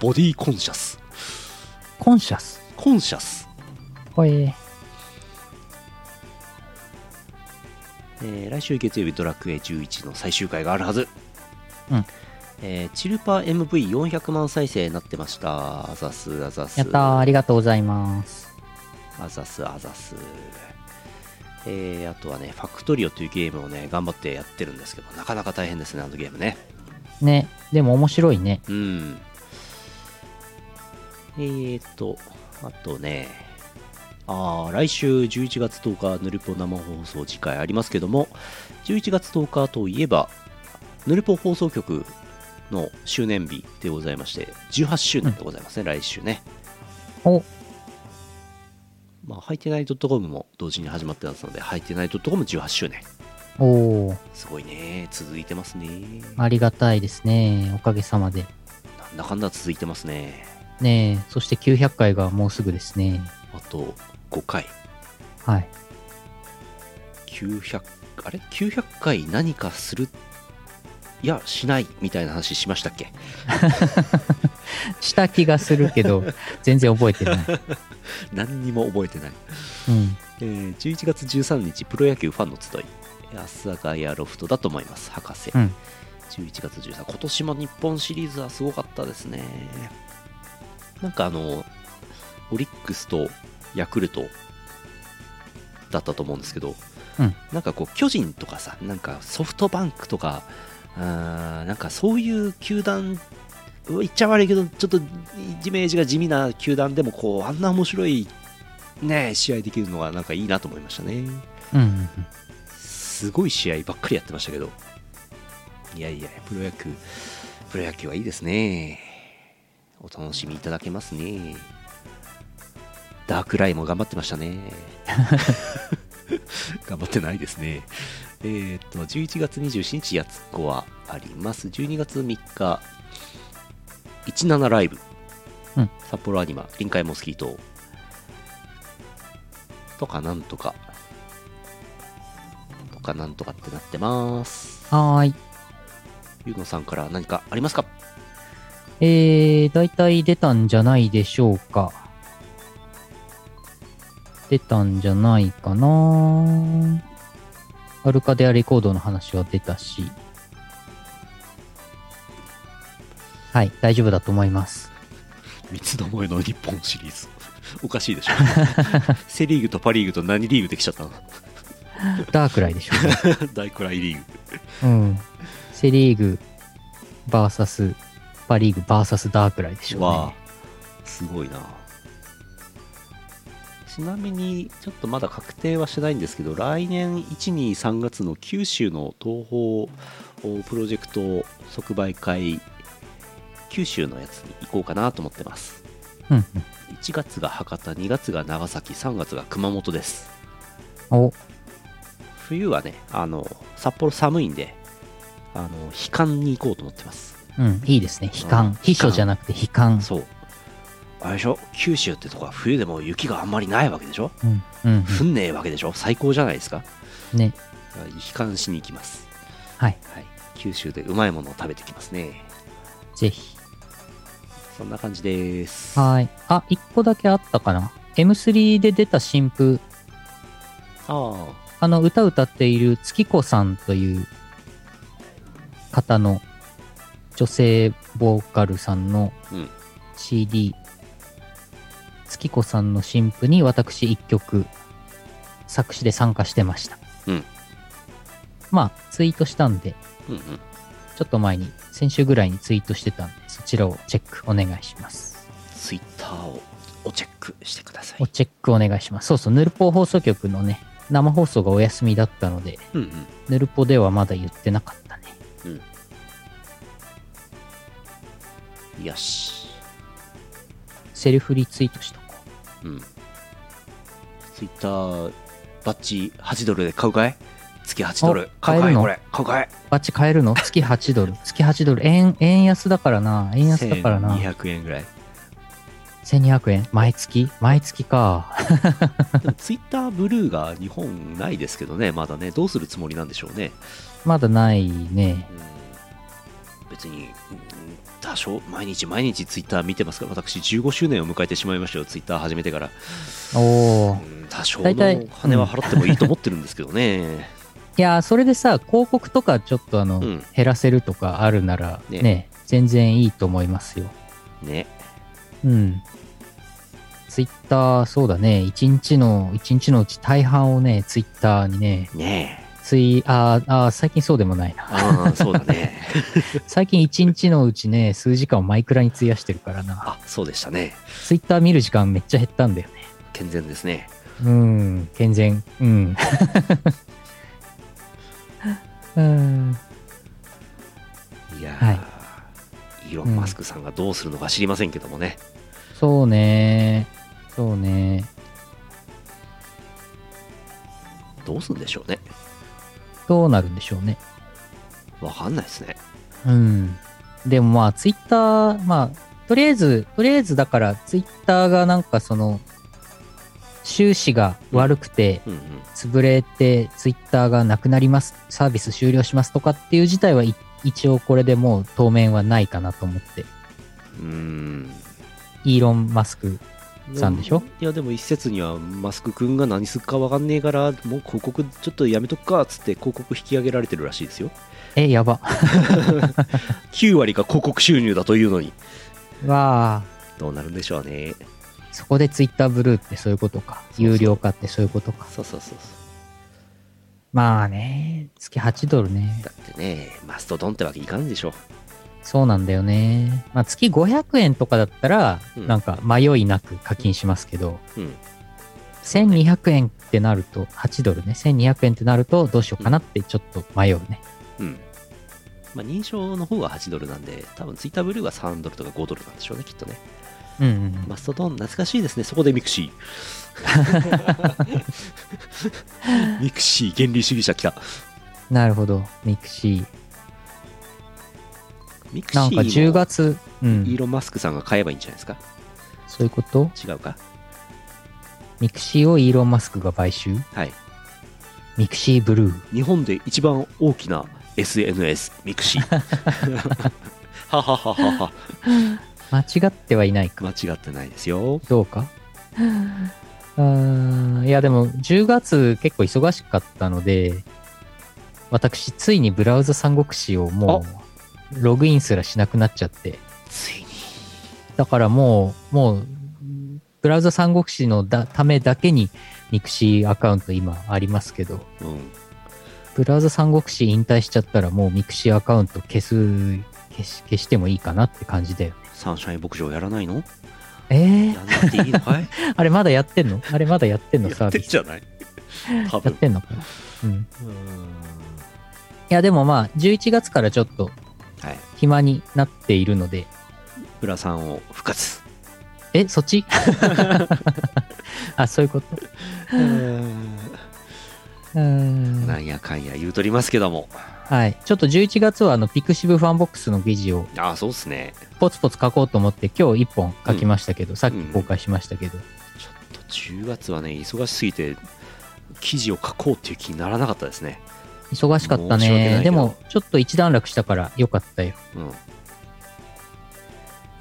S2: ボディコンシャス。
S1: コンシャス。
S2: コンシャス。
S1: ほえ。
S2: えー来週月曜日ドラクエ11の最終回があるはず。
S1: うん。
S2: えーチルパ MV400 万再生になってました。あざす、あざす。
S1: やったー、ありがとうございます。
S2: あざすあざす。えー、あとはね、ファクトリオというゲームをね、頑張ってやってるんですけど、なかなか大変ですね、あのゲームね。
S1: ね。でも面白いね。
S2: うん。えーと、あとね、あー来週11月10日、ヌルポ生放送次回ありますけども、11月10日といえば、ヌルポ放送局の周年日でございまして、18周年でございますね、来週ね。
S1: お、
S2: まあ、ハイテナイドットコムも同時に始まってますので、ハイテナイドットコム18周年。
S1: おー、
S2: すごいね。続いてますね。
S1: ありがたいですね。おかげさまで。
S2: なんだかんだ続いてますね。
S1: ねえ、そして900回がもうすぐですね。
S2: あと5回。
S1: はい。
S2: 900、あれ ?900 回何かするいや、しないみたいな話しましたっけ
S1: した気がするけど、全然覚えてない。
S2: 何にも覚えてない。
S1: うん。
S2: えー11月13日、プロ野球ファンの集い。阿佐ヶ谷ロフトだと思います、博士。
S1: うん
S2: 11月13今年も日本シリーズはすごかったですね。なんかあの、オリックスとヤクルトだったと思うんですけど、
S1: うん
S2: なんかこう、巨人とかさ、なんかソフトバンクとか、あーなんかそういう球団、うわ言っちゃ悪いけど、ちょっとイメージが地味な球団でも、こう、あんな面白い、ね、試合できるのがなんかいいなと思いましたね。
S1: うんうん
S2: すごい試合ばっかりやってましたけど、いやいや、プロ野球、プロ野球はいいですね。お楽しみいただけますね。ダークライも頑張ってまし たね。頑張ってないですね。えーっと、11月27日、やつこはあります。12月3日、17ライブ、
S1: うん
S2: 札幌アニマ、臨海モスキート、とかなんとか、とかなんとかってなってます。
S1: うん。はーい。
S2: ゆうのさんから何かありますか
S1: えー、大体出たんじゃないでしょうか。出たんじゃないかなアルカデアレコードの話は出たし。はい、大丈夫だと思います。
S2: 三つどもえの日本シリーズ。 おかしいでしょ。 セ・リーグとパ・リーグと何リーグできちゃったの
S1: ダークライでしょう ね。
S2: 大くらいリーグ。
S1: うん。セリーグ、バーサス、パリーグ、バーサスダークライでしょう
S2: わ
S1: ね。
S2: あすごいなちなみにちょっとまだ確定はしてないんですけど来年123月の九州の東宝プロジェクト即売会九州のやつに行こうかなと思ってます
S1: うんうん。
S2: 1月が博多2月が長崎3月が熊本です
S1: お、
S2: 冬はねあの札幌寒いんであの悲観に行こうと思ってます
S1: うん、いいですね。悲
S2: うん
S1: 観。秘書じゃなくて悲観。
S2: そうあれでしょ九州ってとこは冬でも雪があんまりないわけでしょ
S1: うん、うん、
S2: 降んねえわけでしょ最高じゃないですか
S1: うん。ね。
S2: 悲観しに行きます
S1: はい、
S2: はい、九州でうまいものを食べてきますね
S1: ぜひ。
S2: そんな感じです
S1: はい。あ、一個だけあったかな。M3 で出た新譜、
S2: あ
S1: あの、歌歌っている月子さんという方の女性ボーカルさんの
S2: うん
S1: CD、月子さんの新譜に私一曲作詞で参加してました。
S2: うん
S1: まあ、ツイートしたんで、
S2: あうんうん
S1: ちょっと前に、先週ぐらいにツイートしてたんで、そちらをチェックお願いします。
S2: ツイッターををチェックしてください
S1: をチェックお願いします。そうそう、ヌルポ放送局のね、生放送がお休みだったので、
S2: うんうん
S1: ヌルポではまだ言ってなかったね。
S2: よし、
S1: セルフリツイートしとこ
S2: うん、ツイッターバッジ8ドルで買うかい月8ドル
S1: お
S2: 買
S1: 買え
S2: うか
S1: る
S2: い
S1: の。
S2: これ買うかいう
S1: バッチ買えるの月8ドル。 月8ドル。円、円安だからな。円安だからな。
S2: 1200円ぐらい
S1: 1200円。毎月毎月か。
S2: でもツイッターブルーが日本ないですけどねまだねどうするつもりなんでしょうね
S1: まだないね。
S2: うん別に、うん多少、毎日毎日ツイッター見てますから、私、15周年を迎えてしまいましたよ、ツイッター始めてから。
S1: おお
S2: う。ん多少
S1: 大体
S2: の金は払ってもいいと思ってるんですけどね。
S1: いやー、それでさ、広告とかちょっとあの、
S2: うん
S1: 減らせるとかあるならね、
S2: ね
S1: 全然いいと思いますよ。
S2: ね。
S1: うん。ツイッター、そうだね、一日の、一日のうち大半をね、ツイッターにね、
S2: ねえ。
S1: ツイ、あーあー、最近そうでもないな。
S2: ああ、そうだね。
S1: 最近一日のうちね、数時間をマイクラに費やしてるからな。
S2: あ、そうでしたね。
S1: ツイッター見る時間めっちゃ減ったんだよね。
S2: 健全ですね。
S1: うん、健全。うん。 うん、
S2: いやー、
S1: は
S2: イーロン・マスクさんがどうするのか知りませんけどもね。
S1: そうね。そうね。
S2: どうするんでしょうね。
S1: どうなるんでしょうね。
S2: わかんないですね。
S1: うん。でもまあ、ツイッター、まあ、とりあえず、とりあえずだから、ツイッターがなんかその、収支が悪くて、
S2: うんうん。
S1: 潰れて、ツイッターがなくなります、サービス終了しますとかっていう事態はい一応これでもう当面はないかなと思って。
S2: うーん
S1: イーロン・マスク。さんでしょ
S2: いやでも一説にはマスク君が何するかわかんねえからもう広告ちょっとやめとくかっつって広告引き上げられてるらしいですよ
S1: え、やば。
S2: 9割が広告収入だというのに
S1: わあ。
S2: どうなるんでしょうね
S1: そこでツイッターブルーってそういうことか。
S2: そうそう
S1: 有料化ってそういうことか。
S2: そうそうそうそう
S1: まあね、月8ドルね。
S2: だってねマストドンってわけいかんでしょ
S1: そうなんだよね。まあ月500円とかだったら、
S2: うん
S1: なんか迷いなく課金しますけど、
S2: うん
S1: 1200円ってなると、8ドルね、1200円ってなるとどうしようかなってちょっと迷うね。
S2: うんまあ認証の方が8ドルなんで多分ツイッターブルーが3ドルとか5ドルなんでしょうねきっとね
S1: うんうんうん。
S2: マストドン懐かしいですねそこでミクシ ーミクシー原理主義者来た
S1: なるほど。ミクシ
S2: ミク
S1: ー。
S2: シ
S1: な
S2: ー
S1: ん
S2: も
S1: か10月、う
S2: イー
S1: ん。
S2: ロン・マスクさんが買えばいいんじゃないですか
S1: そういうこと
S2: 違うか
S1: ミクシーをイーロン・マスクが買収
S2: はい
S1: ミクシーブルー。
S2: 日本で一番大きな SNS ミクシ ーははははは
S1: 間違ってはいないか。
S2: 間違ってないですよ
S1: どうかうーん、いやでも10月結構忙しかったので、私ついにブラウザ三国志をもうログインすらしなくなっちゃって、
S2: ついに
S1: だからもう、もう、ブラウザ三国志のだためだけにミクシーアカウント今ありますけど、
S2: うん
S1: ブラウザ三国志引退しちゃったらもうミクシーアカウント消す、消し消してもいいかなって感じだよね。
S2: サンシャイン牧場やらないの
S1: えー
S2: やんなくていいのかい
S1: あれまだやってんのあれまだやってん のサービス。
S2: ゃない多
S1: や
S2: 分
S1: ってんのかなうん。
S2: うーん
S1: いや、でもまあ、11月からちょっと
S2: はい
S1: 暇になっているので、
S2: 浦さんを復活
S1: え、そっ ちあ、そういうこと。うーん。
S2: なんやかんや言うとりますけども
S1: はい。ちょっと11月は、あの、ピクシブファンボックスの記事を
S2: ああそうっすね
S1: ポツポツ書こうと思って、今日1本書きましたけど、さっき
S2: うん
S1: 公開しましたけど、
S2: ちょっと10月はね忙しすぎて記事を書こうっていう気にならなかったですね
S1: 忙しかった
S2: 申し訳ないけ
S1: ね。
S2: ど
S1: でも、ちょっと一段落したからよかったよ。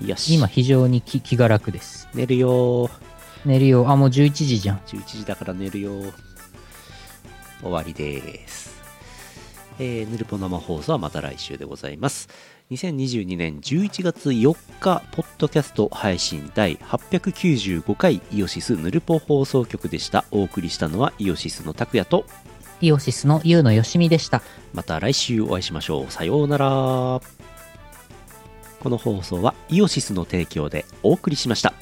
S2: うん。よし。
S1: 今、非常に気気が楽です。
S2: 寝るよー。
S1: 寝るよ。あ、もう11時じゃん。
S2: 11時だから寝るよー。終わりです。えー、ヌルポ生放送はまた来週でございます。2022年11月4日、ポッドキャスト配信第895回イオシスヌルポ放送局でした。お送りしたのはイオシスの拓也と、
S1: イオシスのユウのよしみでした。
S2: また来週お会いしましょう。さようなら。この放送はイオシスの提供でお送りしました。